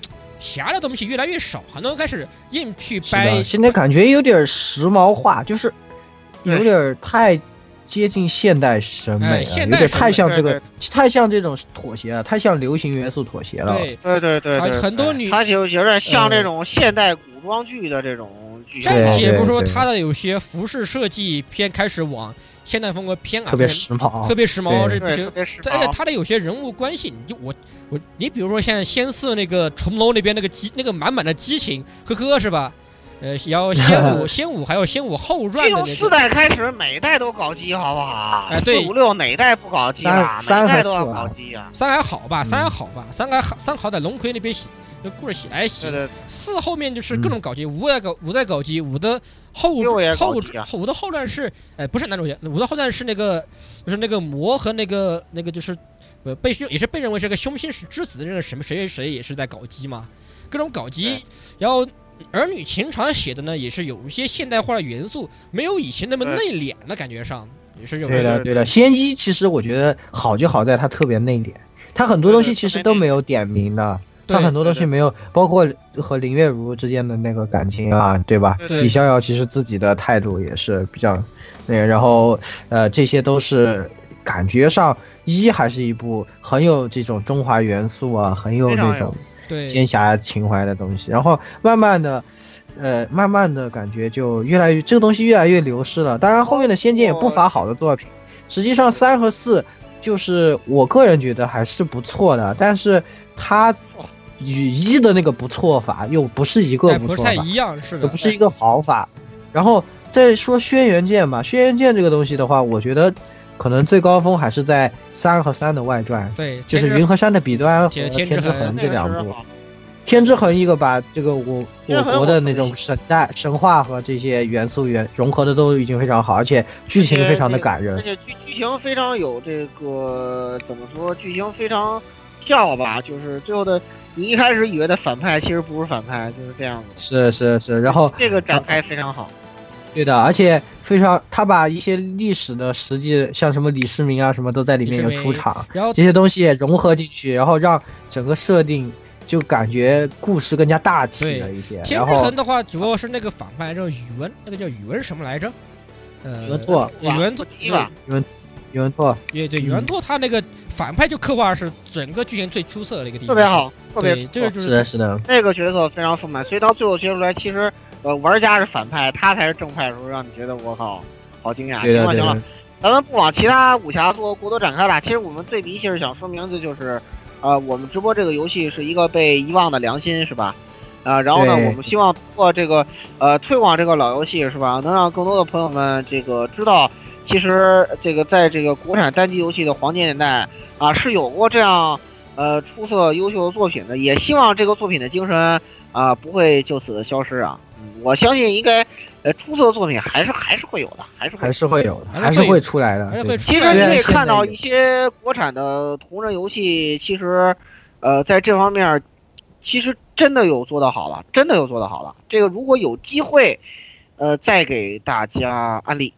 B: 侠的东西越来越少，很多人开始硬去
A: 是的，
B: 掰。
A: 现在感觉有点时髦化，就是有
D: 对
A: 点太接近现代审
B: 哎
A: 美了，
B: 现
A: 有
B: 代
A: 点
B: 审
A: 太
B: 美
A: 像
D: 对
A: 这
D: 对
A: 个，太像这种妥协了，太像流行元素妥协了。
B: 对，
D: 对对对
B: 啊
D: 对，
B: 很多
D: 对
B: 女
D: 它就有点像
B: 呃
A: 嗯
D: 这种现代古装剧的这种剧情。
B: 暂
A: 对
B: 且不
A: 对
B: 说
A: 对
B: 它的有些服饰设计偏开始往现代风格偏啊，
A: 特别
B: 变
A: 时髦，
B: 特别时髦，这
A: 对
D: 对，
B: 这
D: 特别时
B: 而且
D: 髦。
B: 他的有些人物关系，你就我我你比如说像仙寺那个重楼那边那个激那个满满的激情，呵呵是吧？呃，然后仙武仙武还有仙武后传
D: 这
B: 的
D: 从
B: 那
D: 四
B: 个，
D: 代开始，每一代都搞基，好不好？
B: 哎对
D: 四五六哪一代不搞基啊？
A: 三三
D: 每一代
A: 还
D: 都要
A: 四啊
D: 搞基啊！
B: 三还好吧，
A: 嗯
B: 三还好吧，三还好三好在龙葵那边写，那故事写得还
D: 对
B: 行。
D: 对
B: 四后面就是各种搞基，五也搞五在搞基，五的后
D: 嗯六也
B: 后
D: 搞基啊
B: 后五的后传是，哎，不是男主角，五的后传是那个就是那个魔和那个那个就是呃被也是被认为是个凶心之子的那个什么谁谁谁也是在搞基嘛，各种搞基
D: 对，
B: 然后儿女情长写的呢也是有一些现代化的元素，没有以前那么
D: 对
B: 内敛的感觉上，也是有
A: 对
B: 那
A: 的，
D: 对
A: 对的。仙一其实我觉得好就好在它特别内敛，它很多东
D: 对
A: 西
D: 对
A: 其实都
D: 特别内敛
A: 没有点明的，
B: 对
A: 它很多
D: 对
A: 东
D: 对
A: 西没有，包括和林月如之间的那个感情啊，对吧？
D: 对
A: 李逍遥其实自己的态度也是比较那个，然后呃，这些都是感觉上一还是一部很有这种中华元素啊，很有
D: 非常
A: 那
D: 有
A: 种
B: 对
A: 仙侠情怀的东西。然后慢慢的，呃，慢慢的感觉就越来越这个东西越来越流失了。当然，后面的仙剑也不乏好的作品。实际上，三和四就是我个人觉得还是不错的，但是它与一的那个不错法又不是一个
B: 哎
A: 不
B: 不
A: 错
B: 太
A: 法，
B: 一样是
A: 也
B: 的哎
A: 不，是一个好法。然后再说轩辕剑吧，轩辕剑这个东西的话，我觉得可能最高峰还是在三和三的外传，
B: 对，
A: 就是
B: 天之
A: 云和山的彼端和
B: 天
A: 天
B: 之
A: 之
B: 痕
A: 痕
D: 那
A: 这
D: 个
A: 两
D: 时候
A: 部。
D: 好
A: 天之痕一个把这个我
D: 天之
A: 我
D: 痕
A: 国
D: 我
A: 的
D: 同
A: 那
D: 意
A: 种神代神话和这些元素元融合的都已经非常好，而且剧情非常的感
D: 而
A: 人。
D: 且剧剧情非常有这个怎么说？剧情非常跳吧，就是最后的你一开始以为的反派，其实不是反派，就是这样子。
A: 是是是，然后
D: 这个展开非常好，
A: 对的，而且非常他把一些历史的实际，像什么李世民啊什么都在里面有
B: 李世
A: 出
B: 民
A: 场，
B: 然后
A: 这些东西融合进去，然后让整个设定就感觉故事更加大气了一些。
B: 天
A: 然
B: 之
A: 后
B: 痕的话，主要是那个反派叫宇文，那个叫宇文什么来着？呃，
A: 宇文拓
B: 宇文拓
D: 吧，第一吧，
A: 有人拓
B: 也对，宇文
A: 嗯
B: 拓他那个反派就刻画是整个剧情最出色的一个地方，
D: 特别，好，特别
B: 对，
D: 不
B: 这个
D: 错
B: 就是
A: 是的是的，
D: 那个角色非常丰满，所以到最后结出来，其实呃玩家是反派，他才是正派的时候，让你觉得我靠，好惊讶。
A: 对
D: 行
A: 的
D: 了
A: 对
D: 行
A: 的
D: 了，咱们不往其他武侠做过多展开了。其实我们最明显是想说明的就是，呃，我们直播这个游戏是一个被遗忘的良心，是吧？啊、然后呢，
A: 对
D: 我们希望通过这个呃推广这个老游戏，是吧？能让更多的朋友们这个知道，其实这个在这个国产单机游戏的黄金年代啊，是有过这样呃出色优秀的作品的。也希望这个作品的精神啊、不会就此消失啊。嗯我相信应该呃出色的作品还是还是会有的，还是会有
A: 还
D: 的
A: 是会有的，
B: 还
A: 还
B: 是
A: 是
B: 会
A: 会出来的。
B: 还是
A: 对
B: 会
D: 其实你也看到一些国产的同人游戏，其实，呃，在这方面，其实真的有做到好了，真的有做到好了。这个如果有机会，呃，再给大家案例。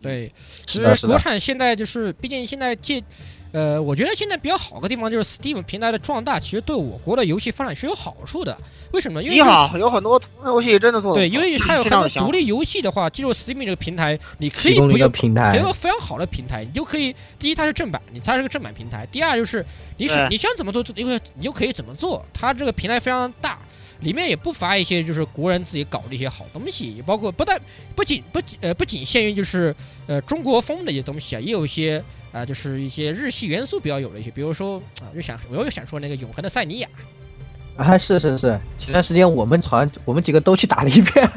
B: 对，
A: 是
B: 就
A: 的，
B: 是
A: 是
B: 国
A: 的，
B: 产现在就是，毕竟现在借，呃，我觉得现在比较好的地方就是 Steam 平台的壮大，其实对我国的游戏发展是有好处的。为什么？因为
D: 你好，有很多同人游戏真的做的
B: 对，因为它有
D: 非
B: 很
D: 常
B: 多
D: 有想
B: 独立游戏的话，进入 Steam 这个平台，你可
A: 提
B: 以
A: 供
B: 不
A: 一个
B: 用。
A: 平
B: 有
A: 台
B: 一，个非常好的平台，你就可以，第一它是正版，你它是个正版平台；第二就是你是
D: 对
B: 你想怎么做，你会你就可以怎么做。它这个平台非常大，里面也不乏一些就是国人自己搞的一些好东西，也包括不但不仅不仅呃不仅限于就是呃中国风的一些东西啊，也有一些啊、就是一些日系元素比较有的一些，比如说啊、又想我又想说那个永恒的塞尼亚，
A: 啊，是是是。前段时间我们好像我们几个都去打了一遍，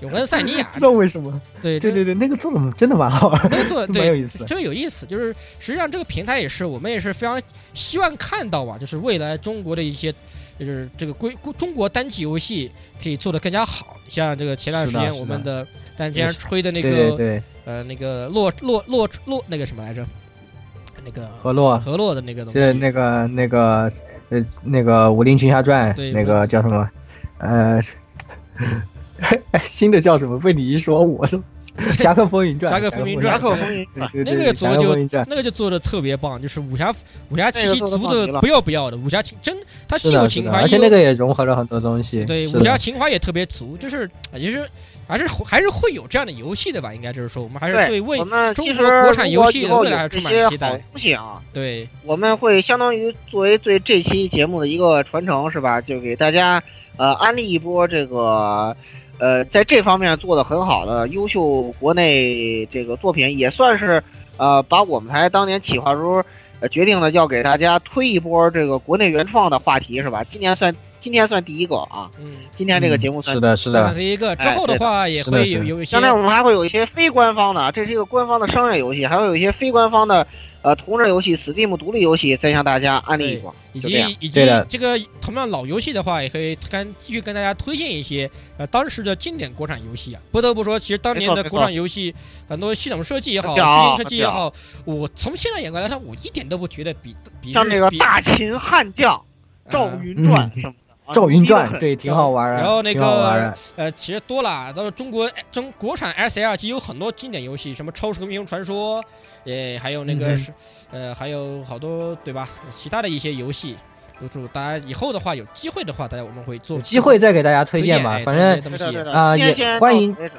B: 永恒的塞尼亚
A: 不知，道为什么。
B: 对
A: 对对
B: 对，
A: 对，那个做的真的蛮好玩，
B: 那个做
A: 蛮
B: 对
A: 有意思的。
B: 这个有意思，就是实际上这个平台也是我们也是非常希望看到吧，就是未来中国的一些，就是这个规中国单机游戏可以做得更加好。像这个前段时
A: 是
B: 间
A: 的
B: 我们
A: 是
B: 的，但是之前吹的那
A: 对
B: 个
A: 对对，
B: 呃那个洛洛洛洛那个什么来着，那个
A: 河洛，
B: 河洛的那个东
A: 就是
B: 西，
A: 啊那个那个呃那个《武林群侠传
B: 对》
A: 那
B: 武
A: 个
B: 林
A: 叫什么？呃， 新的叫什么？被你一说，我 是《侠客风云传》。
B: 侠客风云
D: 侠
B: 传
D: 客风云
A: 对
D: 传，
A: 对
B: 那个
A: 对，
B: 做
A: 侠客
B: 就
A: 风云传
B: 那个就做的特别棒，就是武侠武侠气
D: 那
B: 息
D: 个做得
B: 足
D: 棒极
B: 的
D: 了
B: 不要不要的，武侠情真它
A: 是
B: 既有
A: 的，是
B: 情
A: 的，
B: 怀，
A: 而且
B: 又
A: 那
B: 有
A: 个也融合了很多东西。
B: 对，
A: 是
B: 武侠
A: 的，
B: 情怀也特别足，就是啊也是还是还是会有这样的游戏的吧？应该就是说，我们还是
D: 对
B: 对未
D: 我们
B: 中
D: 其实
B: 国国产
D: 如果
B: 游戏
D: 以
B: 的
D: 后
B: 未来还
D: 有
B: 是
D: 这
B: 充满
D: 些
B: 期
D: 好
B: 待
D: 东西啊，
B: 对
D: 我们会相当于作为对这期节目的一个传承，是吧？就给大家呃安利一波这个呃在这方面做的很好的优秀国内这个作品，也算是呃把我们台当年企划时候、呃、决定了要给大家推一波这个国内原创的话题，是吧？今年算今天算第一个啊，
B: 嗯，
D: 今天这个节目
A: 嗯
D: 算
A: 是的，是
B: 算
A: 的，
B: 是一个。之
D: 哎
B: 后的
D: 对的
B: 话也
A: 是的
B: 会
A: 是
B: 有
A: 的
B: 有一些
D: 将来我们还会有一些非官方的，这是一个官方的商业游戏，还会有一些非官方的呃同人游戏、Steam 独立游戏，再向大家安利一波。
B: 以
D: 就
B: 及
D: 这样
B: 以及
A: 对的
B: 这个同样老游戏的话，也可以跟继续跟大家推荐一些呃当时的经典国产游戏啊。不得不说，其实当
D: 没
B: 年
D: 错
B: 的
D: 没
B: 国
D: 错
B: 产游戏很多系统设计也好，
D: 很屌
B: 剧情设计也
D: 很屌
B: 好，我从现在眼光来看，我一点都不觉得比比
D: 像
B: 日
D: 这个
B: 比
D: 大秦汉将
B: 呃
D: 赵云传
A: 嗯
D: 什么的，啊
A: 《赵云传》，
D: 牛逼得很
A: 对，挺好玩儿的，啊
B: 然后那
A: 挺好玩儿
B: 个
A: 的
B: 呃，其实多了，到中国哎中国产 S L G 有很多经典游戏，什么《超时空英雄传说》，呃，还有那
A: 嗯
B: 个
A: 哼
B: 是、呃，还有好多对吧？其他的一些游戏，就是大家以后的话有机会的话，大家我们会做
A: 有机会再给大家推
B: 推
A: 荐吧，
B: 哎
A: 反
B: 推
A: 正
B: 荐东
D: 对
B: 西
D: 的对的
A: 啊
D: 今
A: 也
D: 天先
A: 欢
D: 到
A: 迎
D: 此为止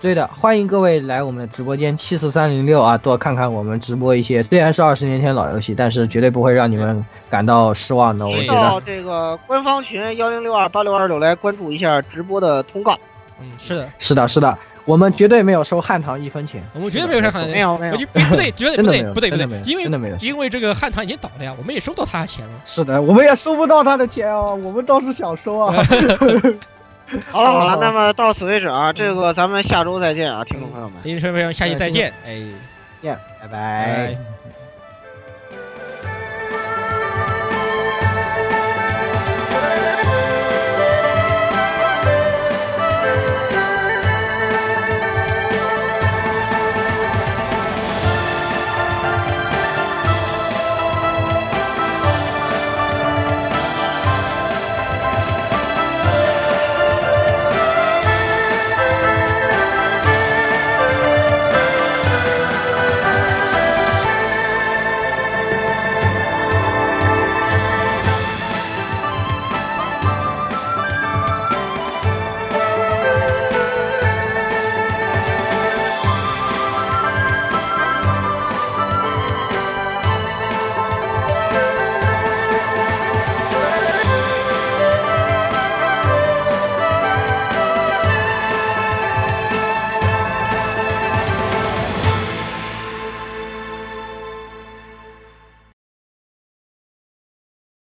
A: 对的，欢迎各位来我们的直播间七四三零六啊，多看看我们直播一些虽然是二十年前老游戏，但是绝对不会让你们感到失望的。我
B: 对
A: 觉
D: 到
A: 得
D: 这个官方群幺零六二八六二六来关注一下直播的通告。
B: 嗯，是的，
A: 是的，是的，我们绝对没有收汉唐一分钱，
B: 我们绝对没有
A: 是
B: 上
A: 的
B: 海
D: 没，有没有
A: 嗯
B: 我，就不对，绝对
A: 真的
B: 不
A: 没
B: 对
A: 有，
B: 不对不
A: 真的没，
B: 对
A: 有，
B: 因为
A: 真的没有。
B: 因为这个汉唐已经倒了呀，我们也收不到他的钱了。
A: 是的，我们也收不到他的钱哦，我们倒是想收啊。
D: 好了好了
A: 哦，
D: 那么到此为止
A: 嗯
D: 啊，这个咱们下周再见啊，听众朋友们。
B: 丁先生，下期再见，哎，
A: 见，拜
B: 拜
A: 拜
B: 拜。